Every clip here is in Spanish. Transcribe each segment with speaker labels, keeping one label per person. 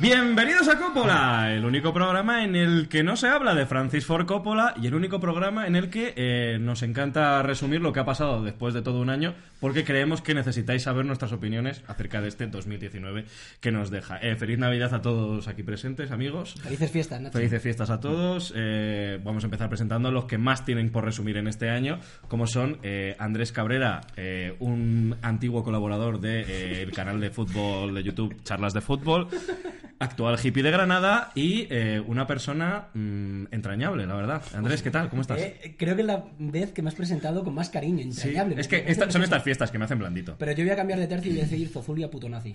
Speaker 1: Bienvenidos a Coppola, el único programa en el que no se habla de Francis Ford Coppola y el único programa en el que eh, nos encanta resumir lo que ha pasado después de todo un año porque creemos que necesitáis saber nuestras opiniones acerca de este 2019 que nos deja. Eh, feliz Navidad a todos aquí presentes, amigos.
Speaker 2: Felices fiestas, Nacho.
Speaker 1: Felices fiestas a todos. Eh, vamos a empezar presentando los que más tienen por resumir en este año, como son eh, Andrés Cabrera, eh, un antiguo colaborador del de, eh, el canal de fútbol de YouTube Charlas de Fútbol, actual hippie de Granada y eh, una persona mm, entrañable, la verdad. Andrés, ¿qué tal? ¿Cómo estás?
Speaker 2: Eh, creo que es la vez que me has presentado con más cariño,
Speaker 1: Sí,
Speaker 2: entrañable.
Speaker 1: es que
Speaker 2: Me
Speaker 1: esta-
Speaker 2: parece
Speaker 1: son
Speaker 2: una cosa-
Speaker 1: estas fiestas que me hacen blandito.
Speaker 2: Pero yo voy a cambiar de tercio y voy a decir Zozulia puto nazi.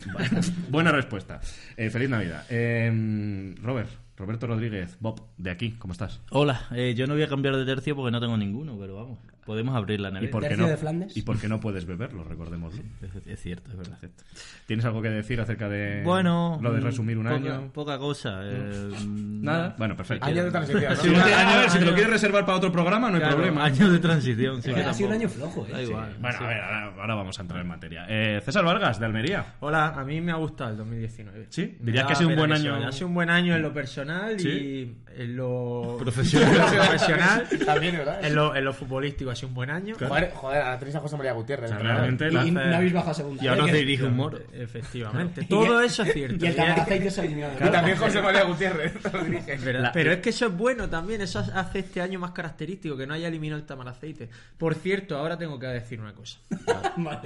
Speaker 1: Buena respuesta. Eh, feliz Navidad. Eh, Robert, Roberto Rodríguez, Bob, de aquí, ¿cómo estás?
Speaker 3: Hola, eh, yo no voy a cambiar de tercio porque no tengo ninguno, pero vamos, podemos abrir la
Speaker 1: ¿Y
Speaker 3: nevera.
Speaker 1: por qué
Speaker 2: Tercio
Speaker 1: no?
Speaker 2: de Flandes.
Speaker 1: ¿Y por qué no puedes beberlo? Recordémoslo.
Speaker 3: Es, es cierto, es verdad.
Speaker 1: Perfecto. ¿Tienes algo que decir acerca de
Speaker 3: Bueno,
Speaker 1: Eh, lo de
Speaker 3: mm,
Speaker 1: resumir un
Speaker 3: poca-
Speaker 1: año?
Speaker 3: Poca cosa. eh, mm,
Speaker 1: Nada. Bueno,
Speaker 2: Ah,
Speaker 1: perfecto.
Speaker 4: Año de transición, ¿no?
Speaker 1: Si lo quieres- a ver, si te lo
Speaker 3: Año-
Speaker 1: quieres reservar para otro programa, no hay
Speaker 3: claro,
Speaker 1: problema.
Speaker 3: Año de transición. sí que
Speaker 2: Ha sido un año
Speaker 3: tampoco.
Speaker 2: flojo,
Speaker 3: Da
Speaker 2: eh.
Speaker 3: igual.
Speaker 1: Bueno,
Speaker 3: sí.
Speaker 1: a ver, ahora, ahora vamos a entrar en materia. Eh, César Vargas, de Almería.
Speaker 4: Hola, a mí me ha gustado el 2019.
Speaker 1: Sí,
Speaker 4: Me
Speaker 1: dirías
Speaker 4: da
Speaker 1: que ha sido un buen
Speaker 4: permiso,
Speaker 1: año.
Speaker 4: Ha sido un buen año en lo personal
Speaker 1: Sí.
Speaker 4: y en lo
Speaker 3: Profesional.
Speaker 4: profesional.
Speaker 5: También, ¿verdad?
Speaker 4: En lo, en lo futbolístico ha sido un buen año.
Speaker 5: Joder, joder, a la tenéis a José María Gutiérrez.
Speaker 1: O sea,
Speaker 5: ¿no?
Speaker 1: realmente la-
Speaker 2: Y no habéis bajado a segunda.
Speaker 3: Y ahora
Speaker 2: Eh,
Speaker 3: te
Speaker 2: que-
Speaker 3: dirige un moro.
Speaker 4: Efectivamente.
Speaker 2: Y
Speaker 4: Todo
Speaker 2: el-
Speaker 4: eso es cierto.
Speaker 2: Y el
Speaker 4: Y es-
Speaker 2: camarazzo se ha eliminado.
Speaker 5: Y también José María Gutiérrez. lo dirige.
Speaker 4: Es verdad.
Speaker 1: La-
Speaker 4: Pero es que eso es bueno también, eso hace este año más característico, que no haya eliminado el tamalaceite. Por cierto, ahora tengo que decir una cosa.
Speaker 2: Vale.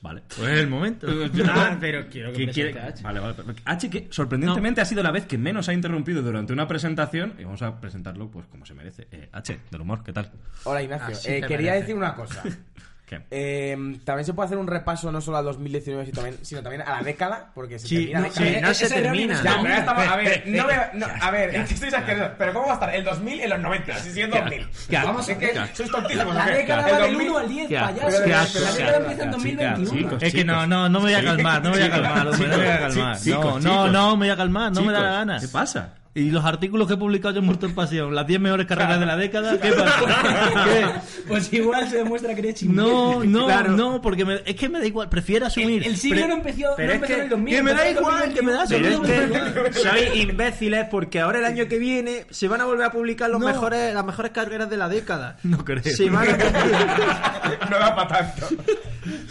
Speaker 1: Vale.
Speaker 4: Pues es el momento. ah, pero quiero que
Speaker 1: ¿Qué quiere-
Speaker 4: presente a H.
Speaker 1: Vale, vale, perfecto. H, Ah, que sorprendentemente ha sido la vez que menos ha interrumpido durante una presentación y vamos a presentarlo pues como se merece. Eh, H, del humor, ¿qué tal?
Speaker 5: Hola, Ignacio.
Speaker 4: Así
Speaker 5: Eh,
Speaker 4: te
Speaker 5: quería
Speaker 4: merece.
Speaker 5: decir una cosa.
Speaker 1: ¿Qué?
Speaker 5: Eh, también se puede hacer un repaso no solo al 2019, sino también, sino también a la década, porque se
Speaker 4: Sí,
Speaker 5: termina
Speaker 4: no,
Speaker 5: la década.
Speaker 4: sí, no se
Speaker 2: Ese
Speaker 4: termina.
Speaker 2: Ronin
Speaker 5: Ya,
Speaker 2: está-
Speaker 5: pero ya estamos- a ver, no me- no, a ver, es que estoy asqueroso. Pero ¿cómo va a estar el 2000 en los 90? Si sí, es 2000.
Speaker 1: Ya.
Speaker 5: Vamos, es que sois tontísimos.
Speaker 2: La
Speaker 5: ¿o qué?
Speaker 2: década
Speaker 5: El
Speaker 2: va del
Speaker 5: 2000
Speaker 2: 1 al 10,
Speaker 3: Qué
Speaker 2: payaso.
Speaker 5: asco,
Speaker 2: La
Speaker 5: asco,
Speaker 2: década empieza en 2021.
Speaker 1: chicos,
Speaker 3: Es que no, no, no me voy a calmar, no me voy a calmar, hombre, no me voy a calmar.
Speaker 1: Chicos,
Speaker 3: No,
Speaker 1: chicos,
Speaker 3: no,
Speaker 1: chicos.
Speaker 3: no me voy a calmar, no me da la
Speaker 1: Chicos,
Speaker 3: gana.
Speaker 1: ¿Qué pasa?
Speaker 3: Y los artículos que he publicado yo en Muerto en Pasión, las 10 mejores carreras de la década, ¿qué pasa? ¿Qué?
Speaker 2: Pues igual se demuestra que eres chingón.
Speaker 3: No, no,
Speaker 4: Claro.
Speaker 3: no, porque me- es que me da igual, prefiero asumir.
Speaker 2: El siglo
Speaker 3: Pre-
Speaker 2: no empezó no
Speaker 4: pero es
Speaker 2: empezó
Speaker 4: que-
Speaker 2: en el 2000.
Speaker 3: que me da
Speaker 2: empezó en
Speaker 3: igual, que me da
Speaker 2: 2021.
Speaker 4: Pero es
Speaker 3: absolutamente
Speaker 4: que sois imbéciles porque ahora el año que viene se van a volver a publicar los
Speaker 3: No.
Speaker 4: mejores, las mejores carreras de la década.
Speaker 3: No creo.
Speaker 4: Se van a-
Speaker 5: No da para tanto.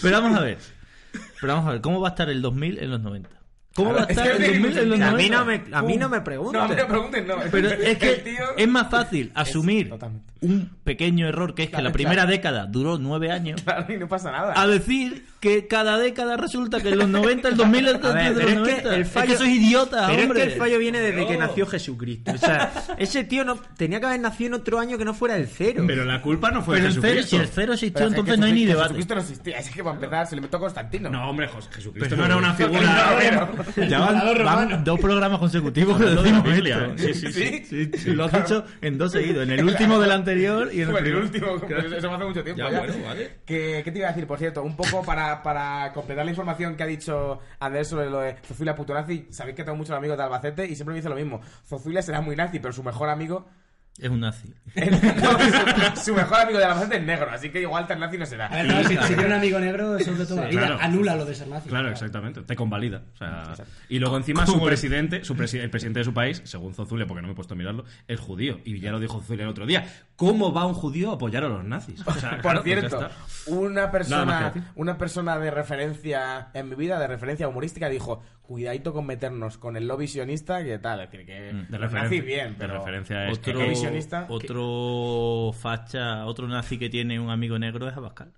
Speaker 3: Pero vamos a ver. Pero vamos a ver, ¿cómo va a estar el 2000 en los 90? ¿Cómo va a
Speaker 5: Es
Speaker 3: estar
Speaker 5: que
Speaker 3: el
Speaker 5: tiene
Speaker 3: 2000 en los
Speaker 5: mucho
Speaker 4: a
Speaker 3: 90?
Speaker 4: mí no me, a mí no me preguntes.
Speaker 5: No, me pregunten, no.
Speaker 3: Pero es
Speaker 5: El
Speaker 3: que
Speaker 5: tío-
Speaker 3: es más fácil asumir
Speaker 5: totalmente.
Speaker 3: un pequeño error que es que la primera década duró nueve años
Speaker 5: Claro, y no pasa nada.
Speaker 3: a decir que cada década resulta que en los 90, el 2000 es
Speaker 4: A ver,
Speaker 3: de
Speaker 4: pero
Speaker 3: los
Speaker 4: es que
Speaker 3: 90.
Speaker 4: el
Speaker 3: Es
Speaker 4: fallo-
Speaker 3: que sois idiotas,
Speaker 4: Pero
Speaker 3: hombre.
Speaker 4: es que el fallo viene desde que nació Jesucristo. O sea, ese tío no tenía que haber nacido en otro año que no fuera el cero.
Speaker 1: Pero la culpa no fue
Speaker 3: Pero
Speaker 1: de
Speaker 3: el cero, si
Speaker 1: Jesucristo.
Speaker 3: el cero existió,
Speaker 5: Pero es que
Speaker 3: entonces no hay ni
Speaker 5: Jesucristo-
Speaker 3: debate.
Speaker 5: Jesucristo no existía, es que para empezar se lo inventó Constantino.
Speaker 1: No, hombre, José, Jesucristo no era una figura.
Speaker 5: Pero-
Speaker 3: Ya van, van dos programas consecutivos que
Speaker 1: Hablando de
Speaker 3: decimos
Speaker 1: la Biblia,
Speaker 3: esto.
Speaker 1: ¿eh? Sí, sí, sí.
Speaker 3: sí, Lo has dicho en dos seguidos. En el último del anterior y en el
Speaker 5: Bueno, el
Speaker 3: primero.
Speaker 5: último, pues eso fue hace mucho tiempo.
Speaker 3: Ya,
Speaker 5: Ya,
Speaker 3: bueno, vale.
Speaker 5: ¿Qué, qué te iba a decir? Por cierto, un poco para, para completar la información que ha dicho Andrés sobre lo de Zozulia puto nazi. Sabéis que tengo muchos amigos de Albacete y siempre me dice lo mismo. Zozulia será muy nazi, pero su mejor amigo.
Speaker 3: Es un nazi.
Speaker 5: no, su, su mejor amigo de Albacete es negro, así que igual tan nazi no será.
Speaker 2: A ver, no, si, si tiene un amigo negro, eso es de toda la
Speaker 1: Sí,
Speaker 2: vida.
Speaker 1: claro.
Speaker 2: Anula lo de ser nazi.
Speaker 1: Claro, exactamente. Te convalida. O sea, y luego encima su presidente, su presi- el presidente de su país, según Zozulia, porque no me he puesto a mirarlo, es judío. Y ya lo dijo Zozulia el otro día. ¿Cómo va un judío a apoyar a los nazis? O sea,
Speaker 5: Por
Speaker 1: claro, pues ya
Speaker 5: cierto,
Speaker 1: está.
Speaker 5: una
Speaker 1: Nada más
Speaker 5: persona,
Speaker 1: que decir.
Speaker 5: una persona de referencia en mi vida, de referencia humorística, dijo: Cuidadito con meternos con el lobby sionista, que tal. Es decir, que.
Speaker 1: Mm, de
Speaker 5: los nazis
Speaker 1: referencia,
Speaker 5: bien,
Speaker 1: de
Speaker 5: pero.
Speaker 1: referencia es
Speaker 3: Otro,
Speaker 5: que visionista-
Speaker 3: otro facha, otro nazi que tiene un amigo negro es Abascal.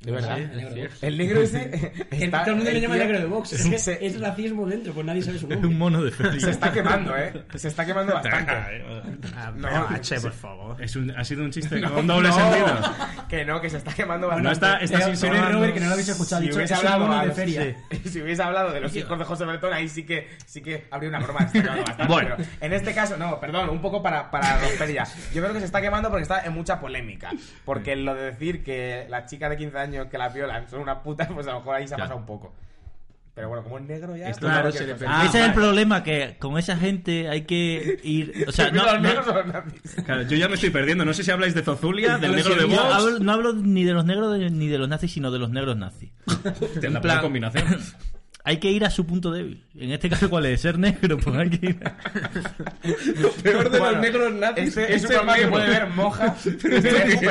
Speaker 5: De verdad.
Speaker 4: Sí, es cierto.
Speaker 5: El negro ese.
Speaker 2: Que
Speaker 5: está-
Speaker 2: todo el mundo le llama
Speaker 5: tío
Speaker 2: negro de box. Es, que
Speaker 5: se-
Speaker 2: es racismo dentro, pues nadie sabe su
Speaker 3: Es un
Speaker 2: nombre.
Speaker 3: mono de Félix.
Speaker 5: Se está quemando, ¿eh? Se está quemando bastante.
Speaker 4: Ah,
Speaker 5: No,
Speaker 4: pero, H, por favor.
Speaker 1: Es un- ha sido un chiste con pues, doble
Speaker 5: No,
Speaker 1: sentido.
Speaker 5: Que no, que se está quemando bastante.
Speaker 1: No está, está
Speaker 2: Pero- pero
Speaker 1: insinuando-
Speaker 2: Robert, que no lo habéis escuchado,
Speaker 5: si
Speaker 2: dicho,
Speaker 5: hubiese
Speaker 2: "Es un
Speaker 5: hablado
Speaker 2: mono
Speaker 5: a
Speaker 2: de
Speaker 5: los-
Speaker 2: feria".
Speaker 5: sí. si hubiese hablado de los hijos de José Bertón, ahí sí que sí que habría una broma destacada bastante,
Speaker 1: Bueno.
Speaker 5: pero en este caso no perdón un poco para, para romper ya yo creo que se está quemando porque está en mucha polémica porque lo de decir que las chicas de 15 años que las violan son unas putas pues a lo mejor ahí se ha
Speaker 1: Ya.
Speaker 5: pasado un poco pero bueno como es negro ya
Speaker 1: Esto-
Speaker 5: claro,
Speaker 4: se
Speaker 5: que-
Speaker 4: le
Speaker 5: que-
Speaker 4: permite.
Speaker 1: Ah,
Speaker 3: Ese es el
Speaker 1: vale.
Speaker 3: problema, que con esa gente hay que ir... O sea, no,
Speaker 5: los
Speaker 3: no-
Speaker 5: negros son nazis.
Speaker 1: Claro, yo ya me estoy perdiendo. No sé si habláis de Zozulia, del negro de
Speaker 3: yo
Speaker 1: Vox.
Speaker 3: hablo- no hablo ni de los negros de- ni de los nazis, sino de los negros nazis.
Speaker 1: Hostia, la
Speaker 3: plan-
Speaker 1: buena combinación.
Speaker 3: Hay que ir a su punto débil. En este caso, ¿cuál es? Ser negro, pues hay que ir... a-
Speaker 1: Peor de
Speaker 5: Bueno,
Speaker 1: los negros nazis.
Speaker 5: este es un
Speaker 1: es
Speaker 5: programa que
Speaker 1: negro.
Speaker 5: puede ver moja
Speaker 1: Pero esto
Speaker 5: Ve
Speaker 1: qué es.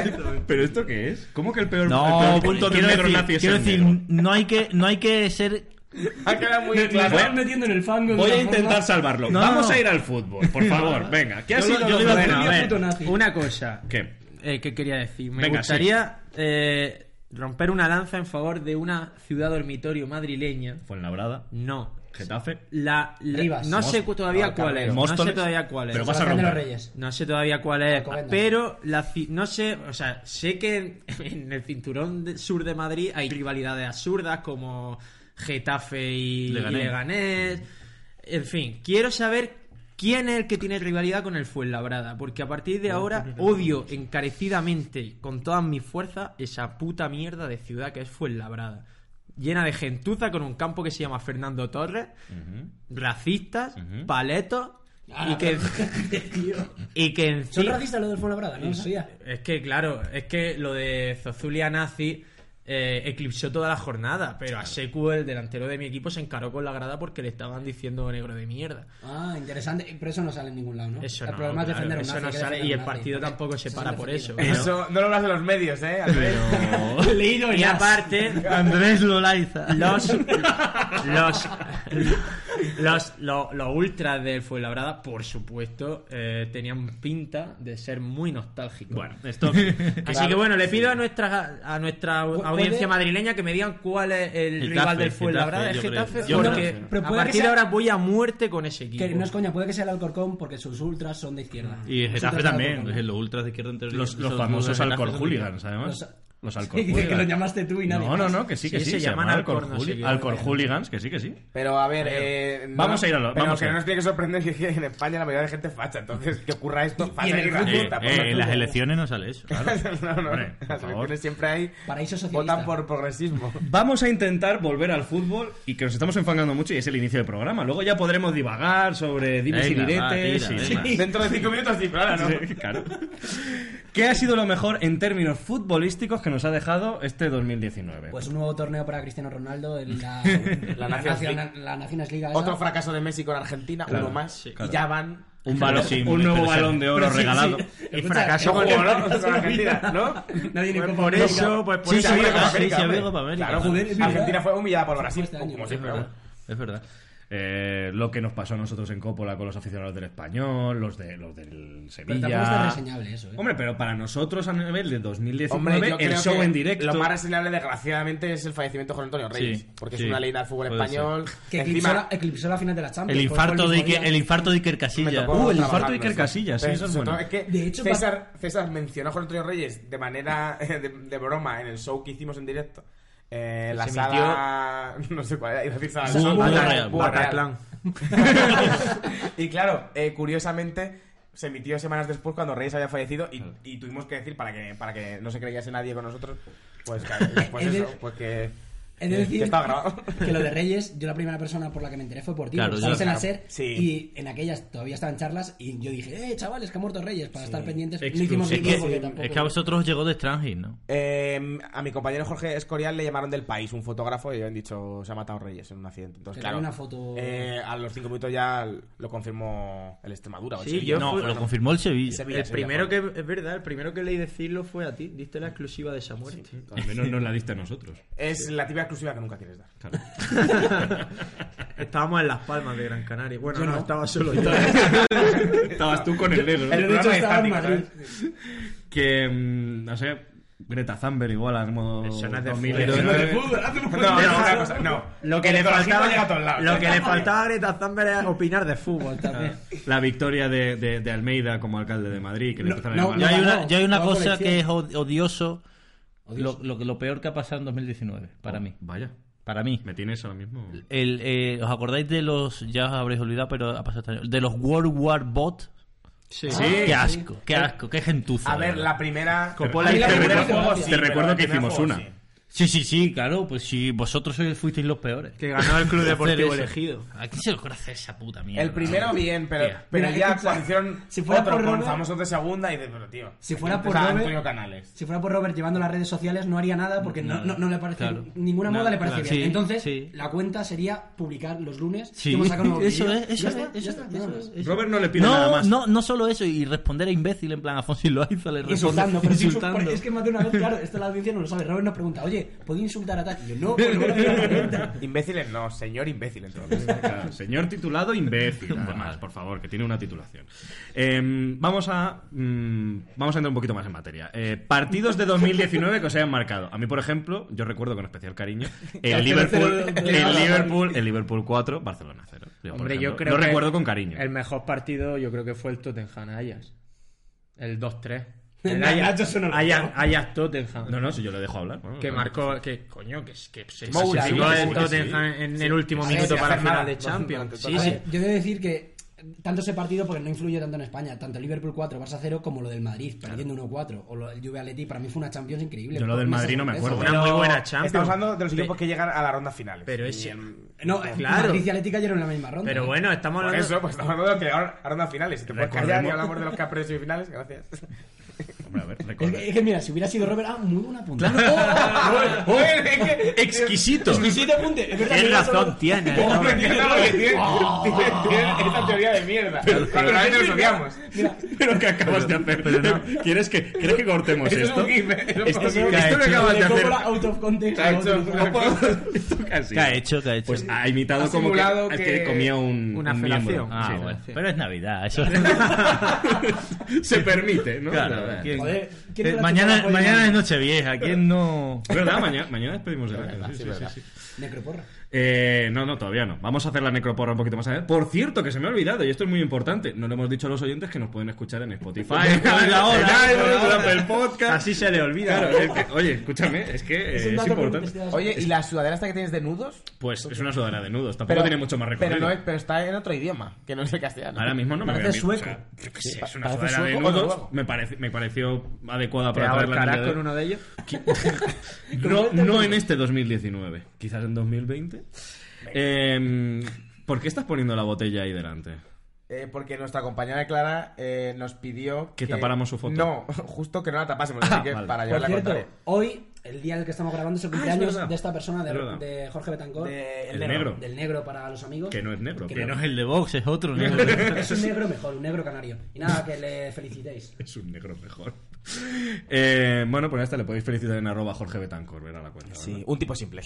Speaker 5: ¿eh?
Speaker 1: ¿Pero esto qué es? ¿Cómo que el peor, el
Speaker 3: No, pues,
Speaker 1: peor punto de
Speaker 3: quiero
Speaker 1: un negro
Speaker 3: decir,
Speaker 1: nazi es
Speaker 3: quiero
Speaker 1: el
Speaker 3: decir,
Speaker 1: negro?
Speaker 3: no hay que, no hay que ser...
Speaker 5: ha quedado muy
Speaker 2: La
Speaker 5: claro
Speaker 2: están metiendo en el fango. de
Speaker 1: Voy a
Speaker 2: una forma-
Speaker 1: intentar salvarlo.
Speaker 3: No,
Speaker 1: Vamos
Speaker 3: no.
Speaker 1: a ir al fútbol, por favor. Venga, ¿qué ha
Speaker 3: Yo
Speaker 1: sido
Speaker 3: lo-
Speaker 1: lo
Speaker 3: yo lo iba a
Speaker 1: bueno?
Speaker 3: decir,
Speaker 1: A ver.
Speaker 2: puto nazi.
Speaker 4: Una cosa.
Speaker 1: ¿Qué?
Speaker 4: Eh, ¿Qué quería decir? Me
Speaker 1: Venga,
Speaker 4: gustaría eh, romper una lanza en favor de una ciudad dormitorio madrileña.
Speaker 1: Fuenlabrada,
Speaker 4: No.
Speaker 1: Getafe,
Speaker 4: La, la-
Speaker 2: Rivas.
Speaker 4: no sé
Speaker 1: Mos-
Speaker 4: todavía
Speaker 5: no,
Speaker 4: cuál es. No sé
Speaker 1: Móstoles.
Speaker 4: todavía cuál es.
Speaker 1: Ah, Pero vas a
Speaker 2: Sebastián de los
Speaker 1: romper.
Speaker 2: Reyes.
Speaker 4: No sé todavía cuál es,
Speaker 2: Alcobendas.
Speaker 4: pero la ci- no sé, o sea, sé que en, en el cinturón de- sur de Madrid hay rivalidades absurdas como Getafe y y Leganés.
Speaker 3: Leganés.
Speaker 4: En fin, quiero saber quién es el que tiene rivalidad con el Fuenlabrada, porque a partir de ahora odio encarecidamente con todas mis fuerzas esa puta mierda de ciudad que es Fuenlabrada. Llena de gentuza con un campo que se llama Fernando Torres, racistas, paletos
Speaker 2: Ah,
Speaker 4: y que
Speaker 2: Tío.
Speaker 4: y que en
Speaker 2: Son racistas los del Fuenlabrada, no lo sabía.
Speaker 4: es que, claro, es que lo de Zozulia Nazi eh, eclipsó toda la jornada, pero a Secu, el delantero de mi equipo, se encaró con la grada porque le estaban diciendo negro de mierda.
Speaker 2: Ah, interesante. Pero eso no sale en ningún lado, ¿no?
Speaker 4: Eso
Speaker 2: el
Speaker 4: no,
Speaker 2: problema es
Speaker 4: claro,
Speaker 2: defender a un
Speaker 4: eso
Speaker 2: nazi,
Speaker 4: no
Speaker 2: hay que
Speaker 4: sale,
Speaker 2: defender
Speaker 4: y
Speaker 2: a un
Speaker 4: el
Speaker 2: nazi,
Speaker 4: partido
Speaker 2: porque
Speaker 4: tampoco se
Speaker 2: eso
Speaker 4: para
Speaker 2: es
Speaker 4: por
Speaker 2: defendido.
Speaker 4: eso.
Speaker 5: eso no lo hablas de los medios eh Andrés.
Speaker 2: Leído
Speaker 4: Y
Speaker 2: ya.
Speaker 4: aparte,
Speaker 3: Andrés Lolaiza.
Speaker 4: los los los los, los ultras del Fuenlabrada, por supuesto, eh, tenían pinta de ser muy nostálgicos.
Speaker 1: Bueno, esto.
Speaker 4: Así que bueno, le pido a nuestra a nuestra
Speaker 2: ¿Puede?
Speaker 4: audiencia madrileña que me digan cuál es el
Speaker 3: Getafe,
Speaker 4: rival del Fuenlabrada,
Speaker 3: Getafe,
Speaker 4: es
Speaker 3: yo creo.
Speaker 4: Getafe,
Speaker 3: Yo
Speaker 4: porque
Speaker 3: creo.
Speaker 2: Pero
Speaker 4: a
Speaker 2: puede que
Speaker 4: partir de
Speaker 2: sea-
Speaker 4: ahora voy a muerte con ese equipo.
Speaker 2: Que no es coña, puede que sea el Alcorcón porque sus ultras son de izquierda.
Speaker 3: Y
Speaker 2: Sus
Speaker 3: Getafe
Speaker 2: ultras
Speaker 3: también.
Speaker 2: son de Alcorcón.
Speaker 3: Los ultras de izquierda en teoría,
Speaker 1: Los,
Speaker 3: son
Speaker 1: los
Speaker 3: todos
Speaker 1: famosos
Speaker 3: Getafe,
Speaker 1: alcohol
Speaker 3: son
Speaker 1: hooligans, además. Los alcohol
Speaker 2: Sí, dice que lo llamaste tú y nadie
Speaker 1: No, no,
Speaker 2: más.
Speaker 1: no, que sí, que
Speaker 4: Sí,
Speaker 1: sí.
Speaker 4: se llaman
Speaker 1: alcohol
Speaker 4: alcohol, no sé
Speaker 1: hooli-
Speaker 4: qué.
Speaker 1: alcohol hooligans, que sí, que sí.
Speaker 5: Pero a ver, eh, no-
Speaker 1: Vamos a ir a lo-
Speaker 5: pero
Speaker 1: vamos
Speaker 5: que
Speaker 1: a ir.
Speaker 5: no nos tiene que sorprender que en España la mayoría de gente es facha, entonces que ocurra esto facha
Speaker 2: en
Speaker 5: y
Speaker 2: el
Speaker 3: Eh,
Speaker 5: racista, por
Speaker 3: eh, en las
Speaker 5: favor.
Speaker 3: elecciones no sale eso.
Speaker 5: no, no,
Speaker 1: Hombre, por
Speaker 5: las
Speaker 1: favor.
Speaker 5: elecciones siempre hay
Speaker 2: Paraíso socialista.
Speaker 5: votan por progresismo.
Speaker 1: Vamos a intentar volver al fútbol y que nos estamos enfangando mucho y es el inicio del programa. Luego ya podremos divagar sobre dimes y
Speaker 3: Venga, va,
Speaker 1: diretes
Speaker 3: tira,
Speaker 1: y
Speaker 3: venga.
Speaker 1: demás.
Speaker 5: Dentro de cinco minutos sí, pero ahora no.
Speaker 1: Sí, claro. ¿Qué ha sido lo mejor en términos futbolísticos que nos ha dejado este 2019?
Speaker 2: Pues un nuevo torneo para Cristiano Ronaldo en la, la,
Speaker 5: La Nations
Speaker 2: Nacional- la Naciones Liga. esa.
Speaker 5: Otro fracaso de México con Argentina,
Speaker 1: Claro,
Speaker 5: uno más,
Speaker 1: sí.
Speaker 5: y ya van.
Speaker 1: un balón,
Speaker 3: Sí,
Speaker 1: Pues, un nuevo
Speaker 3: pero sí.
Speaker 1: balón de oro
Speaker 2: Pero sí,
Speaker 1: regalado.
Speaker 2: sí.
Speaker 4: Y
Speaker 2: Escucha,
Speaker 4: fracaso
Speaker 2: el
Speaker 5: con
Speaker 2: juego
Speaker 5: Bolón,
Speaker 2: fracaso
Speaker 5: con
Speaker 2: no
Speaker 5: Argentina,
Speaker 2: pinta.
Speaker 5: ¿no?
Speaker 2: Nadie ni
Speaker 5: Fue
Speaker 2: con
Speaker 5: por
Speaker 2: Bolón.
Speaker 4: eso, pues por
Speaker 5: Sí,
Speaker 4: eso
Speaker 5: sí,
Speaker 4: había
Speaker 5: Copa
Speaker 4: Copa
Speaker 5: América,
Speaker 3: América,
Speaker 5: hombre.
Speaker 3: Copa América.
Speaker 5: Claro,
Speaker 2: Joder, es verdad.
Speaker 5: Argentina fue humillada por Brasil,
Speaker 2: Este año,
Speaker 5: como
Speaker 2: es
Speaker 5: siempre.
Speaker 2: verdad.
Speaker 5: ¿no?
Speaker 3: Es verdad.
Speaker 1: Eh, lo que nos pasó a nosotros en Coppola con los aficionados del español, los de los del
Speaker 2: Pero
Speaker 1: Sevilla.
Speaker 2: tampoco está reseñable eso, ¿eh?
Speaker 1: Hombre, pero para nosotros a nivel de 2019,
Speaker 5: Hombre, yo
Speaker 1: el
Speaker 5: creo
Speaker 1: show
Speaker 5: que
Speaker 1: en directo.
Speaker 5: Lo más reseñable, desgraciadamente, es el fallecimiento de Juan Antonio Reyes.
Speaker 3: Sí,
Speaker 5: porque
Speaker 3: sí.
Speaker 5: es una leyenda del fútbol
Speaker 3: Puede
Speaker 5: español.
Speaker 2: que eclipsó,
Speaker 5: Encima,
Speaker 2: la, eclipsó la final de la Champions.
Speaker 3: El
Speaker 2: pues fue
Speaker 3: infarto de
Speaker 2: mismo
Speaker 3: Iker,
Speaker 2: día.
Speaker 3: el infarto de Iker
Speaker 5: me
Speaker 3: Casilla.
Speaker 5: tocó
Speaker 1: Uh, el
Speaker 5: trabajarlo,
Speaker 1: infarto de Iker
Speaker 5: sí.
Speaker 1: Casillas, sí,
Speaker 5: Pero
Speaker 1: eso es
Speaker 5: sobre
Speaker 1: bueno.
Speaker 5: todo que
Speaker 2: De hecho,
Speaker 5: César, César mencionó a Juan Antonio Reyes de manera eh, de, de broma en el show que hicimos en directo. Eh,
Speaker 4: Que
Speaker 5: la
Speaker 4: se
Speaker 5: sala. No sé cuál era, iba a decir sala.
Speaker 3: Bu-
Speaker 5: Sala-
Speaker 3: Bu-
Speaker 5: Bata-
Speaker 3: Real,
Speaker 5: Bu-
Speaker 4: Bataclan.
Speaker 5: y claro, eh, curiosamente se emitió semanas después cuando Reyes había fallecido y, y tuvimos que decir para que para que no se creyese nadie con nosotros pues que- pues
Speaker 2: Es de-
Speaker 5: eso pues que,
Speaker 2: Es
Speaker 5: que-
Speaker 2: decir,
Speaker 5: que estaba grabado
Speaker 2: que lo de Reyes, yo la primera persona por la que me enteré fue por ti.
Speaker 3: Claro,
Speaker 2: porque estabas
Speaker 3: yo-
Speaker 2: en la
Speaker 5: claro,
Speaker 2: SER
Speaker 5: sí.
Speaker 2: y en aquellas todavía estaban charlas y yo dije, eh, chavales, que ha muerto Reyes, para estar pendientes. No
Speaker 1: Exclusivo.
Speaker 2: hicimos
Speaker 3: Es
Speaker 2: ningún porque
Speaker 3: que,
Speaker 2: tampoco-
Speaker 3: es que a vosotros os llegó de Strangis, ¿no?
Speaker 5: Eh, a mi compañero Jorge Escorial le llamaron del país, un fotógrafo, y le han dicho se ha matado Reyes en un accidente. Entonces,
Speaker 2: Pero
Speaker 5: claro,
Speaker 2: una foto-
Speaker 5: eh, a los cinco minutos ya lo confirmó el Extremadura. o el
Speaker 4: Sí,
Speaker 5: Sevilla.
Speaker 4: Yo
Speaker 3: No,
Speaker 4: fui-
Speaker 3: lo confirmó el Sevilla.
Speaker 5: Sevilla,
Speaker 4: El
Speaker 5: Sevilla,
Speaker 4: primero que
Speaker 5: joder.
Speaker 4: es verdad, el primero que leí decirlo fue a ti, diste la exclusiva de esa muerte.
Speaker 1: Al menos nos la diste a nosotros.
Speaker 5: Es la tibia exclusiva que nunca quieres dar.
Speaker 1: Claro.
Speaker 4: Estábamos en Las Palmas de Gran Canaria. Bueno,
Speaker 2: Yo
Speaker 4: no,
Speaker 2: no.
Speaker 4: estaba solo yo.
Speaker 1: Estabas tú con el dedo.
Speaker 2: Pero de hecho
Speaker 5: programa de
Speaker 2: estaba en
Speaker 5: estático,
Speaker 2: Madrid.
Speaker 1: Que, mm, no sé, Greta Thunberg igual al modo
Speaker 4: Eso no es de
Speaker 1: 2019.
Speaker 5: No, no, una cosa, no.
Speaker 4: Lo que, le
Speaker 5: El ecologismo
Speaker 4: faltaba,
Speaker 5: llega a todos lados.
Speaker 4: lo que le faltaba a Greta Thunberg era opinar de fútbol también.
Speaker 1: La victoria de, de- de Almeida como alcalde de Madrid, que le
Speaker 2: No,
Speaker 1: empezaron
Speaker 2: no,
Speaker 1: a
Speaker 3: Yo
Speaker 1: llamar-
Speaker 3: hay una,
Speaker 2: no,
Speaker 3: yo hay una
Speaker 2: no,
Speaker 3: cosa
Speaker 2: colección.
Speaker 3: que es od- odioso, Lo, lo que- lo peor que ha pasado en 2019, para mí.
Speaker 1: Vaya,
Speaker 3: Para mí.
Speaker 1: me tienes ahora mismo.
Speaker 3: El, eh, ¿Os acordáis de los, ya os habréis olvidado, pero ha pasado este año, de los World War Bot?
Speaker 4: Sí.
Speaker 3: qué asco, qué asco, qué gentuza.
Speaker 5: A
Speaker 3: de
Speaker 5: ver,
Speaker 3: verdad.
Speaker 5: la primera.
Speaker 1: Coppola
Speaker 5: A mí
Speaker 1: hizo-
Speaker 5: la
Speaker 1: te
Speaker 5: primera
Speaker 1: recuerdo-
Speaker 5: juego sí,
Speaker 1: te
Speaker 5: pero
Speaker 1: recuerdo
Speaker 5: la
Speaker 1: que
Speaker 5: primera
Speaker 1: hicimos
Speaker 5: juego
Speaker 1: una.
Speaker 5: sí.
Speaker 3: Sí, sí, sí, claro, pues si vosotros sois- fuisteis los peores.
Speaker 4: Que ganó el Club Deportivo
Speaker 3: Hacer eso.
Speaker 4: elegido.
Speaker 3: ¿A quién se le ocurre hacer esa puta mierda?
Speaker 5: El primero bien, pero,
Speaker 3: Tía.
Speaker 5: pero
Speaker 2: Mira,
Speaker 5: ya
Speaker 2: escucha,
Speaker 5: cuando hicieron
Speaker 2: si fuera
Speaker 5: otro
Speaker 2: por
Speaker 5: con
Speaker 2: Robert-
Speaker 5: famosos de segunda y de, pero tío.
Speaker 2: Si fuera
Speaker 5: aquí
Speaker 2: por
Speaker 5: está
Speaker 2: Robert-
Speaker 5: Antonio Canales.
Speaker 2: Si fuera por Robert llevando las redes sociales no haría nada porque no,
Speaker 3: Nada,
Speaker 2: no- no le parece
Speaker 3: claro.
Speaker 2: ninguna
Speaker 3: Nada,
Speaker 2: moda le parece
Speaker 3: claro.
Speaker 2: bien.
Speaker 3: Sí,
Speaker 2: Entonces
Speaker 3: sí.
Speaker 2: la cuenta sería publicar los lunes.
Speaker 3: Sí,
Speaker 2: que hemos sacado un nuevo
Speaker 3: eso
Speaker 2: vídeo.
Speaker 3: es, eso
Speaker 2: Ya
Speaker 3: es,
Speaker 2: está, ya
Speaker 3: eso
Speaker 2: está,
Speaker 3: es,
Speaker 2: nada
Speaker 3: eso
Speaker 2: más.
Speaker 3: es, eso es.
Speaker 1: Robert no le pide nada
Speaker 3: No,
Speaker 1: más.
Speaker 3: no, no solo eso, y responder a imbécil en plan Afonso Loaiza le responde
Speaker 2: Insultando, pero si insulta-
Speaker 3: insultando.
Speaker 2: es que más de una vez, claro, esto la audiencia no lo sabe. Robert nos pregunta, oye, ¿puedo insultar a tal? Y yo, no, pues no voy a hacer la pregunta.
Speaker 5: Imbéciles no, señor imbécil entonces.
Speaker 1: Claro, señor titulado imbécil, además, por favor, que tiene una titulación. Eh, vamos a mm, vamos a entrar un poquito más en materia. Eh, partidos de 2019 que os hayan marcado. A mí, por ejemplo, yo recuerdo con especial cariño el Liverpool, el Liverpool, el Liverpool 4, Barcelona 0. Yo, por ejemplo, lo
Speaker 4: que
Speaker 1: recuerdo con cariño.
Speaker 4: El mejor partido yo creo que fue el Tottenham Ajax. El 2-3. El
Speaker 2: No, Nacho,
Speaker 4: Ajax,
Speaker 2: eso no lo
Speaker 4: Ajax, Ajax Tottenham.
Speaker 1: No, no, si yo le dejo hablar. bueno,
Speaker 4: Que
Speaker 1: claro.
Speaker 4: marcó, que coño, que, que se
Speaker 5: Moura,
Speaker 4: clasificó
Speaker 5: sí,
Speaker 4: el
Speaker 5: sí,
Speaker 4: Tottenham en el último
Speaker 5: Sí,
Speaker 4: minuto
Speaker 5: sí,
Speaker 4: para
Speaker 5: hacer
Speaker 4: final
Speaker 5: nada,
Speaker 4: de
Speaker 5: dos-
Speaker 4: Champions.
Speaker 5: durante
Speaker 4: Sí,
Speaker 5: todo
Speaker 2: A
Speaker 4: sí.
Speaker 2: ver, yo debo decir que tanto ese partido porque no influye tanto en España, tanto el Liverpool 4, Barça 0 como lo del Madrid, perdiendo 1-4, o lo del Juve Atleti, para mí fue una Champions increíble.
Speaker 1: Yo lo del
Speaker 2: Una
Speaker 1: Madrid no me
Speaker 2: sorpresa.
Speaker 1: acuerdo.
Speaker 4: Una muy buena
Speaker 5: Estamos
Speaker 4: Champions.
Speaker 5: hablando de los
Speaker 4: Pe-
Speaker 5: equipos que llegan a la ronda final. em,
Speaker 4: Pero es-
Speaker 2: No,
Speaker 4: Claro.
Speaker 2: claro. Madrid y Atleti cayeron en la misma ronda.
Speaker 4: Pero
Speaker 2: ¿eh?
Speaker 4: bueno, estamos
Speaker 5: Por
Speaker 4: hablando...
Speaker 5: eso, pues estamos hablando de los que llegaron a ronda finales. Si te puedes callar y
Speaker 1: Recordemos-
Speaker 5: hablamos de los campeones semifinales, gracias.
Speaker 1: Hombre, a ver,
Speaker 2: Es
Speaker 1: recuerda.
Speaker 2: que, es que mira, si hubiera sido Robert, ah, muy buena punta.
Speaker 1: Exquisito.
Speaker 2: Exquisito apunte. Es verdad,
Speaker 4: Qué
Speaker 2: mira, solo-
Speaker 4: razón tiene.
Speaker 5: No me entiendo lo que tiene. Tiene- tiene Esta teoría de mierda. Cuando realmente nos odiamos.
Speaker 2: Mira,
Speaker 1: Pero que acabas de hacer. ¿Quieres, que, ¿Quieres que cortemos
Speaker 5: Esto es
Speaker 1: esto?
Speaker 5: un gif, ¿eh? Es un
Speaker 1: Esto-
Speaker 5: gif.
Speaker 1: esto que acabas de
Speaker 2: le
Speaker 1: hacer.
Speaker 2: cobra out of context.
Speaker 5: Ha
Speaker 2: a otro.
Speaker 5: hecho-
Speaker 1: Esto casi.
Speaker 3: ¿Qué ha hecho? ¿Qué ha hecho?
Speaker 1: Pues ha imitado
Speaker 5: Ha
Speaker 1: como que,
Speaker 5: simulado
Speaker 1: al
Speaker 5: que-
Speaker 1: que comía un,
Speaker 4: una
Speaker 1: un
Speaker 4: felación.
Speaker 1: miembro.
Speaker 3: Ah,
Speaker 1: Sí.
Speaker 3: bueno, pero es Navidad, eso
Speaker 1: Se permite, ¿no?
Speaker 3: Claro,
Speaker 1: Nada.
Speaker 3: ¿quién-
Speaker 2: Joder, ¿quién
Speaker 3: eh,
Speaker 2: te la
Speaker 3: mañana,
Speaker 2: chupa la
Speaker 3: mañana
Speaker 2: polla?
Speaker 3: es Nochevieja, ¿quién no...?
Speaker 1: Es verdad, mañana, mañana despedimos el año. Sí, sí, sí, sí.
Speaker 2: Necroporra.
Speaker 1: Eh, no, no, todavía no. Vamos a hacer la necroporra un poquito más adelante. Por cierto, que se me ha olvidado, y esto es muy importante. No le hemos dicho a los oyentes que nos pueden escuchar en Spotify, en iTunes, en Apple Podcast.
Speaker 4: Así se le olvida.
Speaker 1: Claro, es que- oye, escúchame, es que eh,
Speaker 2: Es
Speaker 1: es,
Speaker 2: un dato que no te
Speaker 1: importante.
Speaker 2: esperabas.
Speaker 5: Oye, ¿y la sudadera esta que tienes de nudos?
Speaker 1: Pues es una sudadera de nudos, tampoco tiene mucho más recorrido.
Speaker 5: Pero, no es- pero está en otro idioma, que no es el castellano.
Speaker 1: Ahora mismo no me
Speaker 2: Parece
Speaker 1: voy a
Speaker 2: sueco.
Speaker 1: mirar, o sea, yo qué sé, es una
Speaker 5: Parece
Speaker 1: sudadera de
Speaker 5: sueco o
Speaker 1: nudos.
Speaker 5: noruego.
Speaker 1: Me, parece, me pareció adecuada
Speaker 4: Te
Speaker 1: para traerla
Speaker 4: ahorcarás
Speaker 1: en
Speaker 4: con uno de ellos.
Speaker 1: No, no en este 2019, quizás en 2020. Eh, ¿Por qué estás poniendo la botella ahí delante?
Speaker 5: Eh, porque nuestra compañera Clara eh, nos pidió
Speaker 1: Que tapáramos su foto.
Speaker 5: No, justo que no la tapásemos,
Speaker 1: Ah,
Speaker 5: así que
Speaker 1: vale.
Speaker 5: para
Speaker 2: Por
Speaker 5: llevarla la
Speaker 2: cierto,
Speaker 5: contraria.
Speaker 2: hoy, el día en el que estamos grabando, es
Speaker 1: Ah,
Speaker 2: el
Speaker 1: es
Speaker 2: cumpleaños
Speaker 1: verdad.
Speaker 2: de esta persona,
Speaker 1: Es verdad.
Speaker 2: de, de Jorge Betancor.
Speaker 5: De-
Speaker 1: El negro.
Speaker 2: Del negro para los amigos.
Speaker 1: Que no es negro,
Speaker 2: Que
Speaker 1: pero-
Speaker 3: No es el de Vox, es otro. ¿no?
Speaker 2: Es un negro mejor, un negro canario. Y nada, que le felicitéis.
Speaker 1: Es un negro mejor. Eh, bueno, pues a esta le podéis felicitar en arroba Jorge Betancor, verá la cuenta.
Speaker 5: Sí,
Speaker 1: ¿verdad?
Speaker 5: un tipo simple.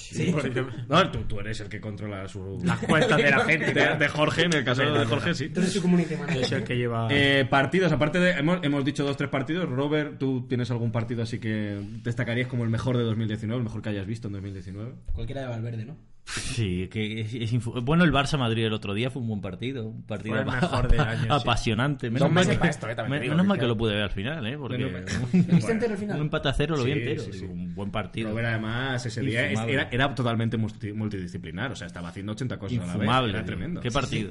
Speaker 1: No, tú, tú eres el que controla su... las
Speaker 4: cuentas de la gente,
Speaker 1: De,
Speaker 4: claro.
Speaker 1: de Jorge, en el caso de Jorge, sí.
Speaker 2: Entonces, su community manager.
Speaker 4: Es el que lleva...
Speaker 1: Eh, partidos, aparte de. Hemos, hemos dicho dos, tres partidos. Robert, ¿tú tienes algún partido así que destacarías como el mejor de 2019, el mejor que hayas visto en 2019?
Speaker 2: Cualquiera de Valverde, ¿no?
Speaker 3: Sí, que es- es infu- bueno el Barça Madrid el otro día fue un buen partido, un partido
Speaker 4: Fue el
Speaker 3: apa-
Speaker 4: mejor del año, sí.
Speaker 3: apasionante. Menos
Speaker 5: Dos
Speaker 3: mal,
Speaker 5: meses
Speaker 3: que,
Speaker 5: para esto, eh, también
Speaker 3: men-
Speaker 5: te digo,
Speaker 3: menos mal
Speaker 5: que-
Speaker 3: que lo pude ver al final, eh, porque
Speaker 1: Bueno,
Speaker 2: ¿Lo viste entero al final?
Speaker 3: un empate a cero lo vi
Speaker 1: Sí,
Speaker 3: entero,
Speaker 1: sí, sí.
Speaker 3: digo, un buen partido.
Speaker 1: Robert, además, ese día es-
Speaker 3: Infumable.
Speaker 1: era, era totalmente multi- multidisciplinar. O sea, estaba haciendo 80 cosas pues, a la
Speaker 3: Infumable,
Speaker 1: vez. Era
Speaker 3: digo,
Speaker 1: tremendo.
Speaker 3: qué partido.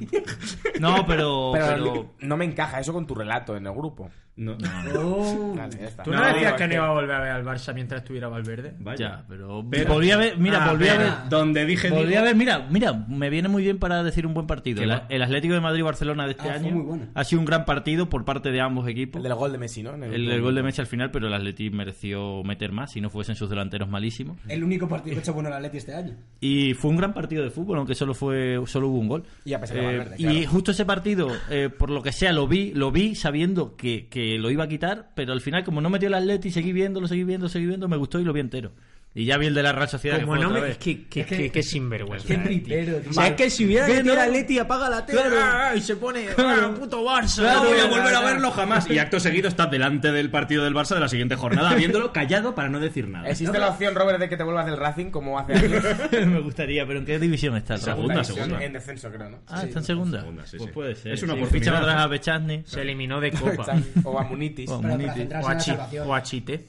Speaker 3: No, pero,
Speaker 5: Pero,
Speaker 3: pero-
Speaker 5: no me encaja eso con tu relato en el grupo.
Speaker 1: No,
Speaker 2: Oh.
Speaker 5: Vale, ya está.
Speaker 4: ¿Tú no,
Speaker 1: No,
Speaker 4: decías
Speaker 5: digo,
Speaker 4: que
Speaker 5: es
Speaker 4: no iba a volver a ver al Barça mientras estuviera Valverde?
Speaker 1: vaya.
Speaker 3: ya, pero,
Speaker 1: Pero-
Speaker 3: volví a ver, mira,
Speaker 4: Ah,
Speaker 3: volví a ver
Speaker 1: Pero Donde dije.
Speaker 3: Volví
Speaker 1: digo,
Speaker 3: a ver, mira, mira, me viene muy bien para decir un buen partido.
Speaker 1: Qué
Speaker 3: El,
Speaker 1: va.
Speaker 3: el Atlético de Madrid-Barcelona de este
Speaker 2: Ah, fue
Speaker 3: año
Speaker 2: muy bueno.
Speaker 3: ha sido un gran partido por parte de ambos equipos.
Speaker 5: El del gol de Messi, ¿no? En
Speaker 3: El, el gol de Messi al final, pero el Atleti mereció meter más si no fuesen sus delanteros malísimos.
Speaker 2: El único partido que ha hecho bueno el Atleti este año.
Speaker 3: Y fue un gran partido de fútbol, aunque solo fue solo hubo un gol.
Speaker 5: Y a pesar de
Speaker 3: Eh,
Speaker 5: Valverde,
Speaker 3: y
Speaker 5: claro.
Speaker 3: justo ese partido, eh, por lo que sea, lo vi, lo vi sabiendo que, que lo iba a quitar, pero al final como no metió el Atleti, seguí viéndolo, seguí viendo, seguí viendo, me gustó y lo vi entero. Y ya vi el de la Real Sociedad. que
Speaker 4: Como
Speaker 3: fue
Speaker 4: no
Speaker 3: otra
Speaker 4: me.
Speaker 3: vez.
Speaker 4: Que, que, que, que sinvergüenza.
Speaker 2: Qué
Speaker 4: eh, tío.
Speaker 2: tritero, tío.
Speaker 4: O sea, es que si hubiera
Speaker 3: Vete,
Speaker 4: metido
Speaker 3: ¿no?
Speaker 4: la Leti, apaga la tele
Speaker 3: Claro.
Speaker 4: ah, y se pone
Speaker 3: Claro.
Speaker 4: ah, puto Barça.
Speaker 3: Claro.
Speaker 1: No voy a
Speaker 3: Claro.
Speaker 1: volver a verlo jamás. Y acto seguido estás delante del partido del Barça de la siguiente jornada, viéndolo callado para no decir nada.
Speaker 5: ¿Existe la opción, Robert, de que te vuelvas del Racing como hace años?
Speaker 3: me gustaría, pero ¿en qué división está? el Rayo?
Speaker 1: Segunda,
Speaker 5: división,
Speaker 1: segunda.
Speaker 5: En descenso, creo, ¿no?
Speaker 3: Ah, está en segunda.
Speaker 1: segunda, sí,
Speaker 3: pues
Speaker 1: sí.
Speaker 3: puede ser.
Speaker 1: Es una
Speaker 3: sí.
Speaker 1: oportunidad.
Speaker 3: Fichan atrás a Bechazny.
Speaker 4: Se eliminó de Copa.
Speaker 5: O a Munitis.
Speaker 3: Vamos.
Speaker 2: Para- para
Speaker 3: Muniti.
Speaker 2: centrarse en
Speaker 4: o, a
Speaker 2: la
Speaker 4: Chi-
Speaker 2: salvación.
Speaker 4: o a Chite.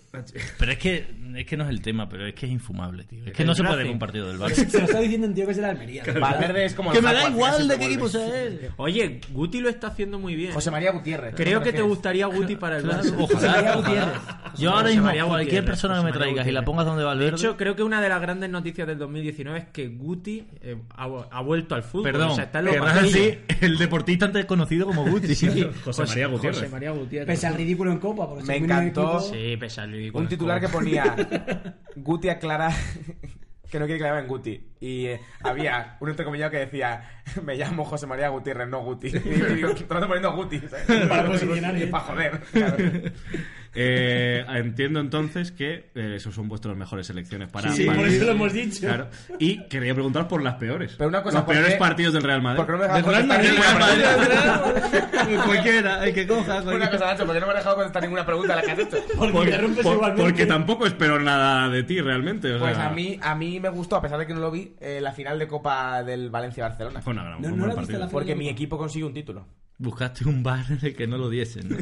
Speaker 3: Pero es que, es que no es el tema, pero es que es infumable, tío. Es que
Speaker 4: El
Speaker 3: no se
Speaker 4: Racing.
Speaker 3: puede ver un partido del Barça.
Speaker 2: Se lo está diciendo un tío que es de la Almería. tío.
Speaker 5: Valverde es como el
Speaker 3: que me da
Speaker 5: Paco, al final
Speaker 3: igual de
Speaker 5: siempre
Speaker 3: qué equipo
Speaker 5: vuelve.
Speaker 3: sea él.
Speaker 4: Oye, Guti lo está haciendo muy bien.
Speaker 5: José María Gutiérrez.
Speaker 4: Creo que te
Speaker 5: refieres?
Speaker 4: gustaría Guti para el Barça.
Speaker 2: José María
Speaker 3: Ojalá.
Speaker 2: Gutiérrez.
Speaker 3: Yo
Speaker 4: José
Speaker 3: ahora mismo,
Speaker 4: María
Speaker 3: cualquier
Speaker 4: Gutiérrez,
Speaker 3: persona que
Speaker 4: José
Speaker 3: me
Speaker 4: María
Speaker 3: traigas y la
Speaker 4: Gutiérrez.
Speaker 3: pongas donde
Speaker 4: De
Speaker 3: Valverde...
Speaker 4: hecho, creo que una de las grandes noticias del 2019 es que Guti eh, ha, ha vuelto al fútbol.
Speaker 3: Perdón,
Speaker 4: o sea, está en los
Speaker 3: que Racing,
Speaker 4: banquillos.
Speaker 3: el deportista antes conocido como Guti.
Speaker 1: José María Gutiérrez.
Speaker 4: José María Gutiérrez.
Speaker 2: Pese al ridículo en Copa. porque
Speaker 5: Me
Speaker 2: se combina el
Speaker 5: encantó.
Speaker 2: equipo.
Speaker 4: Sí, pese al ridículo.
Speaker 5: Un titular que ponía Guti aclara que no quiere que le llamen Guti. Y eh, había un entrecomillado que decía me llamo José María Gutiérrez, no Guti. Y digo, te lo estoy poniendo Guti. ¿sabes?
Speaker 2: Para posicionar.
Speaker 5: Y para joder. claro.
Speaker 1: Eh, entiendo entonces que eh, esos son vuestras mejores selecciones para.
Speaker 2: Sí,
Speaker 1: para-
Speaker 2: por eso lo hemos dicho.
Speaker 1: Claro. Y quería preguntar por las peores.
Speaker 5: Pero una cosa,
Speaker 1: Los
Speaker 5: ¿por
Speaker 1: peores
Speaker 5: qué-
Speaker 1: partidos del Real Madrid.
Speaker 5: Porque no me
Speaker 3: De
Speaker 5: dejas
Speaker 3: Real
Speaker 5: contestar
Speaker 3: Madrid,
Speaker 5: ninguna
Speaker 3: Real Madrid,
Speaker 5: pregunta.
Speaker 3: Real Madrid. Cualquiera, el que coja.
Speaker 5: Una
Speaker 3: cualquiera.
Speaker 5: cosa, Nacho, porque no me has dejado contestar ninguna pregunta a la que has hecho.
Speaker 2: Porque
Speaker 1: Por-
Speaker 2: interrumpes
Speaker 1: por-
Speaker 2: igualmente.
Speaker 1: porque tampoco espero nada de ti realmente. o
Speaker 5: Pues
Speaker 1: sea,
Speaker 5: a mí, a mí me gustó, a pesar de que no lo vi, eh, la final de Copa del Valencia-Barcelona.
Speaker 1: Fue una gran,
Speaker 2: No,
Speaker 1: un
Speaker 2: no
Speaker 1: buen
Speaker 2: la viste
Speaker 1: partido.
Speaker 2: la-
Speaker 5: Porque mi equipo consigue un título.
Speaker 3: Buscaste un bar en el que no lo diesen. ¿no?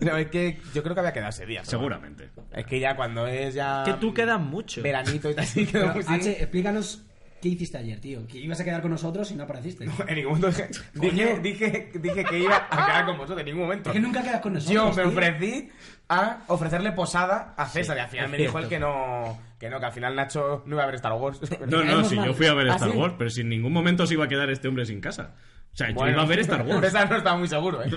Speaker 5: No, es que yo creo que había quedado ese día. pero
Speaker 1: Seguramente.
Speaker 5: bueno. Es que ya cuando es ya...
Speaker 4: Que tú quedas mucho.
Speaker 5: Veranito y tal, así quedó
Speaker 2: Pero,
Speaker 5: muy...
Speaker 2: H, explícanos qué hiciste ayer, tío. Que ibas a quedar con nosotros y no apareciste.
Speaker 5: En ningún momento dije, dije, dije, dije que iba a quedar con vosotros, en ningún momento.
Speaker 2: Es que nunca quedas con
Speaker 5: Yo
Speaker 2: nosotros.
Speaker 5: me
Speaker 2: tío.
Speaker 5: ofrecí a ofrecerle posada a César y al final
Speaker 4: es
Speaker 5: me dijo él
Speaker 4: cierto.
Speaker 5: que no, que no, que al final Nacho no iba a ver Star Wars.
Speaker 1: No, no,
Speaker 2: Caemos
Speaker 1: si
Speaker 2: mal.
Speaker 1: yo fui a ver
Speaker 2: ¿Ah,
Speaker 1: Star
Speaker 2: sí?
Speaker 1: Wars, pero si en ningún momento se iba a quedar este hombre sin casa. O sea, yo
Speaker 5: Bueno,
Speaker 1: iba a ver Star Wars.
Speaker 5: César no estaba muy seguro, ¿eh?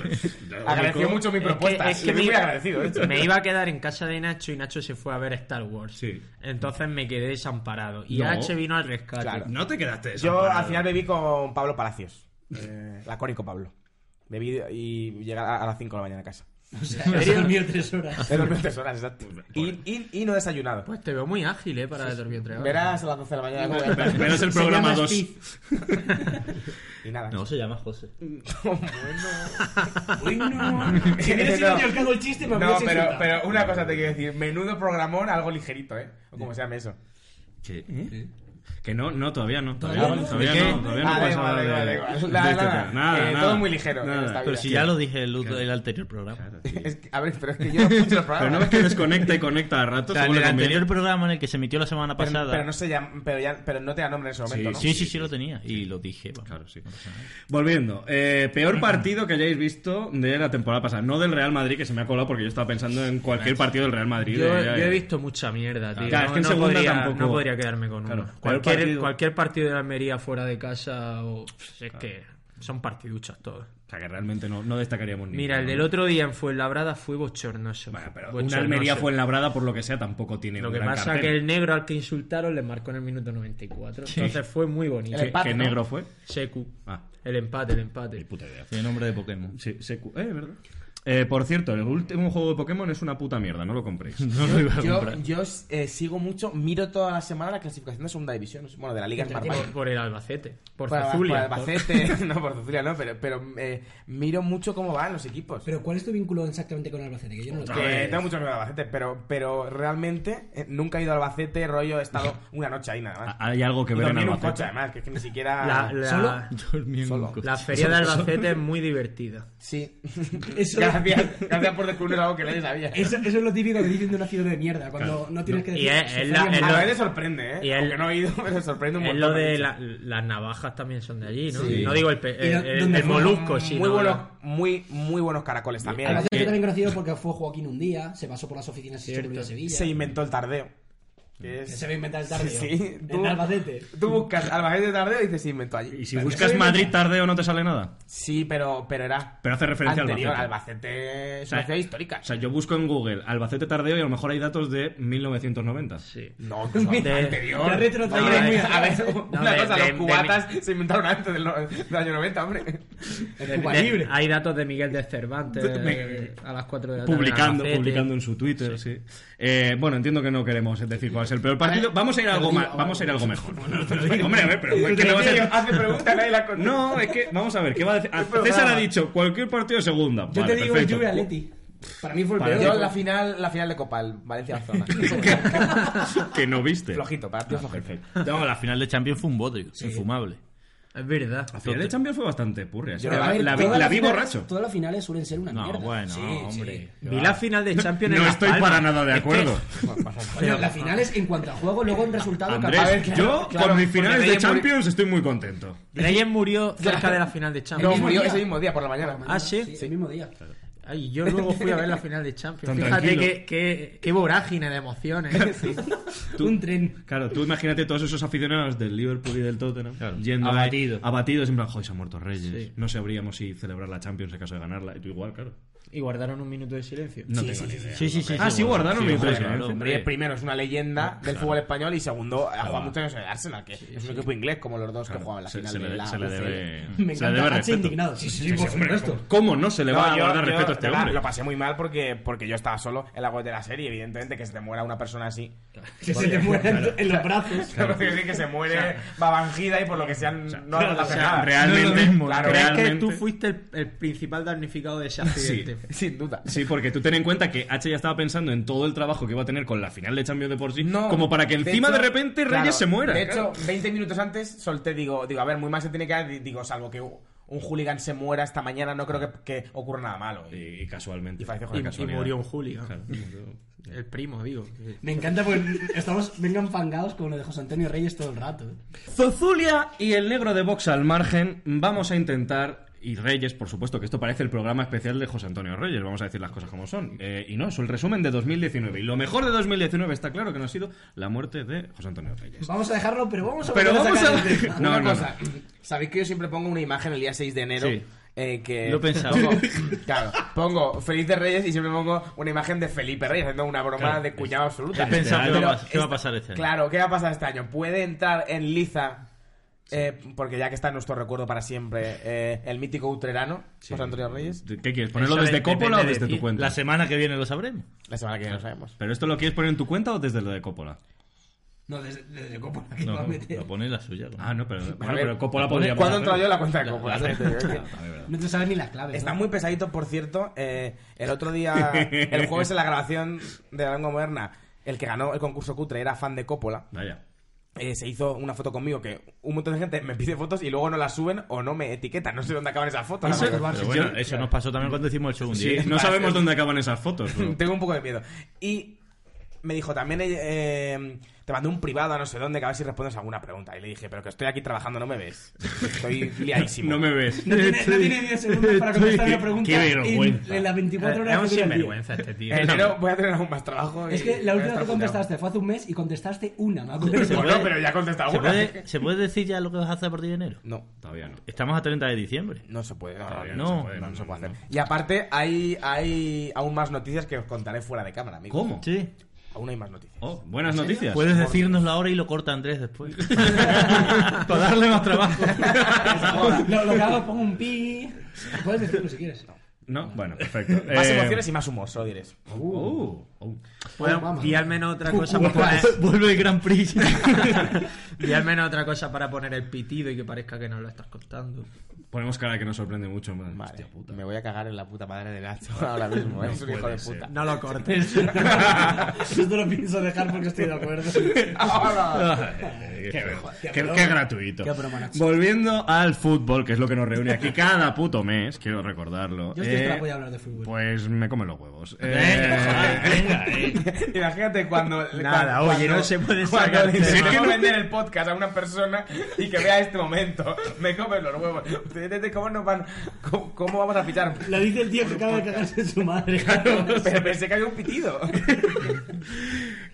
Speaker 5: Agradeció mucho mi
Speaker 4: Es que-
Speaker 5: propuesta.
Speaker 4: es que
Speaker 5: Le
Speaker 4: me
Speaker 5: fui muy
Speaker 4: iba-
Speaker 5: agradecido, ¿eh? de
Speaker 1: ¿eh?
Speaker 5: hecho.
Speaker 4: Me iba a quedar en casa de Nacho y Nacho se fue a ver Star Wars.
Speaker 1: Sí.
Speaker 4: Entonces me quedé desamparado. Y
Speaker 1: No.
Speaker 4: H vino al rescate.
Speaker 5: Claro.
Speaker 1: No te quedaste
Speaker 5: Yo
Speaker 1: desamparado.
Speaker 5: al final bebí con Pablo Palacios, eh, la Cori con Pablo. Bebí y llegué a a las 5 de la mañana a casa.
Speaker 2: O sea, has dormido tres horas.
Speaker 5: He dormido tres horas, exacto. Y, y, y no he desayunado.
Speaker 4: Pues te veo muy ágil, ¿eh? Para dormir tres horas.
Speaker 5: Verás a las 12 de la mañana. cómo voy a
Speaker 1: Pero
Speaker 5: estar.
Speaker 1: pero es el
Speaker 2: Se
Speaker 1: programa
Speaker 2: llama
Speaker 1: 2.
Speaker 2: Steve.
Speaker 5: Y nada.
Speaker 3: No, se llama José.
Speaker 2: Bueno. Si hubiera sido
Speaker 5: No.
Speaker 2: yo el que hago el chiste, me
Speaker 5: No,
Speaker 2: hubieras
Speaker 5: pero,
Speaker 2: insultado.
Speaker 5: pero una cosa te quiero decir. Menudo programón, algo ligerito, ¿eh? O como se llame eso.
Speaker 1: Sí. Que no, no, todavía no. Todavía,
Speaker 2: ¿Todavía
Speaker 1: no,
Speaker 2: no?
Speaker 1: todavía
Speaker 3: ¿De qué?
Speaker 1: no, todavía no
Speaker 5: Ah, da
Speaker 1: puedes
Speaker 5: igual,
Speaker 1: hablar
Speaker 5: da igual,
Speaker 1: de-
Speaker 5: da igual.
Speaker 1: de este
Speaker 5: Nada,
Speaker 1: tema.
Speaker 5: nada.
Speaker 1: Nada,
Speaker 5: Eh,
Speaker 1: nada.
Speaker 5: todo muy ligero en
Speaker 1: Nada.
Speaker 5: esta vida.
Speaker 3: Pero si ya lo dije el, otro- el anterior programa.
Speaker 1: Claro, tío.
Speaker 5: Es ¿eh? que- a ver, pero es que yo no escucho los
Speaker 1: Pero no
Speaker 5: programas.
Speaker 1: ves que desconecta y conecta a rato.
Speaker 3: O sea, en
Speaker 1: según
Speaker 3: el
Speaker 1: le conviene?
Speaker 3: anterior programa en el que se emitió la semana
Speaker 5: Pero-
Speaker 3: pasada. eh,
Speaker 5: Pero no se llama, pero, ya, pero no te da nombre en ese momento, ¿no?
Speaker 3: Sí, sí, sí lo tenía. Y lo dije. vamos.
Speaker 1: Claro, sí. Volviendo. eh, peor partido que hayáis visto de la temporada pasada. No del Real Madrid, que se me ha colado porque yo estaba pensando en cualquier partido del Real Madrid.
Speaker 4: Yo,
Speaker 1: de- eh.
Speaker 4: yo he visto mucha mierda, tío.
Speaker 1: Claro, es
Speaker 4: no,
Speaker 1: que en
Speaker 4: no
Speaker 1: segunda
Speaker 4: podría,
Speaker 1: tampoco-
Speaker 4: no podría quedarme con
Speaker 1: Claro,
Speaker 4: uno.
Speaker 1: ¿cuál
Speaker 4: Cualquier
Speaker 1: partido?
Speaker 4: partido... cualquier partido de Almería fuera de casa, o... es que son partiduchos todos.
Speaker 1: O sea, que realmente no, no destacaríamos ni.
Speaker 4: Mira, el del otro día en Fuenlabrada fue bochornoso.
Speaker 1: Bueno, pero una
Speaker 4: Bochornoso.
Speaker 1: Almería fue en Labrada, por lo que sea, tampoco tiene
Speaker 4: Lo
Speaker 1: un
Speaker 4: que
Speaker 1: gran
Speaker 4: pasa
Speaker 1: cartel.
Speaker 4: que el negro al que insultaron le marcó en el minuto 94. Entonces fue muy bonito.
Speaker 5: El empate,
Speaker 1: ¿Qué
Speaker 5: ¿no?
Speaker 1: negro fue?
Speaker 4: Secu.
Speaker 1: Ah,
Speaker 4: El empate, el
Speaker 1: ni
Speaker 4: empate.
Speaker 1: puta idea.
Speaker 3: Tiene nombre de Pokémon.
Speaker 1: Sí, se cu- eh, ¿verdad? Eh, por cierto, el último juego de Pokémon es una puta mierda, no lo compréis.
Speaker 3: No lo iba a
Speaker 5: Yo,
Speaker 3: comprar.
Speaker 5: yo eh, sigo mucho, miro toda la semana la clasificación de segunda división. Bueno, de la Liga
Speaker 4: Por,
Speaker 5: Smartbank.
Speaker 4: por el Albacete. Por
Speaker 5: Por,
Speaker 4: Cezulia.
Speaker 5: por Albacete, no, por Zulia no, pero, pero eh, miro mucho cómo van los equipos.
Speaker 2: Pero ¿cuál es tu vínculo exactamente con Albacete? Que yo no lo
Speaker 5: Que
Speaker 2: sé.
Speaker 5: tengo mucho miedo a Albacete, pero, pero realmente eh, nunca he ido a Albacete, rollo, he estado una noche ahí nada más.
Speaker 1: Ha- Hay algo que
Speaker 5: Y
Speaker 1: ver ah, en
Speaker 5: dormí en un
Speaker 1: Albacete.
Speaker 5: coche además, que es que ni siquiera...
Speaker 4: La, la-
Speaker 3: Dormí en un
Speaker 5: Solo.
Speaker 3: coche.
Speaker 4: la feria de Albacete es muy divertida.
Speaker 5: Sí.
Speaker 2: Eso-
Speaker 5: gracias, gracias por descubrir algo que nadie sabía.
Speaker 2: Eso, eso es lo típico que dicen de una ciudad de mierda, cuando no tienes que
Speaker 4: Y
Speaker 2: decir...
Speaker 4: es-
Speaker 2: se
Speaker 4: es
Speaker 2: fue
Speaker 4: la-
Speaker 2: bien
Speaker 4: es
Speaker 5: A
Speaker 4: lo-
Speaker 2: mal.
Speaker 5: ver, me sorprende,
Speaker 4: y
Speaker 5: ¿eh?
Speaker 4: el-
Speaker 5: Aunque no he ido, me sorprende un
Speaker 4: Es
Speaker 5: montón.
Speaker 4: lo
Speaker 5: lo que
Speaker 4: de
Speaker 5: dice.
Speaker 4: la- las navajas también son de allí, ¿no?
Speaker 5: Sí.
Speaker 4: No digo el, pe-
Speaker 2: Y
Speaker 4: el,
Speaker 2: do-
Speaker 4: el-
Speaker 2: donde
Speaker 4: el
Speaker 2: fue
Speaker 4: molusco, sino...
Speaker 5: Muy buenos,
Speaker 4: la-
Speaker 5: muy, muy buenos caracoles también.
Speaker 2: Albacete fue también conocido porque fue Joaquín un día, se pasó por las oficinas y se volvió a Sevilla.
Speaker 5: Se inventó el tardeo. que es-
Speaker 2: Se va a inventar el tardeo.
Speaker 5: Sí,
Speaker 2: En Albacete.
Speaker 5: Tú buscas Albacete tardeo y dices se inventó allí.
Speaker 1: Y si buscas Madrid tardeo no te sale nada.
Speaker 5: Sí, pero, pero era.
Speaker 1: Pero hace referencia al
Speaker 5: anterior,
Speaker 1: Albacete.
Speaker 5: Albacete es
Speaker 1: sea,
Speaker 5: una ciudad histórica.
Speaker 1: O sea, yo busco en Google Albacete Tardeo y a lo mejor hay datos de 1990.
Speaker 4: Sí.
Speaker 5: No, incluso
Speaker 4: De-
Speaker 5: anterior.
Speaker 2: Ya retrotrae
Speaker 5: No,
Speaker 4: muy
Speaker 5: a ver, una
Speaker 4: de-
Speaker 5: cosa,
Speaker 4: de-
Speaker 5: los cubatas se inventaron antes del, no- del año 90, hombre.
Speaker 2: Cuba
Speaker 4: De- Ah,
Speaker 2: Libre.
Speaker 4: Eh, Hay datos de Miguel de Cervantes
Speaker 1: Me-
Speaker 4: a las 4 de la tarde. en
Speaker 1: Publicando,
Speaker 4: Albacete.
Speaker 1: publicando en su Twitter, sí. Eh, bueno, entiendo que no queremos decir cuál pues el peor partido. vamos a ir a algo más, vamos a ir a algo mejor. Hombre, a ver, pero es que me vas a-
Speaker 5: Hace preguntas, nadie las contesta.
Speaker 1: No, es que vamos a ver, ¿qué va a decir? Ah,
Speaker 5: programa.
Speaker 1: César ha dicho cualquier partido de segunda.
Speaker 2: Yo
Speaker 1: Vale,
Speaker 2: te digo el
Speaker 1: perfecto.
Speaker 2: Juve Atleti. Para mí fue el
Speaker 1: Para
Speaker 2: peor.
Speaker 5: Yo la final, la final de Copa, el Valencia-Zona.
Speaker 1: que no viste.
Speaker 5: flojito, para ti
Speaker 1: Ah,
Speaker 5: flojito.
Speaker 1: perfecto.
Speaker 3: No, la final de Champions fue un bodrio, infumable.
Speaker 4: Es verdad.
Speaker 1: La final de Champions fue bastante purria. así
Speaker 5: Yo
Speaker 1: que La,
Speaker 5: la-
Speaker 1: la vi,
Speaker 2: Todas
Speaker 1: la
Speaker 2: las
Speaker 1: vi
Speaker 2: finales-
Speaker 1: borracho.
Speaker 2: Todas las finales suelen ser una
Speaker 3: No,
Speaker 2: Ah, mierda.
Speaker 3: bueno,
Speaker 2: Sí, sí.
Speaker 3: hombre.
Speaker 4: Vi la final de Champions en
Speaker 1: No
Speaker 4: Las
Speaker 1: estoy
Speaker 4: Palmas.
Speaker 1: para nada de
Speaker 4: Es que-
Speaker 1: acuerdo.
Speaker 2: Coño, las finales en cuanto a juego, luego en resultado
Speaker 1: Andrés,
Speaker 2: capaz-
Speaker 1: yo
Speaker 5: claro,
Speaker 1: con mis
Speaker 5: porque
Speaker 1: finales de
Speaker 5: Reyes murió-
Speaker 1: Champions estoy muy contento.
Speaker 4: Reyes murió cerca de la final de
Speaker 5: No,
Speaker 4: Champions.
Speaker 5: murió ese mismo día por la mañana.
Speaker 4: Ah, sí.
Speaker 2: Sí, el mismo día.
Speaker 4: Ay, yo luego fui a ver la final de Champions.
Speaker 1: Tan
Speaker 4: Fíjate
Speaker 1: tranquilo.
Speaker 4: qué, qué, qué vorágine de emociones.
Speaker 2: Un tren.
Speaker 1: Claro, tú imagínate todos esos aficionados del Liverpool y del Tottenham yendo
Speaker 3: Abatido.
Speaker 1: ahí, abatidos en plan, joder, se han muerto Reyes.
Speaker 4: Sí.
Speaker 1: No sabríamos si celebrar la Champions en caso de ganarla. Y tú igual, claro.
Speaker 4: Y guardaron un minuto de silencio.
Speaker 1: No tengo ni idea.
Speaker 3: Sí, sí, sí.
Speaker 1: Ah, sí, guardaron mi
Speaker 3: hombre,
Speaker 1: impresión,
Speaker 3: claro,
Speaker 1: ¿eh?
Speaker 5: Hombre,
Speaker 3: hombre.
Speaker 5: primero es una leyenda del fútbol español y segundo ha jugado muchos años en el Arsenal, que es un equipo inglés como los dos que jugaban la
Speaker 1: se,
Speaker 5: final
Speaker 1: se
Speaker 5: de
Speaker 1: le,
Speaker 5: la
Speaker 1: se le
Speaker 5: UCL.
Speaker 1: debe,
Speaker 2: Me
Speaker 1: se le debe
Speaker 2: encanta. H
Speaker 1: respeto.
Speaker 2: indignado. Sí, sí, sí, por
Speaker 1: hombre,
Speaker 2: supuesto.
Speaker 1: ¿Cómo no se le va
Speaker 5: No,
Speaker 1: a
Speaker 5: yo-
Speaker 1: guardar
Speaker 5: yo,
Speaker 1: respeto a este
Speaker 5: de verdad,
Speaker 1: hombre?
Speaker 5: Lo pasé muy mal porque, porque yo estaba solo en la de la serie, evidentemente, que se te muera una persona así.
Speaker 2: Que se te mueran en los brazos.
Speaker 5: Claro. que se muere babangida y por lo que sean no ha
Speaker 1: o sea,
Speaker 5: nada.
Speaker 1: realmente-
Speaker 5: No es lo mismo, claro,
Speaker 4: ¿Crees
Speaker 1: realmente-
Speaker 4: que tú fuiste el, el principal damnificado de ese accidente?
Speaker 5: sin duda.
Speaker 1: Sí, porque tú ten en cuenta que H ya estaba pensando en todo el trabajo que iba a tener con la final de Champions de por sí, como para que encima de,
Speaker 5: hecho,
Speaker 1: repente Reyes
Speaker 5: claro,
Speaker 1: se muera.
Speaker 5: De hecho, 20 minutos antes solté, digo, digo, a ver, muy mal se tiene que dar, di- digo, salvo que un hooligan se muera esta mañana, no creo que, que ocurra nada malo. Y-
Speaker 1: y, y casualmente.
Speaker 5: Y falleció con
Speaker 4: Y-
Speaker 5: la
Speaker 4: y,
Speaker 1: casualidad.
Speaker 4: murió un Julio.
Speaker 1: Claro, murió.
Speaker 4: El primo, digo.
Speaker 2: Me encanta porque estamos vengan enfangados con lo de José Antonio Reyes todo el rato. ¿eh?
Speaker 1: Zozulia y el negro de Vox al margen, vamos a intentar, y Reyes, por supuesto, que esto parece el programa especial de José Antonio Reyes, vamos a decir las cosas como son. Eh, y no, es el resumen de 2019. Y lo mejor de 2019 está claro que no ha sido la muerte de José Antonio Reyes.
Speaker 2: Vamos a dejarlo, pero vamos a
Speaker 1: Pero
Speaker 2: volver
Speaker 1: vamos
Speaker 2: sacar
Speaker 1: a-
Speaker 2: el tema.
Speaker 1: No,
Speaker 5: una
Speaker 1: no,
Speaker 5: cosa, ¿sabéis que yo siempre pongo una imagen el día 6 de enero?
Speaker 1: Sí.
Speaker 5: Eh, que
Speaker 3: Lo he pensado.
Speaker 5: Pongo, claro, pongo Feliz de Reyes y siempre pongo una imagen de Felipe Reyes, haciendo una broma de cuñado absoluta.
Speaker 3: He pensado
Speaker 1: Este
Speaker 3: que va a
Speaker 5: año-
Speaker 3: pas- qué va a pasar este año.
Speaker 5: Claro, ¿qué va a pasar este año? Puede entrar en liza, eh, porque ya que está en nuestro recuerdo para siempre, eh, el mítico utrerano, José Antonio Reyes.
Speaker 1: ¿Qué quieres? ¿Ponerlo
Speaker 3: Eso
Speaker 1: desde
Speaker 3: depende
Speaker 1: Coppola o
Speaker 3: de
Speaker 1: desde
Speaker 3: ti.
Speaker 1: tu cuenta?
Speaker 3: La semana que viene lo sabremos.
Speaker 5: La semana que viene lo sabemos.
Speaker 1: ¿Pero esto lo quieres poner en tu cuenta o desde lo de Coppola?
Speaker 2: No, desde, desde Coppola que iba
Speaker 3: No,
Speaker 2: a
Speaker 3: lo
Speaker 2: meter.
Speaker 3: pone en la suya. ¿no?
Speaker 1: Ah, no, pero, bueno,
Speaker 5: A ver,
Speaker 1: pero Coppola podría
Speaker 5: ¿Cuándo he
Speaker 1: poner- Ah,
Speaker 5: entrado yo en la cuenta de Coppola?
Speaker 2: No te sabes ni las claves.
Speaker 5: Está
Speaker 2: ¿no?
Speaker 5: muy pesadito, por cierto. eh, el otro día, el jueves en la grabación de la lengua moderna, el que ganó el concurso cutre era fan de Coppola.
Speaker 1: Vaya.
Speaker 5: eh, se hizo una foto conmigo que un montón de gente me pide fotos y luego no las suben o no me etiquetan. No sé dónde acaban esas fotos.
Speaker 1: Eso-
Speaker 5: la verdad.
Speaker 3: Pero
Speaker 1: Yo-
Speaker 3: bueno, eso nos pasó también cuando hicimos el segundo
Speaker 1: Sí,
Speaker 3: día.
Speaker 1: no sabemos dónde acaban esas fotos. pero-
Speaker 5: Tengo un poco de miedo. Y me dijo también, eh, eh, te mandé un privado a no sé dónde, que a ver si respondes alguna pregunta. Y le dije, pero que estoy aquí trabajando, no me ves. Estoy liadísimo.
Speaker 1: No me ves.
Speaker 2: No tiene, no tiene 10 segundos para contestar una pregunta.
Speaker 3: Qué vergüenza.
Speaker 2: En, en las 24
Speaker 1: Eh,
Speaker 4: Es un
Speaker 2: horas que dura el día. Eh,
Speaker 4: sinvergüenza este tío.
Speaker 5: En enero Eh, voy a tener aún más trabajo. y
Speaker 2: Es que la
Speaker 5: voy a
Speaker 2: última
Speaker 5: estar
Speaker 2: que
Speaker 5: puteado. ¿eh?
Speaker 2: contestaste fue hace un mes y contestaste una, me acuerdo.
Speaker 5: Bueno, pero ya contesta
Speaker 3: ¿Se
Speaker 5: alguna.
Speaker 3: puede, ¿Se puede decir ya lo que vas a hacer a partir de enero?
Speaker 5: No,
Speaker 1: Todavía no.
Speaker 3: Estamos a 30 de diciembre.
Speaker 5: no se puede. No,
Speaker 1: Todavía
Speaker 5: no,
Speaker 3: no,
Speaker 1: se puede,
Speaker 5: no se puede hacer. Y aparte, hay, hay aún más noticias que os contaré fuera de cámara, amigo.
Speaker 1: ¿Cómo?
Speaker 3: Sí.
Speaker 5: Aún hay más noticias.
Speaker 1: Oh, buenas noticias.
Speaker 3: Puedes decirnoslo ahora y lo corta Andrés después. Para darle más trabajo.
Speaker 2: lo, lo que hago es pongo un pi. Puedes decirlo si quieres.
Speaker 1: No, bueno, perfecto.
Speaker 5: Más
Speaker 1: Eh,
Speaker 5: emociones y más humor, solo diréis.
Speaker 1: Uh, uh.
Speaker 4: Bueno,
Speaker 2: Vamos.
Speaker 4: di al menos otra cosa para poner.
Speaker 3: Vuelve- Vuelve el Grand Prix.
Speaker 4: di al menos otra cosa para poner el pitido y que parezca que no lo estás contando.
Speaker 1: Ponemos cara que nos sorprende mucho. man.
Speaker 5: Madre,
Speaker 1: Hostia puta.
Speaker 5: me voy a cagar en la puta madre de Nacho ahora mismo, ¿eh? es un hijo de
Speaker 1: puede ser.
Speaker 5: puta.
Speaker 4: No lo cortes.
Speaker 2: Eh, Yo te lo pienso dejar porque estoy de acuerdo. Eh,
Speaker 1: Ay, Qué, qué- qué gratuito.
Speaker 2: Qué broma, Nacho.
Speaker 1: Volviendo al fútbol, que es lo que nos reúne aquí cada puto mes, quiero recordarlo.
Speaker 2: Yo estoy hasta
Speaker 1: eh,
Speaker 2: la polla de hablar de fútbol.
Speaker 1: Pues me come los huevos.
Speaker 3: Venga,
Speaker 1: Eh,
Speaker 3: venga, eh.
Speaker 5: Imagínate cuando.
Speaker 4: Nada,
Speaker 5: cuando-
Speaker 4: oye, no se puede
Speaker 5: cuando
Speaker 4: sacar
Speaker 5: le
Speaker 4: el tema.
Speaker 5: intentemos vender el podcast a una persona y que vea este momento. Me comen los huevos. Ustedes, ¿Cómo nos van? ¿Cómo, cómo vamos a fichar?
Speaker 2: Lo dice el tío que acaba de cagarse en su madre.
Speaker 5: Pero pensé que había un pitido.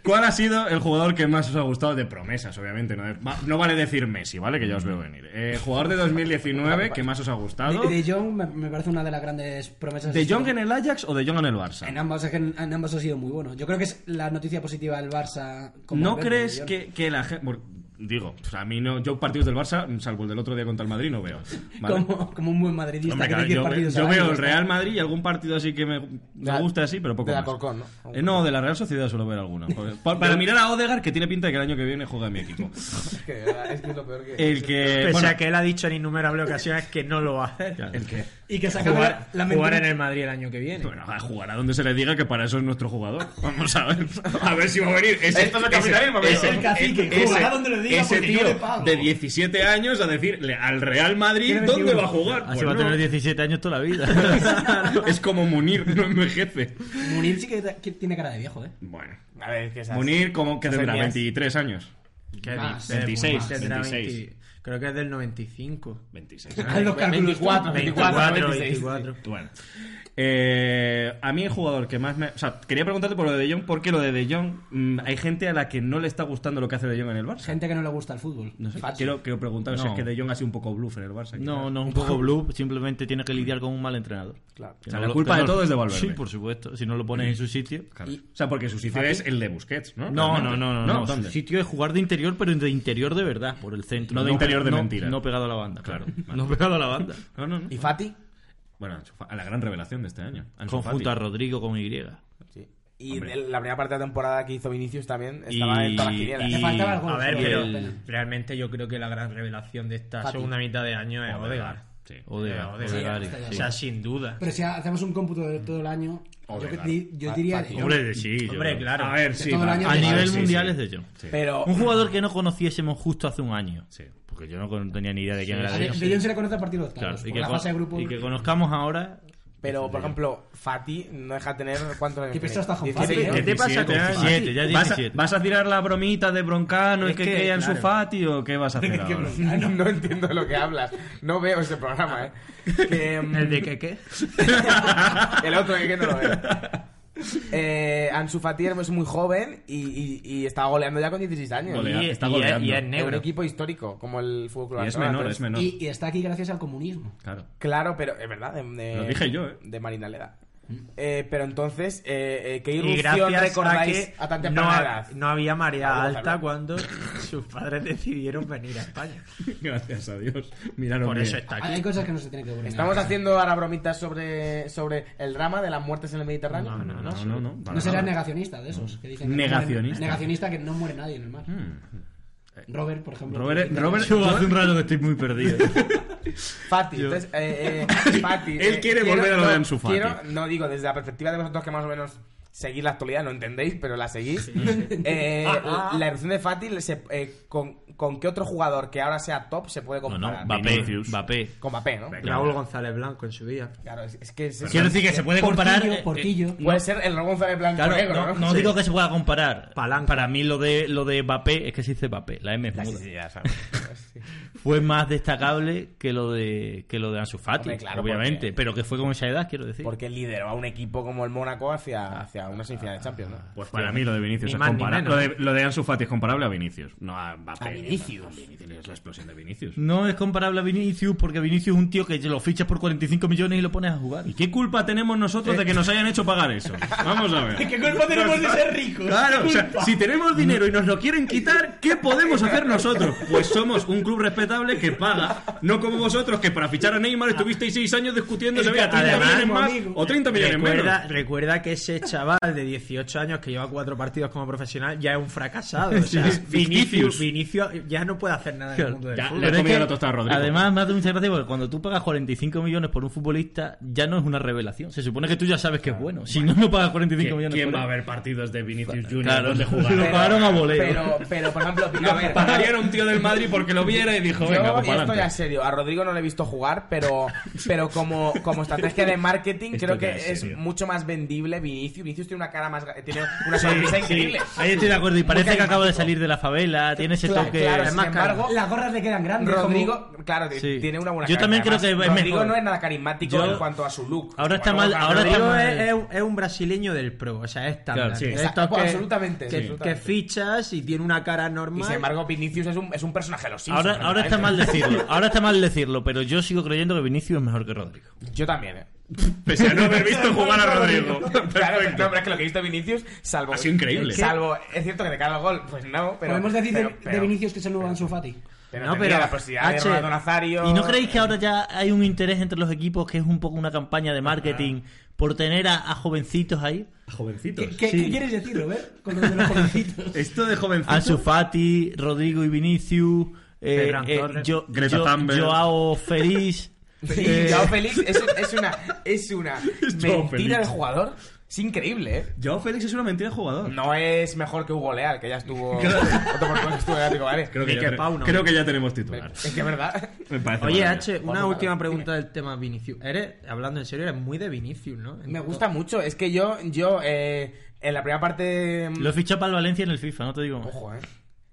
Speaker 1: ¿Cuál ha sido el jugador que más os ha gustado de promesas, obviamente? No, de- va- no vale decir Messi, ¿vale? Que ya os veo venir. Eh, jugador de 2019 que más os ha gustado.
Speaker 2: De, de Jong me, me parece una de las grandes promesas.
Speaker 1: ¿De Jong en el Ajax o de Jong en el Barça?
Speaker 2: En ambos, es que en, en ambos ha sido muy bueno. Yo creo que es la noticia positiva del Barça. como
Speaker 1: ¿No
Speaker 2: Valverde,
Speaker 1: crees
Speaker 2: de Jong.
Speaker 1: que, que la gente... digo, o sea, a mí no, yo partidos del Barça, salvo el del otro día contra el Madrid, no veo. ¿vale?
Speaker 2: Como, como un buen madridista
Speaker 1: Hombre,
Speaker 2: que
Speaker 1: claro,
Speaker 2: ve 10
Speaker 1: yo, ve-
Speaker 2: partidos
Speaker 1: yo
Speaker 2: al año,
Speaker 1: veo el
Speaker 2: está.
Speaker 1: Real Madrid y algún partido así que me, me
Speaker 5: la-
Speaker 1: gusta así, pero poco
Speaker 5: de la
Speaker 1: más.
Speaker 5: Corcón, ¿no?
Speaker 1: Eh, no, de la Real Sociedad suelo ver alguno. Pa- Para, mirar a Odegar, que tiene pinta de que el año que viene juega en mi equipo.
Speaker 5: Es que, ah, es que es lo peor que.
Speaker 1: El que...
Speaker 6: Pese
Speaker 1: bueno,
Speaker 6: a que él ha dicho en innumerables ocasiones que no lo va a hacer.
Speaker 1: el que...
Speaker 2: Y que se acabe
Speaker 4: Jugar,
Speaker 2: la
Speaker 4: jugar
Speaker 2: mentira.
Speaker 4: en el Madrid el año que viene.
Speaker 1: Bueno, a jugar a donde se le diga que para eso es nuestro jugador. Vamos a ver. A ver si va a venir. Ese,
Speaker 5: Esto es el capitalismo, amigo.
Speaker 2: El cacique, jugará donde le diga
Speaker 1: ese
Speaker 2: porque yo
Speaker 1: tío
Speaker 2: le pago.
Speaker 1: de 17 años a decirle al Real Madrid
Speaker 2: Tiene
Speaker 1: dónde
Speaker 2: 21.
Speaker 1: va a jugar.
Speaker 3: Así
Speaker 1: Pues
Speaker 3: va a
Speaker 1: no.
Speaker 3: tener 17 años toda la vida.
Speaker 1: es como Munir, no envejece.
Speaker 2: Munir sí que, que tiene cara de viejo, ¿eh?
Speaker 1: Bueno,
Speaker 5: A ver, es que esas-
Speaker 1: Munir como que
Speaker 5: esas
Speaker 1: tendrá
Speaker 5: ideas-
Speaker 1: 23 años.
Speaker 4: ¿Qué
Speaker 1: Ah,
Speaker 2: Más,
Speaker 4: dices?
Speaker 1: 26,
Speaker 4: Más, pues, tendrá
Speaker 1: 26.
Speaker 4: 20 creo que es del 95.
Speaker 1: 26.
Speaker 2: Haz los cálculos.
Speaker 5: 24,
Speaker 4: 24,
Speaker 5: 24.
Speaker 4: 24.
Speaker 1: Bueno. Eh, a mí el jugador que más me... O sea, quería preguntarte por lo de De Jong, porque lo de De Jong mm, hay gente a la que no le está gustando lo que hace De Jong en el Barça.
Speaker 2: Gente que no le gusta el fútbol.
Speaker 1: No sé,
Speaker 2: Falso.
Speaker 1: quiero, quiero preguntar si
Speaker 3: No.
Speaker 1: es que De Jong ha sido un poco bluff en el Barça. quizá.
Speaker 3: No, no es un poco blue, simplemente tiene que lidiar con un mal entrenador.
Speaker 5: Claro.
Speaker 3: Que
Speaker 1: O sea,
Speaker 3: no
Speaker 1: la
Speaker 3: lo-
Speaker 1: culpa
Speaker 3: que
Speaker 1: de
Speaker 3: no-
Speaker 1: todo es de Valverde.
Speaker 3: Sí, por supuesto. Si no lo pones en su sitio.
Speaker 1: Claro. O sea, porque su sitio es el de Busquets, ¿no?
Speaker 3: No, no,
Speaker 1: Realmente.
Speaker 3: no, no. no.
Speaker 1: ¿Dónde?
Speaker 3: Su sitio es jugar de interior, pero de interior de verdad, por el centro.
Speaker 1: No de interior de
Speaker 3: no-
Speaker 1: mentira.
Speaker 3: No pegado a la banda,
Speaker 1: Claro,
Speaker 3: claro.
Speaker 1: vale.
Speaker 3: No pegado a la banda.
Speaker 1: No, no, no.
Speaker 5: ¿Y Fati?
Speaker 1: Bueno, Ansu Fa- a la gran revelación de este año. Ansu
Speaker 3: Conjunto a
Speaker 1: Fati.
Speaker 3: Rodrigo con Y.
Speaker 5: Sí. Y
Speaker 1: Hombre.
Speaker 5: el- la primera parte de la temporada que hizo Vinicius también estaba
Speaker 1: Y-
Speaker 5: en todas las quinielas.
Speaker 2: Le
Speaker 1: y-
Speaker 2: faltaba algo.
Speaker 4: A ver,
Speaker 2: Ah, Sí,
Speaker 4: pero
Speaker 2: el-
Speaker 4: realmente yo creo que la gran revelación de esta
Speaker 2: Fati.
Speaker 4: segunda mitad de año es Odegaard.
Speaker 1: Sí.
Speaker 3: Odegaard,
Speaker 4: Odegaard.
Speaker 3: Odegaard,
Speaker 2: Sí,
Speaker 4: O
Speaker 3: sí.
Speaker 4: sea, sin duda.
Speaker 2: Pero si hacemos un cómputo de todo el año, yo,
Speaker 1: Odegaard.
Speaker 2: que di- yo diría...
Speaker 5: Fati.
Speaker 3: Hombre, sí. yo
Speaker 4: Hombre,
Speaker 3: creo.
Speaker 4: claro.
Speaker 1: A ver,
Speaker 2: De
Speaker 1: sí.
Speaker 2: todo el
Speaker 1: va.
Speaker 2: año
Speaker 3: A
Speaker 2: Sí,
Speaker 3: nivel
Speaker 1: sí,
Speaker 3: mundial
Speaker 1: sí.
Speaker 3: es de John.
Speaker 5: Pero
Speaker 3: Un jugador que no conociésemos justo hace un año.
Speaker 1: Sí.
Speaker 3: Oh. Porque yo no con- tenía ni idea de quién era
Speaker 2: De
Speaker 3: De Jong.
Speaker 2: de Jong se le conoce a partir de octavos.
Speaker 3: Claro, y
Speaker 2: Por
Speaker 3: que,
Speaker 2: la
Speaker 3: con-
Speaker 2: fase de grupo...
Speaker 3: y que conozcamos ahora.
Speaker 5: Pero, por ejemplo, Fati no deja de tener cuántos años.
Speaker 2: Qué
Speaker 5: tiene?
Speaker 2: pesado está con
Speaker 5: 16,
Speaker 2: Fati,
Speaker 5: ¿no?
Speaker 2: ¿eh?
Speaker 1: ¿Qué te pasa con
Speaker 3: 17 años. 17, ya
Speaker 1: ¿Vas a,
Speaker 3: 17.
Speaker 1: vas a tirar la bromita de Broncano y
Speaker 4: Es
Speaker 1: que,
Speaker 4: que,
Speaker 1: que en su
Speaker 4: claro.
Speaker 1: Fati o qué vas a hacer
Speaker 2: Qué
Speaker 1: ahora?
Speaker 2: bronca. Ah, no.
Speaker 5: No entiendo lo que hablas. No veo ese programa, ¿eh? Que, mm,
Speaker 4: ¿El de qué qué?
Speaker 5: el otro que que no lo veo. Eh, Ansu Fati es muy joven y, y- y está goleando ya con 16 años.
Speaker 1: Golea-
Speaker 4: Y-
Speaker 1: está
Speaker 4: y-
Speaker 1: goleando.
Speaker 4: y es
Speaker 5: Es un
Speaker 4: negro.
Speaker 5: equipo histórico, como el Fútbol Club
Speaker 1: Y es
Speaker 5: Barcelona,
Speaker 1: menor,
Speaker 5: entonces-
Speaker 1: es menor.
Speaker 2: Y, y está aquí gracias al comunismo.
Speaker 1: Claro.
Speaker 5: Claro, pero es verdad. De, de-
Speaker 1: Lo dije yo, ¿eh?
Speaker 5: De Marina Leda. Eh, pero entonces, eh, eh, ¿qué
Speaker 4: Y
Speaker 5: irrupción
Speaker 4: gracias a
Speaker 5: recordáis
Speaker 4: que
Speaker 5: a, tan
Speaker 4: no,
Speaker 5: temprana
Speaker 4: ha-
Speaker 5: edad?
Speaker 4: no había marea
Speaker 5: Vamos a
Speaker 4: alta
Speaker 5: hablar.
Speaker 4: cuando sus padres decidieron venir a España.
Speaker 1: Gracias a Dios. Miraron
Speaker 4: Por
Speaker 1: bien.
Speaker 4: eso está
Speaker 2: Hay
Speaker 4: aquí.
Speaker 2: hay cosas que no se tienen que borrar.
Speaker 5: Estamos haciendo ahora bromitas sobre, sobre el drama de las muertes en el Mediterráneo.
Speaker 1: No, no, no. No, no, para
Speaker 2: No serás
Speaker 1: nada.
Speaker 2: negacionista de esos. Que dicen que
Speaker 1: Negacionista.
Speaker 2: no muere- negacionista que no muere nadie en el mar.
Speaker 5: Hmm.
Speaker 2: Robert, por ejemplo.
Speaker 1: Robert-
Speaker 2: tiene-
Speaker 1: Robert-
Speaker 3: Yo hace un rato que estoy muy perdido.
Speaker 5: Fati, entonces, eh, eh, Fati.
Speaker 1: Él
Speaker 5: eh,
Speaker 1: quiere volver a lo de Ansu Fati.
Speaker 5: Quiero, no digo, desde la perspectiva de vosotros que más o menos seguís la actualidad, no entendéis, pero la seguís. Eh, la erupción de Fati, se- eh, con, ¿con qué otro jugador que ahora sea top se puede
Speaker 3: No, no,
Speaker 5: comparar?
Speaker 3: Mbappé,
Speaker 1: Vinicius.
Speaker 3: Mbappé.
Speaker 5: Con Mbappé, ¿no?
Speaker 1: Venga.
Speaker 4: Raúl González Blanco en su día.
Speaker 5: Claro, es, es que... es-
Speaker 3: Quiero decir que se puede
Speaker 2: Portillo,
Speaker 3: comparar. eh,
Speaker 2: Portillo.
Speaker 3: eh,
Speaker 5: Puede ser el Raúl González blanco
Speaker 3: Claro,
Speaker 5: negro,
Speaker 3: no,
Speaker 5: ¿no?
Speaker 3: no
Speaker 5: Sí.
Speaker 3: digo que se pueda comparar.
Speaker 4: Palanca.
Speaker 3: Para mí lo de lo de Mbappé es que se dice Mbappé, la M es
Speaker 5: Ya, sí,
Speaker 3: muda.
Speaker 5: sí, ya sabes. Sí.
Speaker 3: Fue más destacable que lo de que lo de Ansu Fati,
Speaker 5: Hombre, claro,
Speaker 3: obviamente,
Speaker 5: porque-
Speaker 3: pero que fue con esa edad, quiero decir.
Speaker 5: Porque lideró a un equipo como el Mónaco hacia, hacia una semifinal de Champions, ¿no?
Speaker 1: Pues para mí lo de Vinicius
Speaker 4: Ni
Speaker 1: es
Speaker 4: más ni
Speaker 1: comparable.
Speaker 4: menos.
Speaker 1: Lo de, lo de Ansu Fati es comparable a Vinicius. No a Mbappé.
Speaker 5: A Vinicius.
Speaker 1: A Vinicius, Es la explosión de Vinicius.
Speaker 3: No es comparable a Vinicius porque Vinicius es un tío que lo fichas por 45 millones y lo pones a jugar.
Speaker 1: ¿Y qué culpa tenemos nosotros de que nos hayan hecho pagar eso? Vamos a ver.
Speaker 2: ¿Qué culpa tenemos de ser ricos?
Speaker 1: Claro, o sea, si tenemos dinero y nos lo quieren quitar, ¿qué podemos hacer nosotros? Pues somos un club respetable que paga, no como vosotros que para fichar a Neymar estuvisteis seis años discutiendo si había 30
Speaker 4: además,
Speaker 1: millones más
Speaker 2: amigo,
Speaker 1: o 30 millones menos.
Speaker 4: Recuerda, recuerda que ese chaval de 18 años que lleva cuatro partidos como profesional ya es un fracasado. O sea,
Speaker 1: Sí, Vinicius.
Speaker 4: Vinicius, Vinicius ya no puede hacer nada en el mundo del
Speaker 1: Ya,
Speaker 4: fútbol.
Speaker 1: le he
Speaker 3: Pero es
Speaker 1: comido
Speaker 3: que,
Speaker 1: la tostada a Rodrigo.
Speaker 3: Además, me hace mucha gracia porque cuando tú pagas 45 millones por un futbolista, ya no es una revelación. Se supone que tú ya sabes que es bueno. Si no, no pagas 45
Speaker 1: ¿Qui-
Speaker 3: millones
Speaker 1: ¿Quién
Speaker 3: por
Speaker 1: va a
Speaker 3: él.
Speaker 1: ver partidos de Vinicius Junior
Speaker 3: Claro,
Speaker 1: donde
Speaker 3: lo
Speaker 1: jugar?
Speaker 3: pagaron a voleo.
Speaker 5: Pero, pero, por ejemplo, a ver,
Speaker 1: Pagarían a un tío del Madrid porque lo viera y dijo,
Speaker 5: yo
Speaker 1: venga, pues para
Speaker 5: estoy a
Speaker 1: adelante.
Speaker 5: serio. A Rodrigo no le he visto jugar, pero, pero como, como estrategia de marketing
Speaker 1: Esto
Speaker 5: creo
Speaker 1: ya
Speaker 5: que
Speaker 1: es
Speaker 5: es
Speaker 1: serio.
Speaker 5: mucho más vendible Vinicius. Vinicius tiene una cara más... ga- Tiene una sonrisa increíble.
Speaker 3: Ahí estoy de acuerdo. Y parece que acabo de
Speaker 5: carismático.
Speaker 3: salir de la favela, tiene ese
Speaker 5: Claro,
Speaker 3: toque.
Speaker 5: claro,
Speaker 3: Es
Speaker 5: sin
Speaker 3: más
Speaker 5: embargo,
Speaker 2: Las gorras le quedan grandes.
Speaker 5: Rodrigo, claro,
Speaker 3: Sí.
Speaker 5: tiene una buena
Speaker 3: Yo
Speaker 5: cara.
Speaker 3: también creo
Speaker 5: Además,
Speaker 3: que es
Speaker 5: Rodrigo
Speaker 3: mejor.
Speaker 5: no es nada carismático
Speaker 3: Yo-
Speaker 5: en cuanto a su look.
Speaker 3: Ahora está mal-
Speaker 5: Bueno, claro,
Speaker 3: ahora está
Speaker 4: Rodrigo
Speaker 3: mal-
Speaker 4: es, es un- es un brasileño del pro, o sea, es estándar.
Speaker 3: Claro, sí.
Speaker 4: De estos
Speaker 5: Exacto,
Speaker 4: que-
Speaker 5: absolutamente,
Speaker 4: Que,
Speaker 5: sí.
Speaker 4: que fichas y tiene una cara normal.
Speaker 5: Y sin embargo, Vinicius es un, es un personaje de los Simpsons.
Speaker 3: Ahora, ahora está mal decirlo, ahora está mal decirlo, pero yo sigo creyendo que Vinicius es mejor que Rodrigo.
Speaker 5: Yo también, ¿eh?
Speaker 7: Pese a no haber visto jugar a Rodrigo.
Speaker 5: Claro,
Speaker 7: Perfecto.
Speaker 5: no, pero es que lo que he visto de Vinicius, salvo.
Speaker 1: Ha sido increíble.
Speaker 5: Salvo, es cierto que de cada gol, pues no, pero.
Speaker 2: Podemos decir de-
Speaker 5: pero-
Speaker 2: de,
Speaker 5: pero-
Speaker 2: Vinicius que es el nuevo Ansu Fati.
Speaker 5: Pero
Speaker 4: No,
Speaker 5: tenía
Speaker 4: pero,
Speaker 5: la posibilidad de
Speaker 4: H,
Speaker 5: Ronaldo Nazario.
Speaker 3: ¿Y no creéis que ahora ya hay un interés entre los equipos que es un poco una campaña de marketing por tener a, a jovencitos ahí?
Speaker 1: Jovencitos.
Speaker 2: ¿Qué, qué- qué quieres decir, Robert? Con lo de los jovencitos.
Speaker 1: Esto de jovencitos.
Speaker 3: Ansu Fati, Rodrigo y Vinicius, eh,
Speaker 6: Ferran
Speaker 3: eh,
Speaker 6: Torres.
Speaker 3: Jo-
Speaker 1: Greta
Speaker 3: Jo-
Speaker 1: Thunberg.
Speaker 3: Joao Feliz.
Speaker 5: Feliz,
Speaker 3: eh,
Speaker 5: Joao Félix es, es una, es una
Speaker 1: Es Joao Félix.
Speaker 5: mentira del jugador. Es increíble, ¿eh?
Speaker 1: Joao Félix es una mentira de jugador.
Speaker 5: No es mejor que Hugo Leal, que ya estuvo. otro portero que estuvo en el Atlético de Madrid.
Speaker 1: Creo que,
Speaker 4: Mikel
Speaker 1: ya te-
Speaker 4: Pau, no.
Speaker 1: creo que ya tenemos titular.
Speaker 5: Es que es verdad.
Speaker 1: Me parece
Speaker 4: Oye,
Speaker 1: maravilloso.
Speaker 4: H, una
Speaker 5: Vamos,
Speaker 4: última
Speaker 5: vale.
Speaker 4: pregunta del tema Vinicius. Eres, hablando en serio, eres muy de Vinicius, ¿no?
Speaker 5: Me gusta mucho. Es que yo, yo, eh, en la primera parte.
Speaker 3: Lo he fichado para el Valencia en el FIFA, no te digo más.
Speaker 5: Ojo, eh.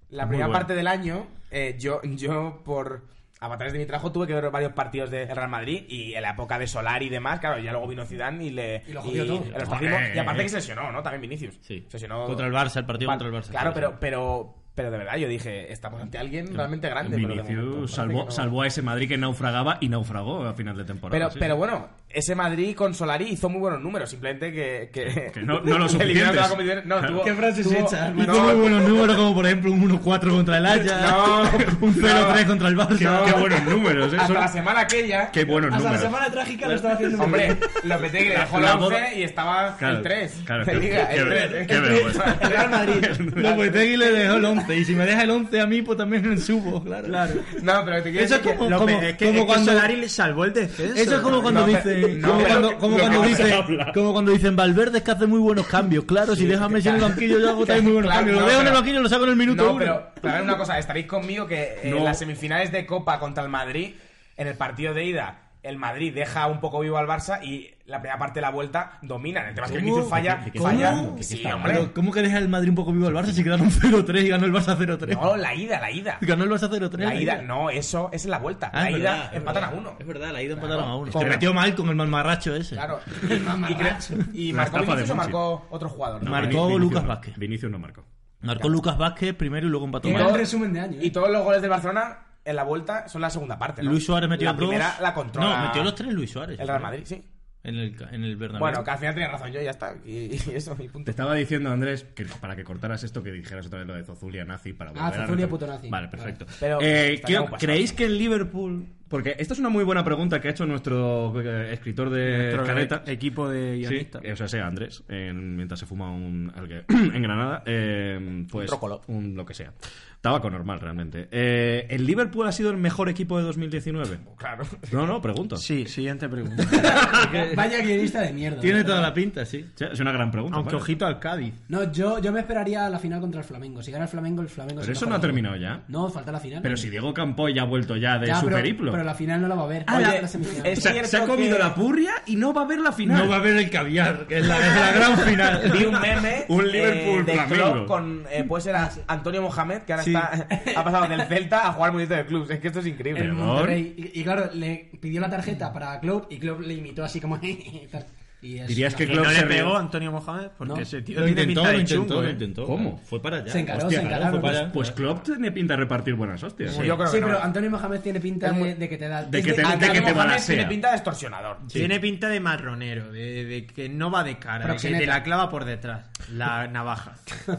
Speaker 5: La primera
Speaker 3: bueno.
Speaker 5: parte del año, eh, yo, yo por avatares de mi trabajo tuve que ver varios partidos de Real Madrid y en la época de Solar y demás, claro, ya luego vino Zidane y le...
Speaker 2: Y lo jodió todo.
Speaker 5: el ostracismo.
Speaker 1: Joder.
Speaker 5: Y aparte que se lesionó, ¿no? También Vinicius.
Speaker 3: Sí.
Speaker 5: Se lesionó...
Speaker 3: Contra el Barça, el partido
Speaker 5: Pa-
Speaker 3: contra el Barça.
Speaker 5: Claro,
Speaker 3: sí.
Speaker 5: pero, pero, pero de verdad, yo dije, estamos ante alguien realmente grande. pero de momento
Speaker 1: Vinicius
Speaker 5: parece
Speaker 1: salvó,
Speaker 5: que no.
Speaker 1: salvó a ese Madrid que naufragaba y naufragó a final de temporada.
Speaker 5: Pero,
Speaker 1: sí.
Speaker 5: pero bueno, ese Madrid con Solari hizo muy buenos números, simplemente que... Que,
Speaker 1: Que no- no los
Speaker 5: le eliminaron toda
Speaker 1: suficientes.
Speaker 5: la competición. No,
Speaker 1: Claro.
Speaker 5: tuvo...
Speaker 2: ¿Qué frases
Speaker 5: tuvo-
Speaker 2: hechas?
Speaker 3: Y tuvo
Speaker 5: no,
Speaker 3: muy buenos números, como por ejemplo un 1-4 contra el Ajax,
Speaker 5: No,
Speaker 3: un 0-3 contra el
Speaker 1: Qué,
Speaker 3: Barça.
Speaker 1: qué buenos números, ¿eh?
Speaker 5: Hasta
Speaker 1: Son-
Speaker 5: la semana aquella...
Speaker 1: Qué buenos
Speaker 2: Hasta la
Speaker 1: números.
Speaker 2: semana trágica lo estaba haciendo. muy
Speaker 5: Hombre,
Speaker 2: bien.
Speaker 5: lo que te
Speaker 1: La-
Speaker 5: dejó la
Speaker 1: la
Speaker 5: 11
Speaker 1: boda-
Speaker 5: y estaba
Speaker 1: Claro,
Speaker 5: el 3.
Speaker 1: claro,
Speaker 5: Te
Speaker 1: qué-
Speaker 5: diga,
Speaker 1: qué
Speaker 5: el
Speaker 1: ver-
Speaker 5: 3.
Speaker 1: qué vergüenza. pues,
Speaker 5: El Real Madrid.
Speaker 3: Lopetegui pues le dejó el 11, y si me deja el 11 a mí, pues también me subo, claro.
Speaker 5: No, pero te quiero
Speaker 3: Eso
Speaker 5: decir
Speaker 3: es
Speaker 5: que...
Speaker 3: como,
Speaker 6: Lo
Speaker 3: como-
Speaker 6: pe- es que,
Speaker 3: como
Speaker 6: es que
Speaker 3: cuando...
Speaker 6: Solari le salvó el descenso.
Speaker 3: Eso es como cuando
Speaker 5: No, pero-
Speaker 3: dicen,
Speaker 5: no,
Speaker 3: como
Speaker 5: pero-
Speaker 3: cuando, como
Speaker 5: lo
Speaker 3: cuando
Speaker 5: que
Speaker 1: se
Speaker 3: dicen,
Speaker 1: habla.
Speaker 3: como cuando dicen Valverde es que hace muy buenos cambios. Claro, si deja a Messi en el banquillo yo hago también muy buenos
Speaker 5: Claro,
Speaker 3: cambios. Lo
Speaker 5: no,
Speaker 3: dejo en el
Speaker 5: pero-
Speaker 3: banquillo y lo saco en el minuto
Speaker 5: No,
Speaker 3: uno.
Speaker 5: pero claro, una cosa, estaréis conmigo que en
Speaker 1: No.
Speaker 5: las semifinales de Copa contra el Madrid, en el partido de ida, el Madrid deja un poco vivo al Barça y la primera parte de la vuelta dominan. El tema es que
Speaker 3: ¿Cómo?
Speaker 5: Vinicius falla,
Speaker 1: ¿De qué- de qué
Speaker 5: falla.
Speaker 1: está hablando?
Speaker 5: Sí,
Speaker 1: ¿De qué está
Speaker 5: hombre.
Speaker 3: Pero, ¿Cómo que deja el Madrid un poco vivo al Barça si quedaron 0-3 y ganó el Barça 0-3?
Speaker 5: No, la ida, la ida.
Speaker 3: Ganó el Barça 0-3.
Speaker 5: La ida, no, eso es la vuelta.
Speaker 3: Ah,
Speaker 5: La
Speaker 3: es
Speaker 5: ida
Speaker 3: verdad, es
Speaker 5: empatan a
Speaker 3: verdad.
Speaker 5: uno.
Speaker 3: Es verdad, la ida empataron a uno.
Speaker 5: Como-
Speaker 3: Se metió mal con el malmarracho ese.
Speaker 5: Claro. Y, y creo- y
Speaker 1: La
Speaker 5: marcó
Speaker 1: estafa de
Speaker 5: Vinicius
Speaker 1: Monchi.
Speaker 5: o marcó otro jugador.
Speaker 1: No,
Speaker 3: Marcó
Speaker 1: Vini- Vinicius
Speaker 3: Lucas
Speaker 1: no.
Speaker 3: Vázquez.
Speaker 1: Vinicius no marcó.
Speaker 3: Marcó Lucas Vázquez primero y luego
Speaker 2: Qué
Speaker 3: empató
Speaker 5: Y
Speaker 3: mal.
Speaker 2: gran
Speaker 5: todo-
Speaker 2: resumen de año. ¿eh?
Speaker 5: Y todos los goles del Barcelona en la vuelta son la segunda parte. ¿no?
Speaker 3: Luis Suárez metió
Speaker 5: la
Speaker 3: dos.
Speaker 5: primera la controla.
Speaker 3: No, metió los tres Luis Suárez.
Speaker 5: El Real Madrid, sí.
Speaker 3: En el, en el Bernabéu.
Speaker 5: Bueno, que al final tenía razón yo, ya está. Y, y eso, mi
Speaker 1: Te
Speaker 5: punto.
Speaker 1: estaba diciendo, Andrés, que para que cortaras esto, que dijeras otra vez lo de Zozulia nazi para volver a
Speaker 2: Zozulia
Speaker 1: retom-
Speaker 2: puto nazi.
Speaker 1: Vale, perfecto.
Speaker 5: Pero
Speaker 1: Eh,
Speaker 5: estaría
Speaker 1: ¿qué-
Speaker 5: muy pasado.
Speaker 1: ¿Creéis que el Liverpool.? Porque esta es una muy buena pregunta que ha hecho nuestro eh, escritor de
Speaker 6: Nuestro
Speaker 1: Caneta.
Speaker 4: e-
Speaker 6: equipo de
Speaker 1: Sí, eh,
Speaker 6: guionistas.
Speaker 3: eh,
Speaker 1: o sea, sea Andrés, en- mientras se fuma un algue- en Granada, eh, pues
Speaker 5: trócolo.
Speaker 1: un lo que sea. Tabaco normal, realmente. Eh, ¿El Liverpool ha sido el mejor equipo de 2019?
Speaker 5: Claro.
Speaker 1: No, no, pregunto.
Speaker 6: Sí, siguiente pregunta.
Speaker 2: Vaya guionista de mierda.
Speaker 3: Tiene toda la pinta, sí.
Speaker 1: Sí, Es una gran pregunta.
Speaker 6: Aunque
Speaker 1: vale.
Speaker 6: ojito al Cádiz.
Speaker 2: No, yo, yo me esperaría a la final contra el Flamengo. Si gana el Flamengo, el Flamengo
Speaker 1: Pero
Speaker 2: se
Speaker 1: eso
Speaker 2: escapa
Speaker 1: no ha
Speaker 2: del
Speaker 1: terminado
Speaker 2: grupo.
Speaker 1: ya.
Speaker 2: No, falta la final.
Speaker 1: Pero si Diego Campoy ya ha vuelto ya de
Speaker 2: Ya,
Speaker 1: su
Speaker 2: pero,
Speaker 1: periplo.
Speaker 2: Pero la final no la va a ver.
Speaker 5: Ah,
Speaker 2: Oye,
Speaker 5: la-
Speaker 2: la semifinal.
Speaker 1: O
Speaker 5: es-
Speaker 1: sea, se ha
Speaker 5: cierto
Speaker 1: comido
Speaker 5: que-
Speaker 1: la purria y no va a ver la
Speaker 5: Ah.
Speaker 1: final.
Speaker 3: No va a haber el caviar, que es la, es la gran final.
Speaker 5: Vi un meme eh,
Speaker 1: Un Liverpool
Speaker 5: de
Speaker 1: Flamengo.
Speaker 5: Klopp con eh, puede ser a- Antonio Mohamed que ahora
Speaker 3: Sí.
Speaker 5: está ha pasado del Celta a jugar bonito de clubs es que esto es increíble
Speaker 2: el
Speaker 1: Perdón.
Speaker 2: Monterrey. Y, y claro, le pidió la tarjeta para Klopp y Klopp le imitó así como. y tal. Y es-
Speaker 1: Dirías que
Speaker 6: Que
Speaker 1: Klopp
Speaker 6: no
Speaker 1: se
Speaker 6: le
Speaker 1: rió.
Speaker 6: pegó a Antonio Mohamed porque
Speaker 2: No.
Speaker 6: ese tío
Speaker 3: Lo
Speaker 6: tiene
Speaker 3: intentó,
Speaker 6: pinta de
Speaker 3: lo intentó,
Speaker 6: chungo,
Speaker 3: lo
Speaker 6: ¿eh?
Speaker 3: intentó.
Speaker 1: ¿Cómo?
Speaker 3: Fue para allá.
Speaker 2: Se encaró,
Speaker 3: Hostia,
Speaker 2: se
Speaker 3: claro,
Speaker 2: encaró,
Speaker 3: fue para
Speaker 2: pues-
Speaker 3: allá.
Speaker 1: Pues Klopp tiene pinta de repartir buenas hostias.
Speaker 5: yo creo
Speaker 2: Sí,
Speaker 5: que no.
Speaker 2: pero Antonio Mohamed tiene pinta
Speaker 5: Es muy-
Speaker 2: de, de que te da.
Speaker 1: de
Speaker 2: es
Speaker 1: que te-
Speaker 2: ah,
Speaker 1: de que
Speaker 5: Antonio
Speaker 1: te
Speaker 5: Mohamed
Speaker 1: balancea.
Speaker 5: tiene pinta de extorsionador
Speaker 4: Tiene pinta de marronero, de, de que no va de cara, de que
Speaker 2: Proxeneta.
Speaker 4: te la clava por detrás, la navaja.
Speaker 1: Ah,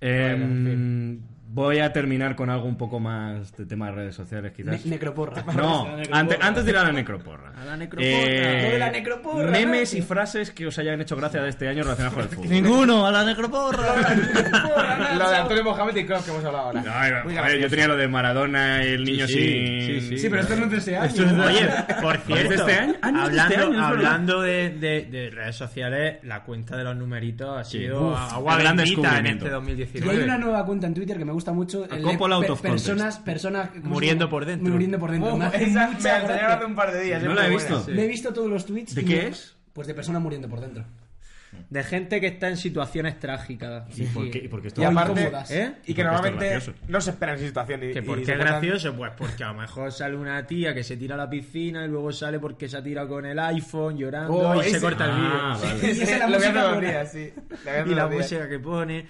Speaker 1: Eh, Voy a terminar con algo un poco más de temas de redes sociales,
Speaker 2: ne-
Speaker 1: quizás.
Speaker 2: necroporra.
Speaker 1: no, ante- antes de ir a la necroporra. Eh,
Speaker 4: A la necroporra. Lo
Speaker 2: de la necroporra,
Speaker 1: Memes
Speaker 2: Nacho.
Speaker 1: y frases que os hayan hecho gracia de este año relacionadas con el fútbol.
Speaker 3: Ninguno, a la necroporra.
Speaker 5: lo de Antonio Mohamed y Klopp que hemos hablado ahora
Speaker 1: No, era-
Speaker 5: Muy
Speaker 1: a ver, yo
Speaker 5: gracioso.
Speaker 1: tenía lo de Maradona, el niño
Speaker 3: sí,
Speaker 1: sin.
Speaker 3: sí,
Speaker 2: Sí, pero esto no es de ese año.
Speaker 4: Oye, por
Speaker 1: ¿No es de
Speaker 4: cierto,
Speaker 1: este año? Ah, no, es de
Speaker 4: hablando,
Speaker 1: este año, es verdad.
Speaker 4: hablando de, de- de redes sociales, la cuenta de los numeritos ha sido
Speaker 1: Uf,
Speaker 4: agua
Speaker 1: el gran
Speaker 4: bendita en
Speaker 1: descubrimiento.
Speaker 4: este
Speaker 2: Y hay una
Speaker 4: 2019.
Speaker 2: nueva cuenta en Twitter que me gusta mucho. el de
Speaker 1: Coppola out
Speaker 2: pe-
Speaker 1: of context.
Speaker 2: personas, personas ¿cómo se
Speaker 4: Muriendo
Speaker 2: llama?
Speaker 4: por dentro.
Speaker 2: Muriendo por dentro.
Speaker 5: Uf,
Speaker 2: Me hace
Speaker 5: esa me
Speaker 2: mucha
Speaker 5: la enseñaron
Speaker 2: gracia.
Speaker 5: hace un par de días
Speaker 1: No
Speaker 5: es
Speaker 1: la he
Speaker 5: muy
Speaker 1: visto.
Speaker 5: buena.
Speaker 2: Me he visto todos los tweets.
Speaker 1: ¿De
Speaker 2: y-
Speaker 1: qué es?
Speaker 2: Pues de personas muriendo por dentro.
Speaker 4: De gente que está en situaciones trágicas.
Speaker 1: ¿Y por qué? ¿Y por qué esto?
Speaker 5: y aparte
Speaker 2: incómodas.
Speaker 4: ¿Eh?
Speaker 5: y que
Speaker 1: Porque esto es
Speaker 5: normalmente
Speaker 1: gracioso.
Speaker 5: no se espera en esa situación y,
Speaker 4: ¿Que ¿Por
Speaker 5: y se
Speaker 4: qué es
Speaker 5: encuentran-
Speaker 4: gracioso? Pues porque a lo mejor sale una tía que se tira a la piscina y luego sale porque se ha tirado con el iPhone llorando
Speaker 5: Oh,
Speaker 4: y se
Speaker 5: ese-
Speaker 4: corta el vídeo.
Speaker 1: Ah, vale.
Speaker 2: Y esa es la
Speaker 5: lo voy a
Speaker 2: música
Speaker 5: hacer los
Speaker 2: buena.
Speaker 5: días sí Lo voy a hacer
Speaker 4: y la
Speaker 5: los días.
Speaker 4: música que pone.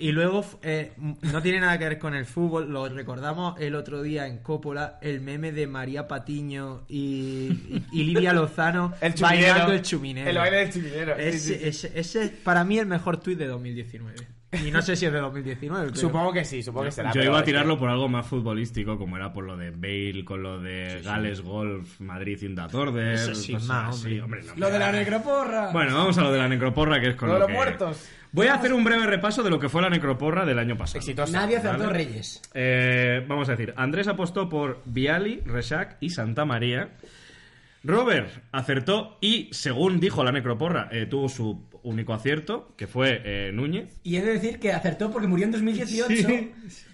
Speaker 4: Y luego, f- eh, m- no tiene nada que ver con el fútbol, lo recordamos el otro día en Coppola, el meme de María Patiño y, y y Livia Lozano
Speaker 5: El chuminero.
Speaker 4: bailando el chuminero.
Speaker 5: El baile del chuminero. sí,
Speaker 4: Ese,
Speaker 5: sí, sí.
Speaker 4: ese- ese es para mí el mejor tuit de 2019. Y no sé si es de 2019. pero-
Speaker 5: Supongo que sí, supongo que pues será. ¿eh?
Speaker 1: Yo
Speaker 5: pero
Speaker 1: iba a
Speaker 5: es que-
Speaker 1: tirarlo por algo más futbolístico, como era por lo de Bale, con lo de Gales Golf, Madrid Indatorder.
Speaker 4: Eso sí, más, hombre.
Speaker 1: no
Speaker 2: Lo
Speaker 1: me
Speaker 2: de la
Speaker 1: hagas.
Speaker 2: necroporra.
Speaker 1: Bueno, vamos a lo de la necroporra, que es con
Speaker 5: Lo
Speaker 1: lo,
Speaker 5: de los
Speaker 1: que-
Speaker 5: muertos.
Speaker 1: Voy a hacer un breve repaso de lo que fue la necroporra del año pasado.
Speaker 5: Exitosa.
Speaker 2: Nadie acertó
Speaker 1: Vale.
Speaker 2: Reyes.
Speaker 1: Eh, vamos a decir, Andrés apostó por Viali, Resac y Santa María. Robert acertó y, según dijo la necroporra, eh, tuvo su único acierto, que fue eh, Núñez.
Speaker 2: Y he de decir que acertó porque murió en 2018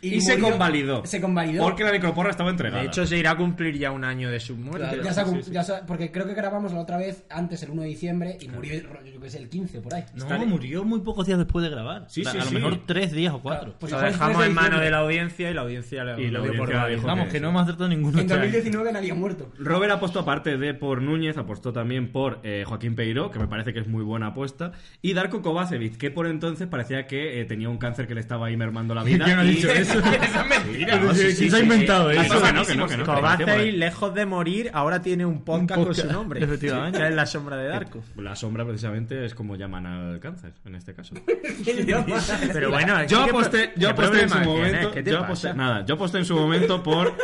Speaker 1: Y, se
Speaker 2: murió-
Speaker 1: convalidó.
Speaker 2: Se convalidó.
Speaker 1: Porque la necroporra estaba entregada.
Speaker 4: De hecho, se irá a cumplir ya un año de su muerte.
Speaker 2: Claro, ya se ha cum- ya se ha- porque creo que grabamos la otra vez antes el 1 de diciembre y murió yo que sé el 15 por ahí.
Speaker 3: No, murió muy pocos días después de grabar.
Speaker 1: Sí,
Speaker 3: a
Speaker 1: sí,
Speaker 3: lo
Speaker 1: sí.
Speaker 3: mejor tres días o cuatro.
Speaker 2: Pues
Speaker 4: Lo
Speaker 2: igual el
Speaker 4: dejamos
Speaker 2: 3
Speaker 4: en manos de
Speaker 2: diciembre.
Speaker 4: la audiencia y la audiencia le
Speaker 1: Y la
Speaker 4: lo dio por
Speaker 1: audiencia
Speaker 4: válido.
Speaker 1: dijo
Speaker 3: Vamos,
Speaker 1: que
Speaker 3: que
Speaker 1: sí.
Speaker 3: no me ha acertado ninguno.
Speaker 2: En
Speaker 3: este año.
Speaker 2: 2019 nadie ha muerto.
Speaker 1: Robert apostó aparte de por Núñez, apostó también por eh, Joaquín Peiró, que me parece que es muy buena apuesta, y Darko Kovacevic, que por entonces parecía que eh, tenía un cáncer que le estaba ahí mermando la vida.
Speaker 3: Yo no he
Speaker 1: y-
Speaker 3: dicho eso.
Speaker 5: Esa es mentira.
Speaker 1: No, sí, sí,
Speaker 3: se ha
Speaker 1: sí,
Speaker 3: inventado
Speaker 1: sí.
Speaker 3: eso.
Speaker 1: Ah, no, que no, que no, que no, que no, que no, que
Speaker 4: Kovacevic,
Speaker 1: no.
Speaker 4: lejos de morir, ahora tiene un podcast,
Speaker 3: Un
Speaker 4: con
Speaker 3: podcast,
Speaker 4: su nombre.
Speaker 3: efectivamente.
Speaker 4: Que es la sombra de Darko.
Speaker 1: La sombra precisamente es como llaman al cáncer, en este caso.
Speaker 4: Pero bueno, es
Speaker 1: Yo
Speaker 4: que-
Speaker 1: aposté,
Speaker 4: ¿qué
Speaker 1: yo aposté en su
Speaker 4: problema tienes?
Speaker 1: momento.
Speaker 4: ¿Qué te
Speaker 1: yo
Speaker 4: pasa?
Speaker 1: aposté- nada, yo aposté en su momento por,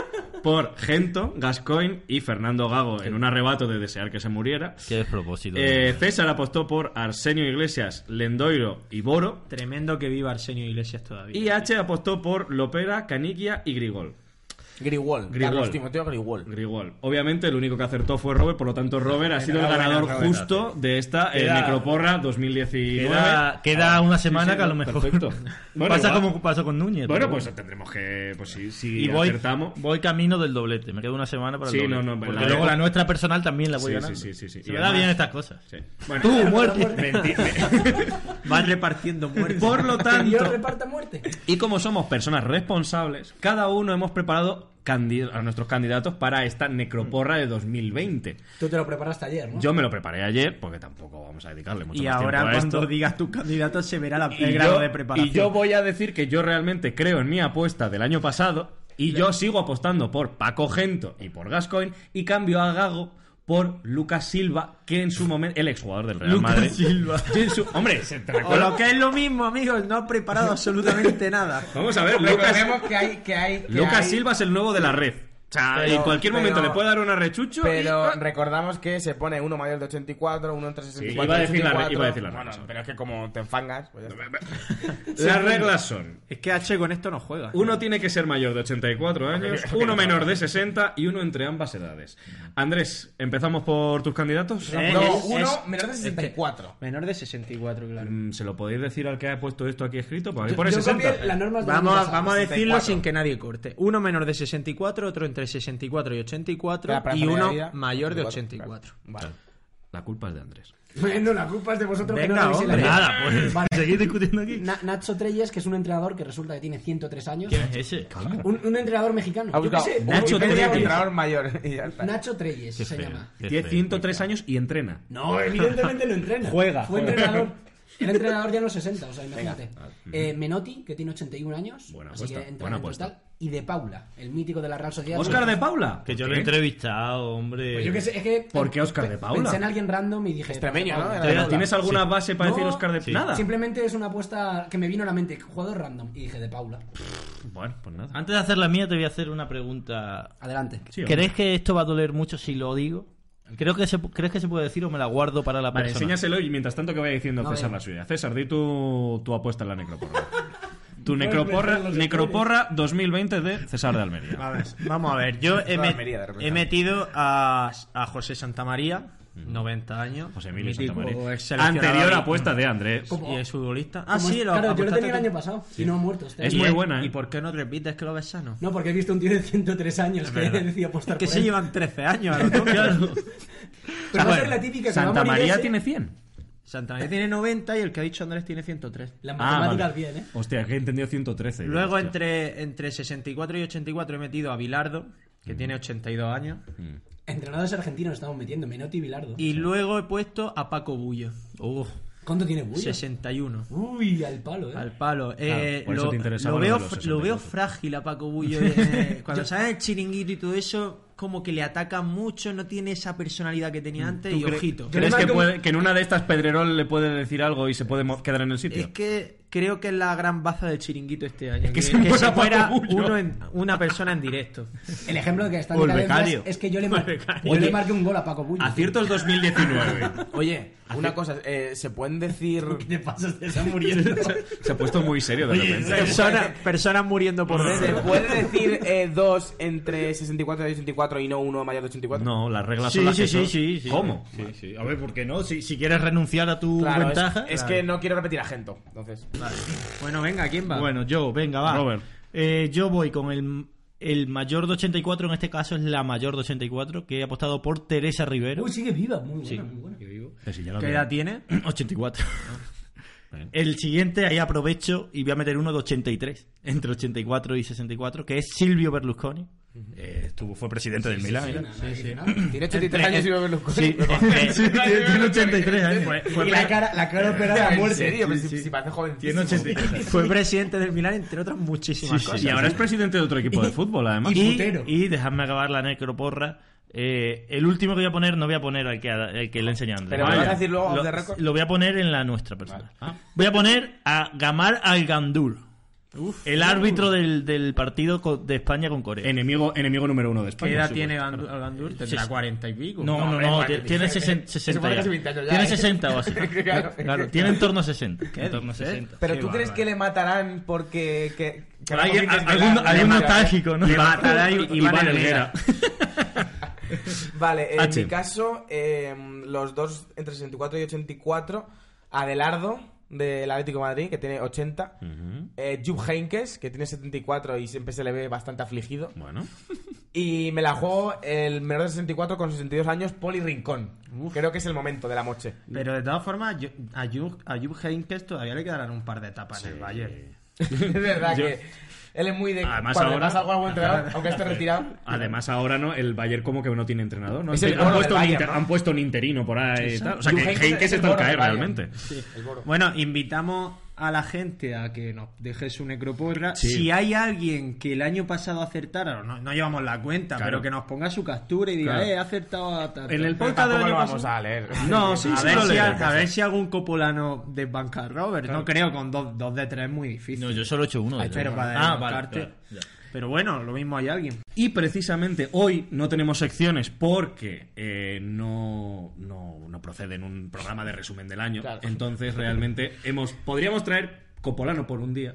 Speaker 1: por Gento, Gascoigne y Fernando Gago en un arrebato de desear que se muriera.
Speaker 3: Qué despropósito.
Speaker 1: Eh, César apostó por Arsenio Iglesias, Lendoiro y Boro.
Speaker 4: Tremendo que viva Arsenio Iglesias todavía.
Speaker 1: Y H apostó por Lopera, Caniquia y Grigol.
Speaker 5: Griwall.
Speaker 1: Grigol.
Speaker 5: Carlos Timoteo Griwall.
Speaker 1: Grigol. Obviamente, el único que acertó fue Robert, por lo tanto, Robert ha sido el ganador
Speaker 7: Robert.
Speaker 1: justo de esta eh,
Speaker 3: Queda-
Speaker 1: Necroporra 2019.
Speaker 3: Queda, queda una semana
Speaker 1: Ah, sí,
Speaker 3: que a
Speaker 1: no,
Speaker 3: lo mejor.
Speaker 1: perfecto. Bueno,
Speaker 3: pasa
Speaker 1: igual.
Speaker 3: como pasó con Núñez.
Speaker 1: Bueno,
Speaker 3: pero
Speaker 1: pues tendremos que. Pues si, si
Speaker 3: y voy,
Speaker 1: acertamos.
Speaker 3: voy camino del doblete. Me queda una semana para el
Speaker 1: Sí, no,
Speaker 3: doblete.
Speaker 1: no,
Speaker 3: Porque
Speaker 1: la-
Speaker 3: luego la nuestra personal también la voy
Speaker 1: Sí,
Speaker 3: ganando.
Speaker 1: sí, sí, sí, sí.
Speaker 3: Se
Speaker 1: Y
Speaker 3: me da
Speaker 1: además-
Speaker 3: bien estas cosas.
Speaker 1: Sí. Bueno,
Speaker 3: Tú, muerte.
Speaker 4: Va repartiendo muertes.
Speaker 1: Por lo
Speaker 2: Dios
Speaker 1: tanto,
Speaker 2: reparta muerte.
Speaker 1: y como somos personas responsables, cada uno hemos preparado candi- a nuestros candidatos para esta necroporra de 2020.
Speaker 2: Tú te lo preparaste ayer, ¿no?
Speaker 1: Yo me lo preparé ayer porque tampoco vamos a dedicarle mucho
Speaker 4: Y
Speaker 1: más
Speaker 4: ahora
Speaker 1: tiempo a
Speaker 4: cuando
Speaker 1: esto.
Speaker 4: digas tu candidato se verá la,
Speaker 1: Y
Speaker 4: el grado
Speaker 1: yo-
Speaker 4: de preparación.
Speaker 1: Y yo voy a decir que yo realmente creo en mi apuesta del año pasado y yo sigo apostando por Paco Gento y por Gascoigne y cambio a Gago por Lucas Silva, que en su momento el exjugador del Real
Speaker 3: Lucas
Speaker 1: Madrid.
Speaker 3: Silva.
Speaker 1: Y en su- hombre, se te
Speaker 4: O
Speaker 1: recuerda.
Speaker 4: lo que es lo mismo, amigos, no ha preparado absolutamente nada.
Speaker 1: Vamos a ver, Lucas,
Speaker 5: Recordemos que hay. Que hay que
Speaker 1: Lucas
Speaker 5: hay-
Speaker 1: Silva es el nuevo de la red. O sea,
Speaker 5: Pero-
Speaker 1: en cualquier momento
Speaker 5: pero-
Speaker 1: le puede dar una rechucho. y-
Speaker 5: Pero
Speaker 1: ah,
Speaker 5: recordamos que se pone uno mayor de 84, uno entre 64.
Speaker 1: Sí, iba a decir la-
Speaker 5: 84.
Speaker 1: iba a decir la
Speaker 5: Bueno,
Speaker 1: razón.
Speaker 5: pero es que como te enfangas. Pues
Speaker 4: Eh,
Speaker 5: ya está.
Speaker 1: Las reglas son:
Speaker 4: Es que H con esto no juega.
Speaker 1: uno tiene que ser mayor de 84 años, uno menor de 60 y uno entre ambas edades. Andrés, ¿empezamos por tus candidatos?
Speaker 4: Eh,
Speaker 5: No,
Speaker 4: es-
Speaker 5: uno
Speaker 4: es-
Speaker 5: menor de 64.
Speaker 4: Menor de 64, claro.
Speaker 1: Mm, ¿Se lo podéis decir al que ha puesto esto aquí escrito? Pues ahí pone
Speaker 2: Yo
Speaker 1: 60.
Speaker 2: copié las normas de
Speaker 4: Vamos, a-
Speaker 2: Universal.
Speaker 4: vamos a decirlo
Speaker 5: 64.
Speaker 4: sin que nadie corte. Uno menor de 64, otro entre 64 y 84
Speaker 5: Claro, para
Speaker 4: y
Speaker 5: familia
Speaker 4: uno
Speaker 5: de vida,
Speaker 4: mayor de
Speaker 5: 84.
Speaker 4: 84.
Speaker 5: Vale.
Speaker 1: La culpa es de Andrés.
Speaker 2: Bueno, la culpa es de vosotros que
Speaker 4: Venga,
Speaker 2: no habéis
Speaker 4: hombre.
Speaker 2: elegido.
Speaker 3: Nada, pues
Speaker 2: Vale.
Speaker 3: seguir discutiendo aquí.
Speaker 2: Na- Nacho Treyes, que es un entrenador que resulta que tiene 103 años.
Speaker 3: ¿Quién es ese?
Speaker 2: Un, un entrenador mexicano.
Speaker 5: Ha
Speaker 2: Yo qué
Speaker 5: buscado
Speaker 2: sé.
Speaker 5: un
Speaker 4: Nacho
Speaker 5: Wikipedia
Speaker 4: Treyes.
Speaker 5: con entrenador mayor. Y ya está.
Speaker 2: Nacho Treyes
Speaker 3: Qué
Speaker 2: se
Speaker 3: feo,
Speaker 2: llama.
Speaker 3: qué
Speaker 1: Tiene
Speaker 3: feo.
Speaker 1: 103 años y entrena.
Speaker 2: No, evidentemente no entrena.
Speaker 4: Juega,
Speaker 2: Fue
Speaker 4: juega.
Speaker 2: entrenador. Era entrenador ya en los 60, o sea, imagínate. Eh, Menotti, que tiene 81 años.
Speaker 1: Ah, mm. Buena
Speaker 2: así
Speaker 1: apuesta,
Speaker 2: que entra
Speaker 1: buena
Speaker 2: en
Speaker 1: apuesta.
Speaker 2: total. Y de Paula, el mítico de la Real Sociedad.
Speaker 1: ¿Óscar de Paula? ¿Eh?
Speaker 3: Que yo lo he entrevistado, hombre.
Speaker 2: Pues yo qué sé, es que.
Speaker 1: ¿Por qué Óscar de
Speaker 2: pe-
Speaker 1: Paula?
Speaker 2: Pensé en alguien random y dije.
Speaker 5: Extremeño,
Speaker 2: Paula.
Speaker 5: ¿no? Era-
Speaker 1: Pero, ¿Tienes alguna
Speaker 3: Sí.
Speaker 1: base para
Speaker 2: No,
Speaker 1: decir Oscar de
Speaker 3: sí.
Speaker 1: Nada.
Speaker 2: Simplemente es una apuesta que me vino a la mente. Jugador random. Y dije, de Paula.
Speaker 1: Bueno, pues nada.
Speaker 3: Antes de hacer la mía, te voy a hacer una pregunta.
Speaker 2: Adelante.
Speaker 1: Sí, hombre.
Speaker 3: ¿Crees que esto va a doler mucho si lo digo? Creo que se, ¿Crees que se puede decir o me la guardo para la
Speaker 1: Vale,
Speaker 3: persona?
Speaker 1: enséñaselo y mientras tanto que vaya diciendo
Speaker 2: No,
Speaker 1: César
Speaker 2: venga.
Speaker 1: la suya. César, di tu, tu apuesta en la necroporra. tu necroporra, necroporra 2020 de César de Almería.
Speaker 4: A ver, vamos a ver, yo he,
Speaker 5: Toda
Speaker 4: met-
Speaker 5: Almería, de repente.
Speaker 4: he metido a, a José Santamaría, 90 años.
Speaker 1: Mm. José Emilio
Speaker 4: mítico
Speaker 1: Santamaría.
Speaker 4: exseleccionador
Speaker 1: Anterior
Speaker 4: y-
Speaker 1: apuesta de Andrés.
Speaker 4: Y es futbolista. Ah,
Speaker 2: Como
Speaker 4: sí,
Speaker 2: es-
Speaker 4: lo
Speaker 2: claro, yo lo
Speaker 4: apostaste
Speaker 2: tenía el
Speaker 4: tú.
Speaker 2: año pasado y no ha muerto. este
Speaker 1: Es
Speaker 4: Y
Speaker 2: año.
Speaker 1: muy
Speaker 4: es-
Speaker 1: buena, ¿eh?
Speaker 4: ¿Y por qué no repites que lo ves sano?
Speaker 2: No, porque he visto un tío de 103 años que decidió apostar
Speaker 4: que
Speaker 2: por
Speaker 4: se
Speaker 2: él.
Speaker 4: llevan 13 años a lo tonto.
Speaker 2: Pero va a ser
Speaker 4: Bueno,
Speaker 2: la típica que va
Speaker 1: Santa
Speaker 2: a morir
Speaker 1: María
Speaker 2: ese.
Speaker 1: tiene 100.
Speaker 4: Santamaría tiene 90 y el que ha dicho Andrés tiene 103.
Speaker 2: La
Speaker 1: Ah,
Speaker 2: matemática
Speaker 1: vale.
Speaker 2: al bien, ¿eh?
Speaker 1: Hostia, que he entendido 113.
Speaker 4: Luego
Speaker 1: Hostia.
Speaker 4: entre, entre 64 y 84 he metido a Bilardo,
Speaker 1: Mm.
Speaker 4: que tiene 82 años.
Speaker 2: Entrenadores argentinos estamos metiendo, Menotti y Bilardo.
Speaker 4: Y luego he puesto a Paco Bullo,
Speaker 3: Uh,
Speaker 2: ¿Cuánto tiene Bullo?
Speaker 4: 61.
Speaker 2: Uy, al palo, ¿eh?
Speaker 4: Al palo. Eh,
Speaker 1: por eso
Speaker 4: lo,
Speaker 1: te interesaba
Speaker 4: lo
Speaker 1: lo de
Speaker 4: veo,
Speaker 1: los
Speaker 4: fr-
Speaker 1: 64.
Speaker 4: lo veo frágil a Paco Bullo. eh, cuando sale el chiringuito y todo eso, como que le ataca mucho, no tiene esa personalidad que
Speaker 1: Mm,
Speaker 4: tenía antes y ojito.
Speaker 1: ¿Crees
Speaker 5: Yo
Speaker 1: que,
Speaker 5: le marco-
Speaker 1: puede- que en una de estas Pedrerol le puede decir algo y se puede mo- quedar en el sitio?
Speaker 4: Es que creo que es la gran baza del chiringuito este año.
Speaker 1: que se muera
Speaker 4: se muera
Speaker 1: Paco Bullo.
Speaker 4: uno en- una persona en directo.
Speaker 2: El ejemplo de que está en
Speaker 3: O el
Speaker 2: decadencia
Speaker 3: becario.
Speaker 2: es que yo le, mar-
Speaker 4: O el becario.
Speaker 2: yo le marqué un gol a Paco Bullo.
Speaker 1: Aciertos 2019.
Speaker 5: Oye, una cosa, eh, ¿se pueden decir.
Speaker 2: ¿Qué pasas? Te estás muriendo.
Speaker 1: se ha puesto muy serio de repente.
Speaker 4: Persona- personas muriendo por
Speaker 5: ¿Se
Speaker 4: dentro.
Speaker 5: puede decir eh, dos entre 64 y 84 y no uno mayor de 84?
Speaker 1: No, las reglas
Speaker 3: Sí,
Speaker 1: son las
Speaker 3: sí,
Speaker 1: que
Speaker 3: sí,
Speaker 1: son.
Speaker 3: sí, sí.
Speaker 1: ¿Cómo?
Speaker 3: Sí, sí. A ver, ¿por qué no? Si, si quieres renunciar a tu
Speaker 5: Claro, es-
Speaker 3: ventaja.
Speaker 5: es, que no quiero repetir a Gento. Entonces,
Speaker 4: Bueno, venga, ¿quién va?
Speaker 3: Bueno, yo, venga, va.
Speaker 1: Robert.
Speaker 3: Eh, yo voy con el, el mayor de 84, en este caso es la mayor de 84, que he apostado por Teresa Rivero.
Speaker 2: Uy, sigue viva. Muy buena, muy buena.
Speaker 1: Que si ya lo
Speaker 4: ¿Qué
Speaker 1: veo.
Speaker 4: edad tiene?
Speaker 3: 84. El siguiente, ahí aprovecho y voy a meter uno de 83, entre 84 y 64, que es Silvio Berlusconi. Eh, estuvo, fue presidente del Milán.
Speaker 1: ¿eh?
Speaker 3: era.
Speaker 1: Ah,
Speaker 5: tiene 83 años y no
Speaker 3: Sí, tiene tiene 83 años.
Speaker 2: Y la cara, la cara operada a
Speaker 5: En
Speaker 2: muerte.
Speaker 5: serio, pero si, si parece jovencísimo.
Speaker 4: Fue presidente del Milán, entre otras muchísimas cosas.
Speaker 1: Y ahora es presidente de otro equipo de fútbol, además.
Speaker 2: y-
Speaker 3: Y,
Speaker 2: putero.
Speaker 3: y dejadme acabar la necroporra. Eh, el último que voy a poner, no voy a poner al que, al que le enseñé a Andrés.
Speaker 5: Pero me vas a decir luego off the
Speaker 3: lo,
Speaker 5: record. Ah.
Speaker 3: lo voy a poner en la nuestra personal. Voy a poner a Gamar Al Gandur, el árbitro del, del partido co- de España con Corea.
Speaker 1: Enemigo, enemigo número uno de España.
Speaker 4: ¿Qué edad
Speaker 1: por
Speaker 4: tiene
Speaker 1: supuesto.
Speaker 4: Gandur? Gandur? Tendrá
Speaker 3: Sí.
Speaker 4: 40 y pico.
Speaker 3: no, no, no, tie- tiene sesen- 60.
Speaker 5: supone que
Speaker 3: ya.
Speaker 5: hace 20 años ya,
Speaker 3: Tiene
Speaker 5: ¿eh?
Speaker 3: 60 o así.
Speaker 5: Claro.
Speaker 3: Claro, tiene en torno a 60. En torno a
Speaker 4: dices?
Speaker 3: 60.
Speaker 5: Pero tú crees que le matarán porque. Que, que
Speaker 3: Hay,
Speaker 5: Rajoy
Speaker 3: hay-
Speaker 5: desvelara-
Speaker 3: algún, algún
Speaker 5: Vale,
Speaker 3: nostálgico, ¿no?
Speaker 1: Le matará a I-
Speaker 4: Iván
Speaker 1: Iván
Speaker 4: Helguera.
Speaker 1: Helguera.
Speaker 5: Vale, en
Speaker 1: H.
Speaker 5: mi caso, eh, los dos entre 64 y 84, Adelardo del Atlético de Madrid, que tiene 80, eh, Jupp Heynckes, que tiene 74 y siempre se le ve bastante afligido,
Speaker 1: Bueno.
Speaker 5: y me la juego el menor de 64 con 62 años, Poli Rincón. Creo que es el momento de la moche.
Speaker 6: Pero de todas formas, yo- a Jupp a Jupp Heynckes todavía le quedarán un par de etapas en el Bayern.
Speaker 5: es verdad que él es muy de...
Speaker 1: Además
Speaker 5: cuando
Speaker 1: ahora-
Speaker 5: le pasa algo a buen entrenador, aunque esté retirado...
Speaker 1: Además, ahora no, el Bayern como que no tiene entrenador. ¿no?
Speaker 5: Es el
Speaker 1: han,
Speaker 5: Boro
Speaker 1: puesto
Speaker 5: del
Speaker 1: un
Speaker 5: Bayern,
Speaker 1: inter-
Speaker 5: ¿no?
Speaker 1: han puesto un interino por ahí. y tal. O sea, que
Speaker 5: Heynckes
Speaker 1: Heynckes
Speaker 5: es el
Speaker 1: está al
Speaker 5: Boro del
Speaker 1: caer
Speaker 5: Bayern.
Speaker 1: realmente.
Speaker 5: El Boro.
Speaker 4: Bueno, invitamos a la gente a que nos deje su necroporra.
Speaker 1: Sí.
Speaker 4: Si hay alguien que el año pasado acertara, no, no llevamos la cuenta,
Speaker 1: Claro.
Speaker 4: pero que nos ponga su captura y diga,
Speaker 1: Claro.
Speaker 4: eh, he acertado a tanto.
Speaker 1: En el
Speaker 5: Pero
Speaker 1: podcast del
Speaker 5: tampoco
Speaker 1: año
Speaker 5: lo vamos
Speaker 1: pasado-
Speaker 5: a leer.
Speaker 4: No, sí,
Speaker 1: a
Speaker 4: sí,
Speaker 1: ver
Speaker 4: lo
Speaker 1: si
Speaker 4: leo.
Speaker 1: al-
Speaker 4: a ver si algún copolano desbanca a Robert. No creo, con dos, dos de tres es muy difícil.
Speaker 3: No, yo solo he hecho uno. de
Speaker 4: Ay,
Speaker 3: ellos.
Speaker 4: pero para
Speaker 3: ah, vale,
Speaker 4: desbancarte.
Speaker 3: claro, ya.
Speaker 4: Pero bueno, lo mismo hay alguien.
Speaker 1: Y precisamente hoy no tenemos secciones porque eh, no, no, no procede en un programa de resumen del año.
Speaker 5: Claro.
Speaker 1: Entonces realmente hemos podríamos traer Copolano por un día,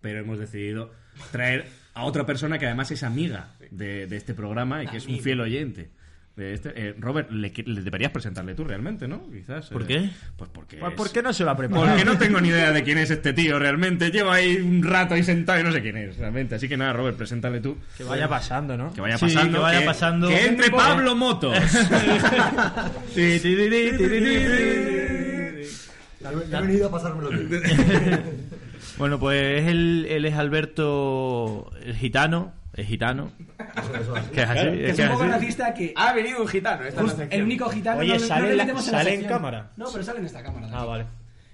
Speaker 1: pero hemos decidido traer a otra persona que además es amiga de, de este programa y que es un fiel oyente. De este. Eh, Robert, le, qui- le deberías presentarle tú realmente, ¿no? Quizás.
Speaker 3: ¿Por
Speaker 1: eh,
Speaker 3: qué?
Speaker 1: Pues porque.
Speaker 4: Pues,
Speaker 1: es-
Speaker 4: ¿Por qué no se lo ha preparado?
Speaker 1: porque no tengo ni idea de quién es este tío realmente. Lleva ahí un rato ahí sentado y no sé quién es realmente. Así que nada, Robert, preséntale tú.
Speaker 4: Que vaya pasando, ¿no?
Speaker 1: Que vaya
Speaker 3: Sí,
Speaker 1: pasando.
Speaker 3: que vaya pasando.
Speaker 1: que entre Pablo Motos.
Speaker 3: Ti, ti, ti, ti, ti, ti, ti.
Speaker 8: He venido a pasármelo bien.
Speaker 3: Bueno, pues él, él es Alberto el gitano, el gitano, que es así,
Speaker 2: Que
Speaker 3: es
Speaker 2: es
Speaker 3: que es
Speaker 2: un poco
Speaker 3: así.
Speaker 2: racista que
Speaker 5: Ha venido un gitano. Esta es Ah, la
Speaker 2: Justo,
Speaker 5: sección.
Speaker 2: el único gitano
Speaker 4: Oye,
Speaker 2: no, le- no
Speaker 4: sale
Speaker 2: le
Speaker 4: la-
Speaker 2: metemos en
Speaker 4: sale en
Speaker 2: sección.
Speaker 4: cámara.
Speaker 2: No, pero sale en esta cámara.
Speaker 4: Ah, vale.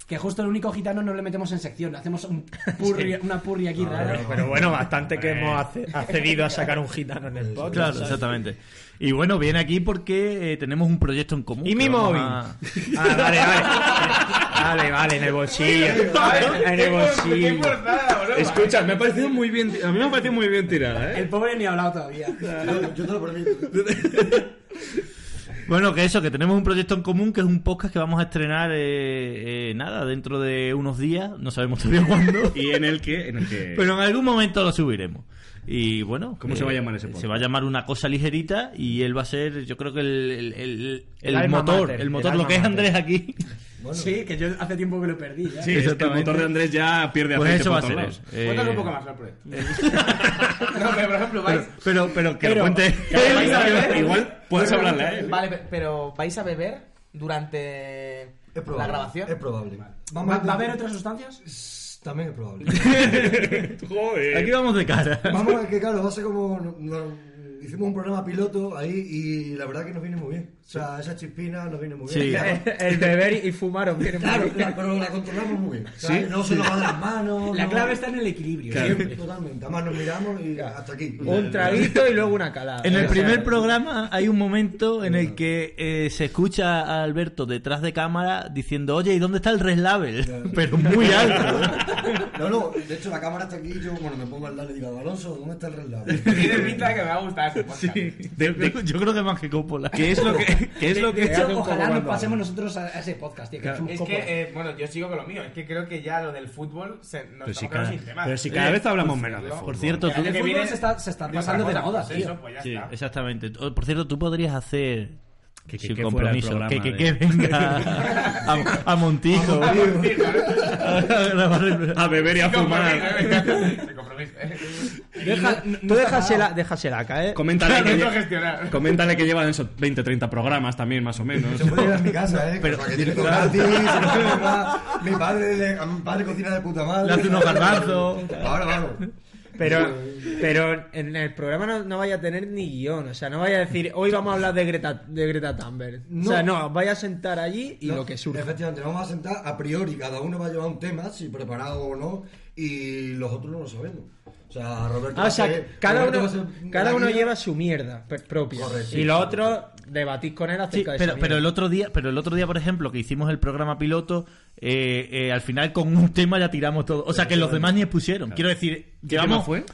Speaker 2: Que justo el único gitano no le metemos en sección. Hacemos un purri- una purri aquí rara.
Speaker 4: Pero bueno, bastante que hemos ace- accedido a sacar un gitano en el podcast.
Speaker 3: Claro,
Speaker 4: ¿sabes?
Speaker 3: exactamente. Y bueno, viene aquí porque eh, tenemos un proyecto en común.
Speaker 4: ¿Y
Speaker 3: que
Speaker 4: mi
Speaker 3: vamos
Speaker 4: móvil?
Speaker 3: a-
Speaker 4: Ah, vale, vale. Vale, vale, en el bolsillo. En el bolsillo.
Speaker 1: Escucha, me ha parecido muy bien. A mí me ha parecido muy bien tirada, ¿eh?
Speaker 2: El pobre ni ha hablado todavía.
Speaker 8: Yo, yo te lo permito.
Speaker 3: Bueno, que eso, que tenemos un proyecto en común que es un podcast que vamos a estrenar, eh, eh, nada, dentro de unos días, no sabemos todavía cuándo,
Speaker 1: Y en el que. En el que
Speaker 3: pero en algún momento lo subiremos. Y bueno, eh,
Speaker 1: ¿Cómo se va a llamar ese podcast?
Speaker 3: Se va a llamar una cosa ligerita y él va a ser, yo creo que el, el- el-
Speaker 4: El
Speaker 3: el
Speaker 4: alma
Speaker 3: motor,
Speaker 4: mater,
Speaker 3: el
Speaker 4: el
Speaker 3: motor, lo
Speaker 4: alma
Speaker 3: que es
Speaker 4: mater.
Speaker 3: Andrés aquí.
Speaker 2: Sí, que yo hace tiempo que lo perdí. ya.
Speaker 1: Sí, es que el
Speaker 3: Exactamente.
Speaker 1: motor de Andrés ya pierde
Speaker 3: Pues
Speaker 1: aceite
Speaker 3: eso va a
Speaker 1: por
Speaker 3: ser.
Speaker 1: todos
Speaker 3: él.
Speaker 1: lados.
Speaker 3: Eh,
Speaker 5: Cuéntanos un poco más sobre el proyecto. no, pero por ejemplo, vais...
Speaker 3: Pero, pero que lo
Speaker 2: Pero-
Speaker 3: cuente.
Speaker 1: Pero vais a
Speaker 5: Vale,
Speaker 1: ver,
Speaker 5: vale.
Speaker 1: Igual puedes
Speaker 5: Pero-
Speaker 1: hablarle
Speaker 4: ¿eh?
Speaker 1: a él.
Speaker 5: Vale, pe- pero ¿vais a beber durante
Speaker 8: Es probable.
Speaker 5: la grabación?
Speaker 8: Es probable.
Speaker 2: ¿Va,
Speaker 8: Vamos
Speaker 2: va a haber
Speaker 8: intentar-
Speaker 2: otras sustancias?
Speaker 8: También es probable.
Speaker 3: Aquí vamos de cara.
Speaker 8: Vamos a ver que, claro, hace como. no- no- hicimos un programa piloto ahí y la verdad que nos viene muy bien. O sea, esa chispina nos viene muy
Speaker 3: Sí.
Speaker 8: bien. Claro,
Speaker 4: El beber y fumar os viene
Speaker 8: Claro, la- pero la controlamos muy bien. ¿sabes? No se nos va de las manos.
Speaker 2: La
Speaker 8: no-
Speaker 2: clave está en el equilibrio.
Speaker 8: Sí,
Speaker 2: siempre.
Speaker 8: Totalmalmente. Además nos miramos y hasta aquí.
Speaker 4: Un traguito y luego una calada. ¿eh?
Speaker 3: En el
Speaker 4: O sea,
Speaker 3: primer programa hay un momento en el que eh, se escucha a Alberto detrás de cámara diciendo, oye, ¿y dónde está el Red Label? Pero muy alto. ¿eh?
Speaker 8: No, no, de hecho la cámara está aquí y yo cuando me pongo al lado le digo, Alonso, ¿dónde está el reloj?
Speaker 5: Tiene pinta de que me va a gustar este podcast.
Speaker 3: De- de- yo creo que más que Coppola.
Speaker 6: ¿Qué es lo que, qué es lo
Speaker 2: De
Speaker 6: que
Speaker 2: hecho, ojalá nos pasemos nosotros a, a ese podcast, tío. que somos
Speaker 5: Es
Speaker 2: cómodos.
Speaker 5: que, eh, bueno, yo sigo con lo mío. Es que creo que ya lo del fútbol se, nos
Speaker 1: Pero
Speaker 5: estamos
Speaker 1: si,
Speaker 5: quedando
Speaker 1: cada,
Speaker 5: sin tema.
Speaker 1: pero si cada vez hablamos menos de
Speaker 5: por
Speaker 1: fútbol.
Speaker 3: Por cierto,
Speaker 5: El
Speaker 3: tú...
Speaker 5: año
Speaker 2: El
Speaker 5: que
Speaker 2: fútbol
Speaker 5: viene
Speaker 2: se está- se está
Speaker 5: de otra
Speaker 2: pasando de
Speaker 5: cosa,
Speaker 2: moda,
Speaker 5: pues
Speaker 2: tío.
Speaker 5: Eso, pues ya
Speaker 3: Sí,
Speaker 5: está.
Speaker 3: exactamente. O- Por cierto, tú podrías hacer...
Speaker 1: Que- que-
Speaker 3: sin
Speaker 1: que fuera el
Speaker 3: compromiso,
Speaker 1: programa
Speaker 3: que, que,
Speaker 1: de-
Speaker 3: que venga a, a Montijo a grabar el-
Speaker 7: A beber y a fumar.
Speaker 5: Se compromiso, ¿eh?
Speaker 4: deja- tú déjasela, déjasela caer.
Speaker 1: Coméntale, que,
Speaker 5: Intento
Speaker 1: lle-
Speaker 5: gestionar.
Speaker 1: coméntale que llevan esos 20, 30 programas también, más o menos.
Speaker 8: Se puede ir a mi casa, ¿eh? Pero, que tiene todo gratis, se lo puede comprar. mi padre, le- a mi padre cocina de puta madre.
Speaker 3: le hace unos garbanzos.
Speaker 8: Ahora vamos.
Speaker 4: Pero, pero en el programa no, no vaya a tener ni guión. O sea, no vaya a decir, hoy vamos a hablar de Greta, de Greta Thunberg. O sea, no, vaya a sentar allí y
Speaker 8: No,
Speaker 4: lo que surja.
Speaker 8: Efectivamente, vamos a sentar a priori, cada uno va a llevar un tema, si preparado o no, y los otros no lo sabemos. O sea, Roberto.
Speaker 4: Ah, o
Speaker 8: va a
Speaker 4: sea,
Speaker 8: ser-
Speaker 4: cada
Speaker 8: Roberto
Speaker 4: uno,
Speaker 8: va a ser
Speaker 4: cada
Speaker 8: la
Speaker 4: uno
Speaker 8: guía.
Speaker 4: lleva su mierda per- propia.
Speaker 8: Correcto.
Speaker 4: y los otros debatís con él
Speaker 3: Sí,
Speaker 4: acerca de
Speaker 3: pero,
Speaker 4: esa
Speaker 3: pero el
Speaker 4: mierda.
Speaker 3: otro día, pero el otro día, por ejemplo, que hicimos el programa piloto, eh, eh, al final con un tema ya tiramos todo. O sea que los demás ni expusieron. Quiero decir,
Speaker 1: tema
Speaker 3: llevamos.
Speaker 1: fue?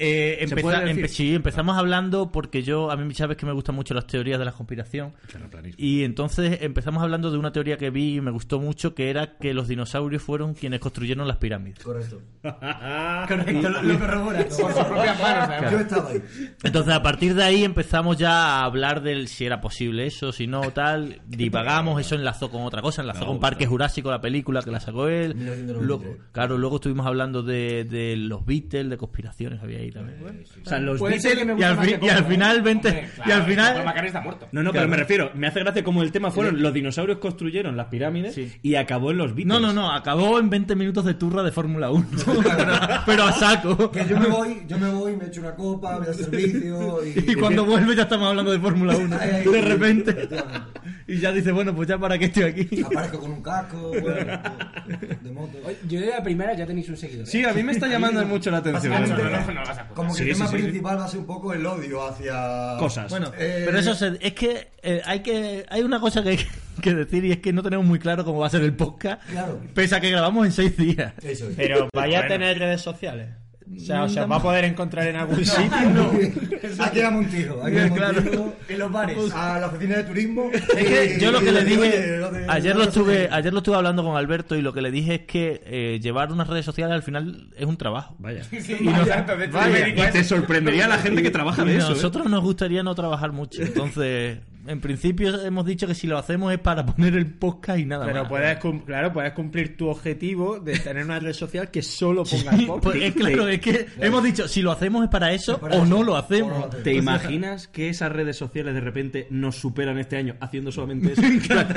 Speaker 3: Eh,
Speaker 1: ¿Se
Speaker 3: empeza-
Speaker 1: puede decir?
Speaker 3: empe- sí, empezamos hablando porque yo, a mí sabes que me gustan mucho las teorías de la conspiración.
Speaker 1: Terraplanismo.
Speaker 3: Y entonces empezamos hablando de una teoría que vi y me gustó mucho, que era que los dinosaurios fueron quienes construyeron las pirámides.
Speaker 8: Correcto.
Speaker 2: Correcto, lo, lo corrobora.
Speaker 5: Con sus propias manos, además.
Speaker 8: Yo estaba ahí.
Speaker 3: Entonces, a partir de ahí empezamos ya a hablar del si era posible eso, si no, tal. Divagamos, eso enlazó con otra cosa, enlazó con Parque Jurásico, la película que la sacó él.
Speaker 8: 1993.
Speaker 3: Luego, claro, luego estuvimos hablando de, de los Beatles, de conspiraciones, había ahí también.
Speaker 1: O sea, los
Speaker 2: Puede
Speaker 1: Beatles-
Speaker 2: ser que me
Speaker 3: Y
Speaker 2: guste
Speaker 3: al,
Speaker 2: más
Speaker 3: fi-
Speaker 2: que
Speaker 3: y al
Speaker 2: Coco, ¿eh?
Speaker 3: final, 20,
Speaker 5: Hombre, claro,
Speaker 3: y al
Speaker 5: Paul
Speaker 3: final,
Speaker 5: McCartney está muerto.
Speaker 1: No, no, pero me refiero, me hace gracia como el tema fueron los dinosaurios construyeron las pirámides y acabó en los Beatles.
Speaker 3: no, no, no, acabó en 20 minutos de turra de Fórmula 1, pero, pero a saco.
Speaker 8: Que yo me voy, yo me voy, me echo una copa, me da servicio y.
Speaker 3: Y cuando vuelve ya estamos hablando de Fórmula 1,
Speaker 8: Ay, ay,
Speaker 3: de
Speaker 8: ay,
Speaker 3: repente.
Speaker 8: efectivamente.
Speaker 3: Y ya dice, bueno, pues ya para qué estoy aquí.
Speaker 8: Aparezco con un casco, bueno, de moto.
Speaker 2: Oye, Yo de la primera ya tenéis un seguidor. ¿eh?
Speaker 1: Sí, a mí me está llamando mucho la atención.
Speaker 5: No, no,
Speaker 8: Básicamente,
Speaker 5: no, no, no vas a
Speaker 8: Como que
Speaker 1: Sí,
Speaker 8: el tema
Speaker 1: sí, sí, sí.
Speaker 8: principal va a ser un poco el odio hacia.
Speaker 1: Cosas.
Speaker 3: Bueno,
Speaker 8: Eh,
Speaker 3: pero eso se- es que eh, hay que hay una cosa que hay que decir y es que no tenemos muy claro cómo va a ser el podcast,
Speaker 8: Claro.
Speaker 3: pese a que grabamos en seis días.
Speaker 8: Eso es.
Speaker 4: Pero vaya a tener redes sociales. O sea, Ah, o sea,
Speaker 3: Mm,
Speaker 4: va a poder encontrar en algún sitio.
Speaker 8: Aquí era Montijo, aquí era
Speaker 3: Claro.
Speaker 8: Montijo, en los bares, a la oficina de turismo.
Speaker 3: Es que yo lo que le dije
Speaker 8: Oye, lo de-
Speaker 3: ayer lo
Speaker 8: no sé
Speaker 3: estuve
Speaker 8: qué.
Speaker 3: ayer lo estuve hablando con Alberto y lo que le dije es que eh, llevar unas redes sociales al final es un trabajo.
Speaker 1: Vaya.
Speaker 5: Sí,
Speaker 3: Y no-
Speaker 5: exacto, de hecho,
Speaker 1: Y
Speaker 5: me
Speaker 1: me-
Speaker 5: dedico a
Speaker 1: y te
Speaker 5: eso.
Speaker 1: sorprendería la gente que trabaja
Speaker 3: Y
Speaker 1: de eso. ¿eh?
Speaker 3: nosotros nos gustaría no trabajar mucho, entonces en principio hemos dicho que si lo hacemos es para poner el podcast y nada
Speaker 4: Pero
Speaker 3: más.
Speaker 4: puedes, cum- claro, puedes cumplir tu objetivo de tener una red social que solo ponga
Speaker 3: Sí,
Speaker 4: pop.
Speaker 3: pues es claro, es que hemos dicho si lo hacemos es para eso
Speaker 8: para
Speaker 3: o
Speaker 8: eso,
Speaker 3: no lo
Speaker 8: o
Speaker 3: hacemos.
Speaker 8: no lo hacemos.
Speaker 1: ¿Te imaginas que esas redes sociales de repente nos superan este año haciendo solamente eso?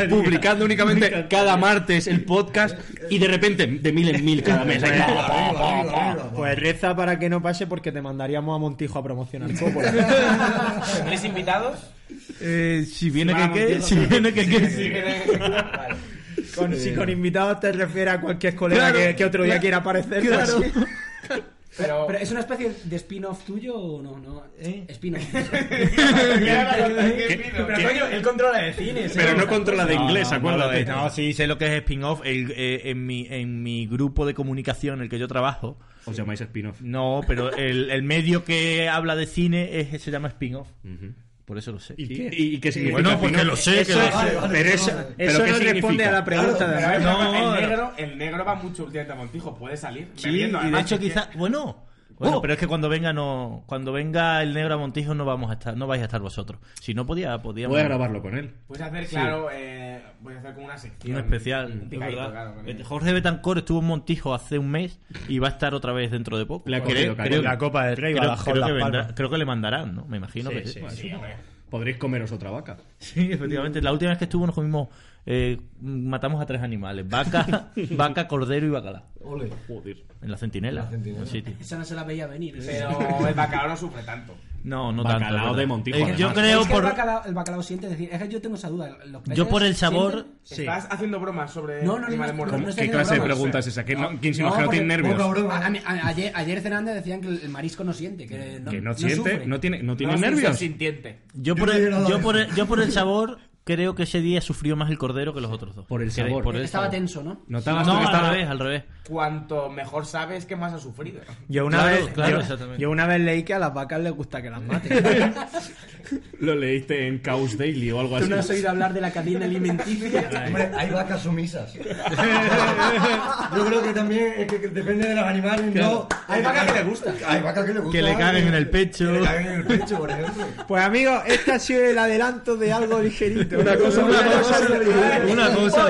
Speaker 1: Publicando únicamente cada martes el podcast y de repente de mil en mil cada mes. Ahí, pa, pa, pa,
Speaker 8: Arriba, arriba, arriba.
Speaker 4: Pues reza para que no pase porque te mandaríamos a Montijo a promocionar Coppola.
Speaker 5: ¿Tenéis invitados?
Speaker 3: Eh, si viene
Speaker 5: van a
Speaker 3: que qué,
Speaker 5: Montijo,
Speaker 3: si
Speaker 5: sí.
Speaker 3: viene que qué.
Speaker 5: Sí, que- vale.
Speaker 4: Con- Si con invitados te refieres a cualquier colega que, que otro día quiera aparecer. pues sí.
Speaker 5: Pero
Speaker 2: ¿Pero es una especie de spin-off tuyo o no? no? Spin-off.
Speaker 5: Pero coño, él controla de cines.
Speaker 1: Pero no controla de
Speaker 4: Ah,
Speaker 1: inglés, acuérdate.
Speaker 3: No, sí, sé lo que es spin-off. El, eh, en, mi, en mi grupo de comunicación en el que yo trabajo,
Speaker 1: Os llamáis spin-off.
Speaker 3: no, pero el, el medio que habla de cine es, se llama spin-off. Por eso lo sé.
Speaker 1: ¿Y qué, y qué significa?
Speaker 3: Bueno,
Speaker 1: spin-off?
Speaker 3: porque lo sé. que
Speaker 4: Eso
Speaker 3: lo
Speaker 4: es-
Speaker 3: sé.
Speaker 8: Vale,
Speaker 1: Pero
Speaker 8: vale, vale,
Speaker 1: eso,
Speaker 8: vale.
Speaker 1: ¿pero
Speaker 4: Eso
Speaker 1: qué
Speaker 4: no
Speaker 1: significa?
Speaker 4: responde a la pregunta
Speaker 5: Pero,
Speaker 4: de
Speaker 5: ¿sabes?
Speaker 3: No,
Speaker 5: el, negro, el negro va mucho últimamente a Montijo, puede salir.
Speaker 3: Sí,
Speaker 5: bebiendo,
Speaker 3: y de
Speaker 5: además,
Speaker 3: hecho
Speaker 5: es que-
Speaker 3: quizás, bueno, bueno,
Speaker 1: Oh.
Speaker 3: pero es que cuando venga no, cuando venga el negro a Montijo no vamos a estar, no vais a estar vosotros. Si no podía, podíamos.
Speaker 1: Voy a grabarlo con él.
Speaker 5: Puedes hacer, claro, eh, puedes hacer como una sección.
Speaker 3: Un especial,
Speaker 5: un
Speaker 3: es
Speaker 5: picadito,
Speaker 3: verdad.
Speaker 5: claro, con
Speaker 3: Eh,
Speaker 5: él.
Speaker 3: Jorge Betancor estuvo en Montijo hace un mes y va a estar otra vez dentro de poco.
Speaker 1: Le ha cogido cariño.
Speaker 3: creo-
Speaker 1: La
Speaker 4: Copa del Rey,
Speaker 3: creo,
Speaker 4: Badajoz,
Speaker 3: creo
Speaker 4: Las
Speaker 3: que vendrá-
Speaker 4: Palmas.
Speaker 3: creo que le mandarán, ¿no? Me imagino que sí.
Speaker 5: Sí, hombre.
Speaker 1: Podréis comeros otra vaca.
Speaker 3: Sí, efectivamente. La última vez que estuvo nos comimos, eh, matamos a tres animales. Vaca, vaca, cordero y bacalao.
Speaker 8: Ole.
Speaker 3: Joder. En la centinela.
Speaker 8: La centinela.
Speaker 3: en el sitio.
Speaker 2: Esa no se la veía venir. ¿eh?
Speaker 5: Pero el bacalao no sufre tanto.
Speaker 3: No, no tanto.
Speaker 1: Bacalao
Speaker 3: es verdad.
Speaker 1: de Montijo,
Speaker 3: Eh, yo
Speaker 1: además.
Speaker 3: creo
Speaker 2: es que
Speaker 3: por...
Speaker 2: el, bacalao, el bacalao siente, es decir, es que yo tengo esa duda. Los
Speaker 3: Yo por el
Speaker 2: peces
Speaker 3: sabor,
Speaker 2: sienten-
Speaker 3: sí.
Speaker 5: Estás haciendo bromas sobre
Speaker 2: No, no, no,
Speaker 5: animales
Speaker 2: no,
Speaker 5: muertos.
Speaker 2: no, no estoy
Speaker 1: ¿Qué
Speaker 2: haciendo
Speaker 1: clase de
Speaker 2: bromas.
Speaker 1: pregunta es esa? ¿Qué no- ¿Quién se
Speaker 2: No,
Speaker 1: imagina que
Speaker 2: porque-
Speaker 1: tiene nervios?
Speaker 8: Poca broma.
Speaker 2: A- a mí- a- ayer, ayer Fernández decían que el marisco no siente, que no,
Speaker 1: que no
Speaker 2: no
Speaker 1: siente,
Speaker 2: sufre.
Speaker 1: no tiene, no tiene
Speaker 5: No, sí,
Speaker 1: nervios.
Speaker 5: sí, sintiente.
Speaker 3: Yo
Speaker 8: Yo
Speaker 3: por, el,
Speaker 8: hubiera dado
Speaker 3: yo,
Speaker 8: eso.
Speaker 3: por el- yo por el sabor creo que ese día sufrió más el cordero que los otros dos.
Speaker 1: Por el
Speaker 3: Creo-
Speaker 1: sabor.
Speaker 3: por el
Speaker 2: Estaba
Speaker 3: sabor.
Speaker 2: tenso, ¿no?
Speaker 1: Notabas
Speaker 3: No,
Speaker 1: tú que
Speaker 3: al
Speaker 1: estaba-
Speaker 3: revés, al revés.
Speaker 5: Cuanto mejor sabes, que más has sufrido.
Speaker 6: Yo una,
Speaker 3: Claro,
Speaker 6: vez,
Speaker 3: claro,
Speaker 6: yo,
Speaker 3: exactamente.
Speaker 6: yo una vez leí que a las vacas les gusta que las maten.
Speaker 1: Lo leíste en Caos Daily o algo
Speaker 2: Tú
Speaker 1: así.
Speaker 2: no has oído hablar de la cadena alimenticia.
Speaker 8: Hombre, hay vacas sumisas. Yo creo que también es que que depende de los animales. No, hay vacas que le gustan. Hay vacas que le gustan.
Speaker 3: Que le caguen en el pecho.
Speaker 8: Que le caguen en el pecho, por ejemplo.
Speaker 6: Pues amigos, este ha sido el adelanto de algo ligerito. Una Este,
Speaker 3: cosa, una cosa, una cosa.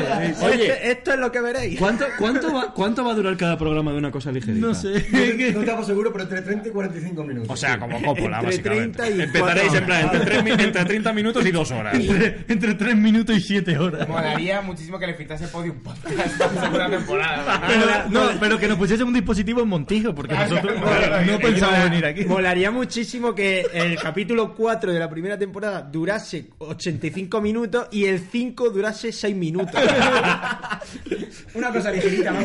Speaker 1: Oye.
Speaker 6: esto es lo que veréis.
Speaker 1: ¿Cuánto, cuánto, va, ¿Cuánto va a durar cada programa de una cosa ligerita?
Speaker 3: No sé.
Speaker 8: No estamos seguros, pero entre 30 y 45 minutos.
Speaker 1: O sea, como Coppola,
Speaker 6: Entre
Speaker 1: básicamente.
Speaker 6: 30 y
Speaker 1: Empezaréis
Speaker 6: cuatro
Speaker 1: en plan entre, tres min- entre 30 minutos y 2 horas.
Speaker 3: Entre, entre 3 minutos y 7 horas.
Speaker 5: Molaría muchísimo que le filtrase Podium Podcast para la segunda temporada.
Speaker 3: Pero, no, pero que nos pusiesen un dispositivo en Montijo, porque nosotros no pensábamos venir aquí.
Speaker 6: Molaría muchísimo que el capítulo 4 de la primera temporada durase 85 minutos y el 5 durase 6 minutos.
Speaker 5: Una cosa ligerita, ¿no?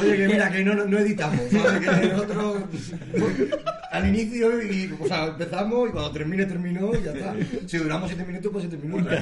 Speaker 8: Oye, que mira, que no, no editamos. ¿sabes? Que nosotros al inicio y, o sea, empezamos y cuando termine, terminó y ya está. Si duramos 7 minutos, pues 7 minutos.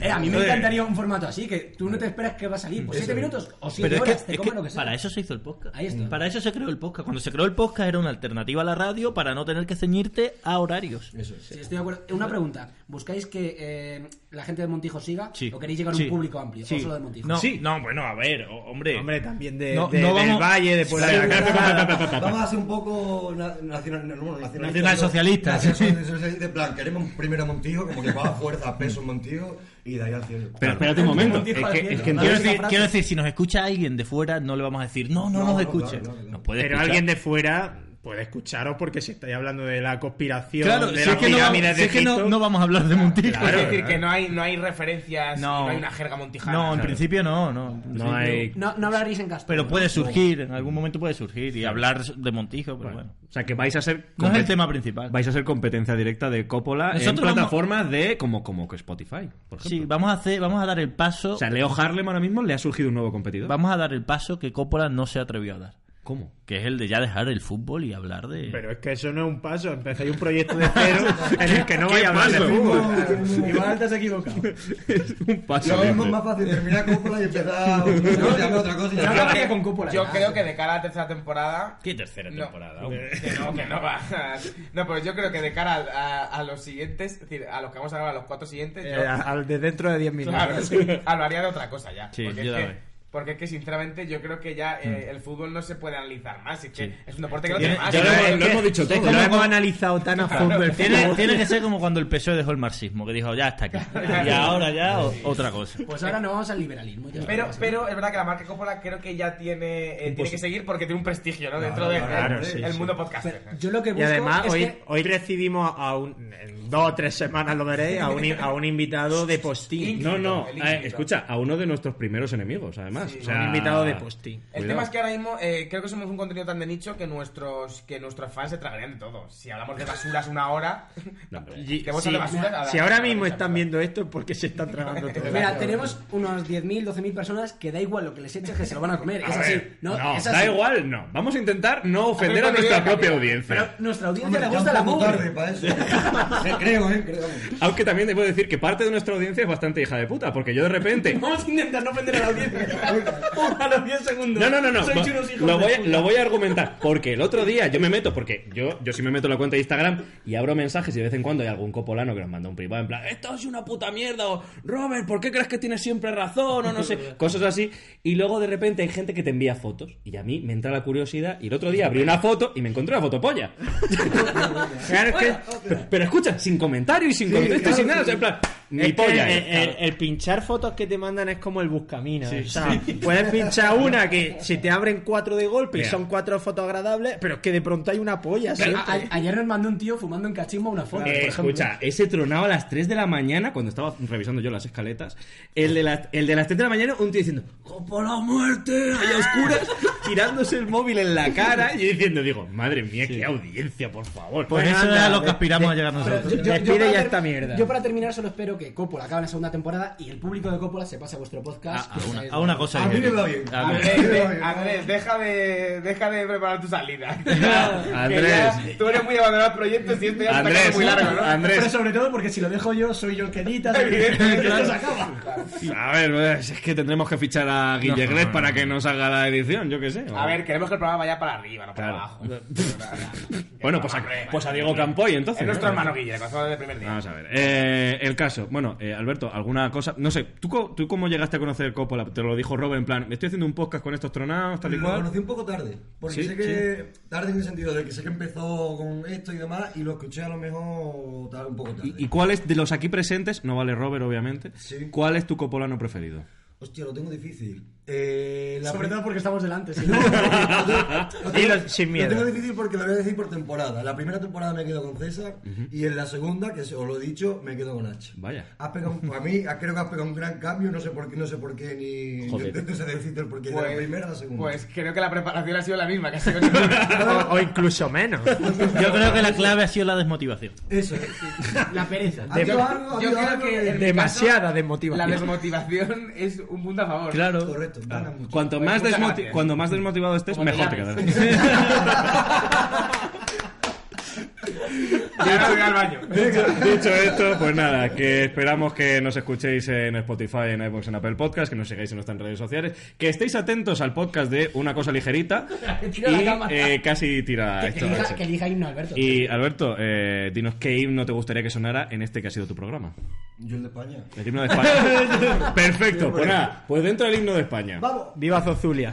Speaker 2: Eh, a mí me encantaría un formato así, que tú no te esperas que va a salir. Pues siete minutos o siete
Speaker 3: Pero es que,
Speaker 2: horas, te
Speaker 3: es
Speaker 2: comes
Speaker 3: que
Speaker 2: lo que sea.
Speaker 3: para eso se hizo el podcast.
Speaker 2: Ahí está.
Speaker 3: Para eso se creó el podcast. Cuando se creó el podcast era una alternativa a la radio para no tener que ceñirte a horarios.
Speaker 2: Sí, estoy de acuerdo. Eh, Una pregunta. ¿Buscáis que eh, la gente de Montijo siga
Speaker 3: Sí.
Speaker 2: o queréis llegar a un
Speaker 3: Sí.
Speaker 2: público amplio?
Speaker 3: Sí.
Speaker 2: ¿O solo de Montijo?
Speaker 3: No, no, bueno, a ver, o- hombre. eh,
Speaker 6: Hombre, también de,
Speaker 3: No,
Speaker 6: de-
Speaker 3: no
Speaker 6: del
Speaker 3: vamos-
Speaker 6: Valle, de Puebla de la Cruz.
Speaker 8: Vamos a ser un poco na- nacional, no, bueno, nacionalistas,
Speaker 3: Nacionalsocialistas,
Speaker 8: ¿no?
Speaker 3: sí.
Speaker 8: Nacionalsocialistas, en plan, queremos primero a Montijo, como que va a fuerza, peso en Montijo y de ahí al cielo.
Speaker 1: Pero espérate un momento. Es que, es que
Speaker 3: Quiero
Speaker 1: entiendo-
Speaker 3: decir, quiero decir, si nos escucha alguien de fuera, no le vamos a decir, no, no,
Speaker 8: No,
Speaker 3: nos
Speaker 8: no,
Speaker 3: escuche.
Speaker 8: claro, claro, claro.
Speaker 3: Nos puede
Speaker 6: Pero
Speaker 3: escuchar.
Speaker 6: alguien de fuera puede escucharos porque si estáis hablando de la conspiración,
Speaker 3: Claro,
Speaker 6: de
Speaker 3: si
Speaker 6: las
Speaker 3: es que, no, vamos-
Speaker 6: pirámides
Speaker 3: si
Speaker 6: de
Speaker 3: es que no-
Speaker 6: Egipto,
Speaker 3: no vamos a hablar de Montijo.
Speaker 5: Es decir, que no hay, no hay referencias, no. hay una jerga montijana.
Speaker 3: No, en
Speaker 5: Claro.
Speaker 3: principio no, no. En
Speaker 1: No
Speaker 3: principio-
Speaker 1: hay.
Speaker 2: No, no hablaréis en castellano.
Speaker 3: Pero puede surgir, en algún momento puede surgir y hablar de Montijo, pero bueno.
Speaker 1: O sea, que vais a ser.
Speaker 3: No es el
Speaker 1: compet-
Speaker 3: tema principal.
Speaker 1: Vais a ser competencia directa de Coppola
Speaker 3: Nosotros
Speaker 1: en
Speaker 3: vamos-
Speaker 1: plataformas de como, como que Spotify, por ejemplo.
Speaker 3: Sí, vamos a hacer, vamos a dar el paso,
Speaker 1: O sea, Leo Harlem ahora mismo le ha surgido un nuevo competidor.
Speaker 3: vamos a dar el paso que Coppola no se atrevió a dar,
Speaker 1: ¿Cómo?
Speaker 3: que es el de ya dejar el fútbol y hablar de
Speaker 6: Pero es que eso no es un paso. Empezáis un proyecto de cero en el que no vais a hablar de
Speaker 1: paso?
Speaker 6: fútbol. Igual te has equivocado.
Speaker 1: un paso.
Speaker 8: Lo mismo es
Speaker 1: libre.
Speaker 8: más fácil terminar Coppola y empezar no, se llama otra cosa. y ya
Speaker 5: Yo,
Speaker 8: está.
Speaker 5: creo que, ¿eh? yo creo que de cara a la tercera temporada.
Speaker 3: ¿Qué tercera
Speaker 5: No.
Speaker 3: temporada? hombre?
Speaker 5: Que no, que no va. No, pero yo creo que de cara a, a- a los siguientes, es decir, a los que vamos a grabar, a los cuatro siguientes, yo-
Speaker 6: Eh, al de dentro de 10 minutos.
Speaker 5: Claro, hablaría de otra cosa ya.
Speaker 3: Sí,
Speaker 5: porque,
Speaker 3: yo
Speaker 5: es que,
Speaker 3: también. Mm.
Speaker 5: porque es que sinceramente yo creo que ya eh, el fútbol no se puede analizar más. Es que es un deporte que no
Speaker 3: Tiene-
Speaker 5: tiene más.
Speaker 3: ya
Speaker 5: ¿no?
Speaker 3: lo
Speaker 5: Es
Speaker 3: hemos-
Speaker 5: que-
Speaker 3: lo hemos dicho
Speaker 5: es
Speaker 3: todo.
Speaker 5: como-
Speaker 6: Lo
Speaker 3: Claro.
Speaker 6: hemos analizado tan a fondo el
Speaker 3: Tiene,
Speaker 6: fútbol.
Speaker 3: tiene que ser como cuando el PSOE E dejó el marxismo, que dijo, ya está aquí. Y ahora ya o- otra cosa.
Speaker 2: Pues ahora nos vamos al liberalismo. ya
Speaker 5: Pero,
Speaker 2: está.
Speaker 5: pero es verdad que la marca Coppola creo que ya tiene, eh, tiene que seguir porque tiene un prestigio ¿no? dentro del
Speaker 6: claro, sí,
Speaker 5: el
Speaker 6: sí.
Speaker 5: mundo podcaster.
Speaker 2: Pero yo lo que
Speaker 6: Y
Speaker 2: busco
Speaker 6: además,
Speaker 2: es
Speaker 6: hoy,
Speaker 2: que...
Speaker 6: hoy recibimos a un. En dos o tres semanas lo veréis, a un, in- a un invitado de postín.
Speaker 1: No, no,
Speaker 5: El
Speaker 1: eh,
Speaker 5: ínclito.
Speaker 1: escucha, a uno de nuestros primeros enemigos, además. O sea,
Speaker 6: Un invitado de postín.
Speaker 5: El tema es que ahora mismo eh, creo que somos un contenido tan de nicho que nuestros que nuestros fans se tragarían de todo. Si hablamos de basuras una hora,
Speaker 1: No, pero-
Speaker 6: Y-
Speaker 5: que vos
Speaker 6: si-
Speaker 5: hablas de basura,
Speaker 6: si ahora mismo están viendo esto es porque se están tragando todo.
Speaker 2: Mira, tenemos unos 10.000, 12.000 personas que da igual lo que les eches que se lo van a comer. Es así. No,
Speaker 1: No,
Speaker 2: es
Speaker 1: da
Speaker 2: así.
Speaker 1: igual, no. Vamos a intentar no ofender
Speaker 5: Hacer
Speaker 1: a nuestra
Speaker 5: contenido de
Speaker 1: propia
Speaker 5: calidad.
Speaker 1: audiencia.
Speaker 2: Pero nuestra audiencia
Speaker 8: Hombre,
Speaker 2: le
Speaker 8: ya
Speaker 2: gusta la
Speaker 8: un poco tarde
Speaker 2: mugre.
Speaker 8: para eso. Sí, creo, eh, creo.
Speaker 1: Aunque también debo decir que parte de nuestra audiencia es bastante hija de puta, porque yo de repente...
Speaker 2: Vamos a intentar no ofender a la audiencia. a los 10 segundos.
Speaker 1: No, no, no, no.
Speaker 2: Sois
Speaker 1: va-
Speaker 2: unos hijos
Speaker 1: Lo
Speaker 2: de
Speaker 1: voy, a,
Speaker 2: puta.
Speaker 1: lo voy a argumentar. Porque el otro día yo me meto, porque yo, yo sí me meto en la cuenta de Instagram y abro mensajes y de vez en cuando hay algún copolano que nos manda un privado en plan, esto es una puta mierda, o Robert, ¿por qué crees que tienes siempre razón? O no sé, cosas así. Y luego de repente hay gente que te envía fotos y a mí me entra la curiosidad y el otro día abrí una foto y me encontré una fotopolla.
Speaker 6: Claro, es que-
Speaker 1: pero, pero escucha, sin comentario y sin contexto y sin nada, o sea, en plan, mi
Speaker 6: es que
Speaker 1: polla.
Speaker 6: el,
Speaker 1: eh.
Speaker 6: el- el pinchar fotos que te mandan es como el buscamina. o sea, Puedes pinchar una que se te abren cuatro de golpe y son cuatro fotos agradables, pero es que de pronto hay una polla siempre.
Speaker 2: A- a- ayer nos mandó un tío fumando en cachimbo una foto.
Speaker 1: Eh,
Speaker 2: por ejemplo.
Speaker 1: escucha, ese tronado a las 3 de la mañana, cuando estaba revisando yo las escaletas, el de, la- el de las 3 de la mañana, un tío diciendo, ¡Copa la muerte! A oscuras, tirándose el móvil en la cara y diciendo, digo, madre mía, qué audiencia, por favor.
Speaker 3: Pues eso
Speaker 6: nada,
Speaker 3: es a lo que
Speaker 6: de-
Speaker 3: aspiramos a llegar
Speaker 2: Pero
Speaker 3: nosotros.
Speaker 2: yo- yo- yo
Speaker 6: Despide
Speaker 2: para
Speaker 6: ya
Speaker 2: ter-
Speaker 6: esta mierda.
Speaker 2: Yo para terminar solo espero que Coppola acabe la segunda temporada y el público de Coppola se pase a vuestro podcast.
Speaker 3: Ah, A, a
Speaker 2: que
Speaker 3: una,
Speaker 2: es-
Speaker 3: a una cosa.
Speaker 8: A mí me
Speaker 3: diferente.
Speaker 8: va bien.
Speaker 1: A ver.
Speaker 8: mí me va
Speaker 5: Andrés,
Speaker 8: bien.
Speaker 5: Andrés, deja de, deja de preparar tu salida.
Speaker 1: Andrés.
Speaker 5: Que ya Tú eres muy abandonado al proyecto y esto ya se está
Speaker 1: Andrés,
Speaker 5: quedando muy largo, ¿no?
Speaker 1: Andrés,
Speaker 2: Pero sobre todo porque si lo dejo yo, soy yo el que edita. soy-
Speaker 5: Evidentemente,
Speaker 2: Esto se
Speaker 5: claro.
Speaker 2: acaba.
Speaker 1: A ver, pues, es que tendremos que fichar a Guillegret para que nos haga la edición, yo qué sé.
Speaker 5: A ver, queremos que el programa vaya para arriba, no para
Speaker 1: Claro.
Speaker 5: abajo.
Speaker 1: Bueno, pues a, pues a Diego Campoy, entonces.
Speaker 5: Es nuestro
Speaker 1: ¿no?
Speaker 5: hermano Guille, lo conocemos desde el primer día.
Speaker 1: Vamos a ver. Eh, el caso. Bueno, eh, Alberto, alguna cosa. No sé, ¿tú, co- ¿tú cómo llegaste a conocer Coppola? Te lo dijo Robert en plan, estoy haciendo un podcast con estos tronados, tal y
Speaker 8: Lo
Speaker 1: cual.
Speaker 8: conocí un poco tarde, porque
Speaker 1: Sí,
Speaker 8: sé que tarde en el sentido de que sé que empezó con esto y demás y lo escuché a lo mejor tal- un poco tarde.
Speaker 1: ¿Y, y cuál es de los aquí presentes? No vale Robert, obviamente.
Speaker 8: Sí.
Speaker 1: ¿Cuál es tu copolano preferido?
Speaker 8: Hostia, lo tengo difícil. Eh, la
Speaker 2: Sobre
Speaker 8: pri-
Speaker 2: todo porque estamos delante. sí.
Speaker 8: Lo tengo-
Speaker 6: Dilo sin miedo.
Speaker 8: Lo tengo difícil porque lo voy a decir por temporada. La primera temporada me quedo con César y en la segunda, que os lo he dicho, me quedo con H.
Speaker 1: Vaya.
Speaker 8: Has pegado un- a mí ah, creo que has pegado un gran cambio, no sé por qué, no sé por qué, ni
Speaker 1: Joder.
Speaker 8: intento ese decirte el porqué de la primera a la segunda.
Speaker 5: pues creo que la preparación ha sido la misma que ha sido con-
Speaker 6: O, o incluso menos.
Speaker 3: Yo creo que la clave ha sido la desmotivación.
Speaker 8: Eso es.
Speaker 2: La pereza.
Speaker 8: Ha habido
Speaker 5: yo-
Speaker 8: algo, ha
Speaker 5: yo
Speaker 8: habido
Speaker 5: creo
Speaker 8: algo
Speaker 5: que
Speaker 8: de-
Speaker 5: en mi
Speaker 6: Demasiada
Speaker 5: La
Speaker 6: desmotivación.
Speaker 5: desmotivación es un punto a favor.
Speaker 1: Claro.
Speaker 8: Correcto, gana mucho.
Speaker 1: Cuanto
Speaker 5: Pues
Speaker 1: más,
Speaker 5: muchas
Speaker 1: desmoti-
Speaker 5: gracias.
Speaker 1: cuando más desmotivado estés,
Speaker 5: Como te
Speaker 1: mejor te
Speaker 5: llames.
Speaker 1: quedarás.
Speaker 5: Ya ahora voy al baño.
Speaker 1: Dicho esto, pues nada, que esperamos que nos escuchéis en Spotify, en iVoox, en Apple Podcast, que nos sigáis en nuestras redes sociales, que estéis atentos al podcast de Una Cosa Ligerita
Speaker 2: Tira la
Speaker 1: y
Speaker 2: cámara.
Speaker 1: eh, casi tira
Speaker 2: Que
Speaker 1: esto.
Speaker 2: elija,
Speaker 1: H.
Speaker 2: que elija himno, Alberto.
Speaker 1: Y Alberto, eh, dinos qué himno te gustaría que sonara en este que ha sido tu programa.
Speaker 8: Yo el de España.
Speaker 1: El himno de España. Perfecto, pues nada, pues dentro del himno de España.
Speaker 8: ¡Vamos!
Speaker 6: Viva Zozulia.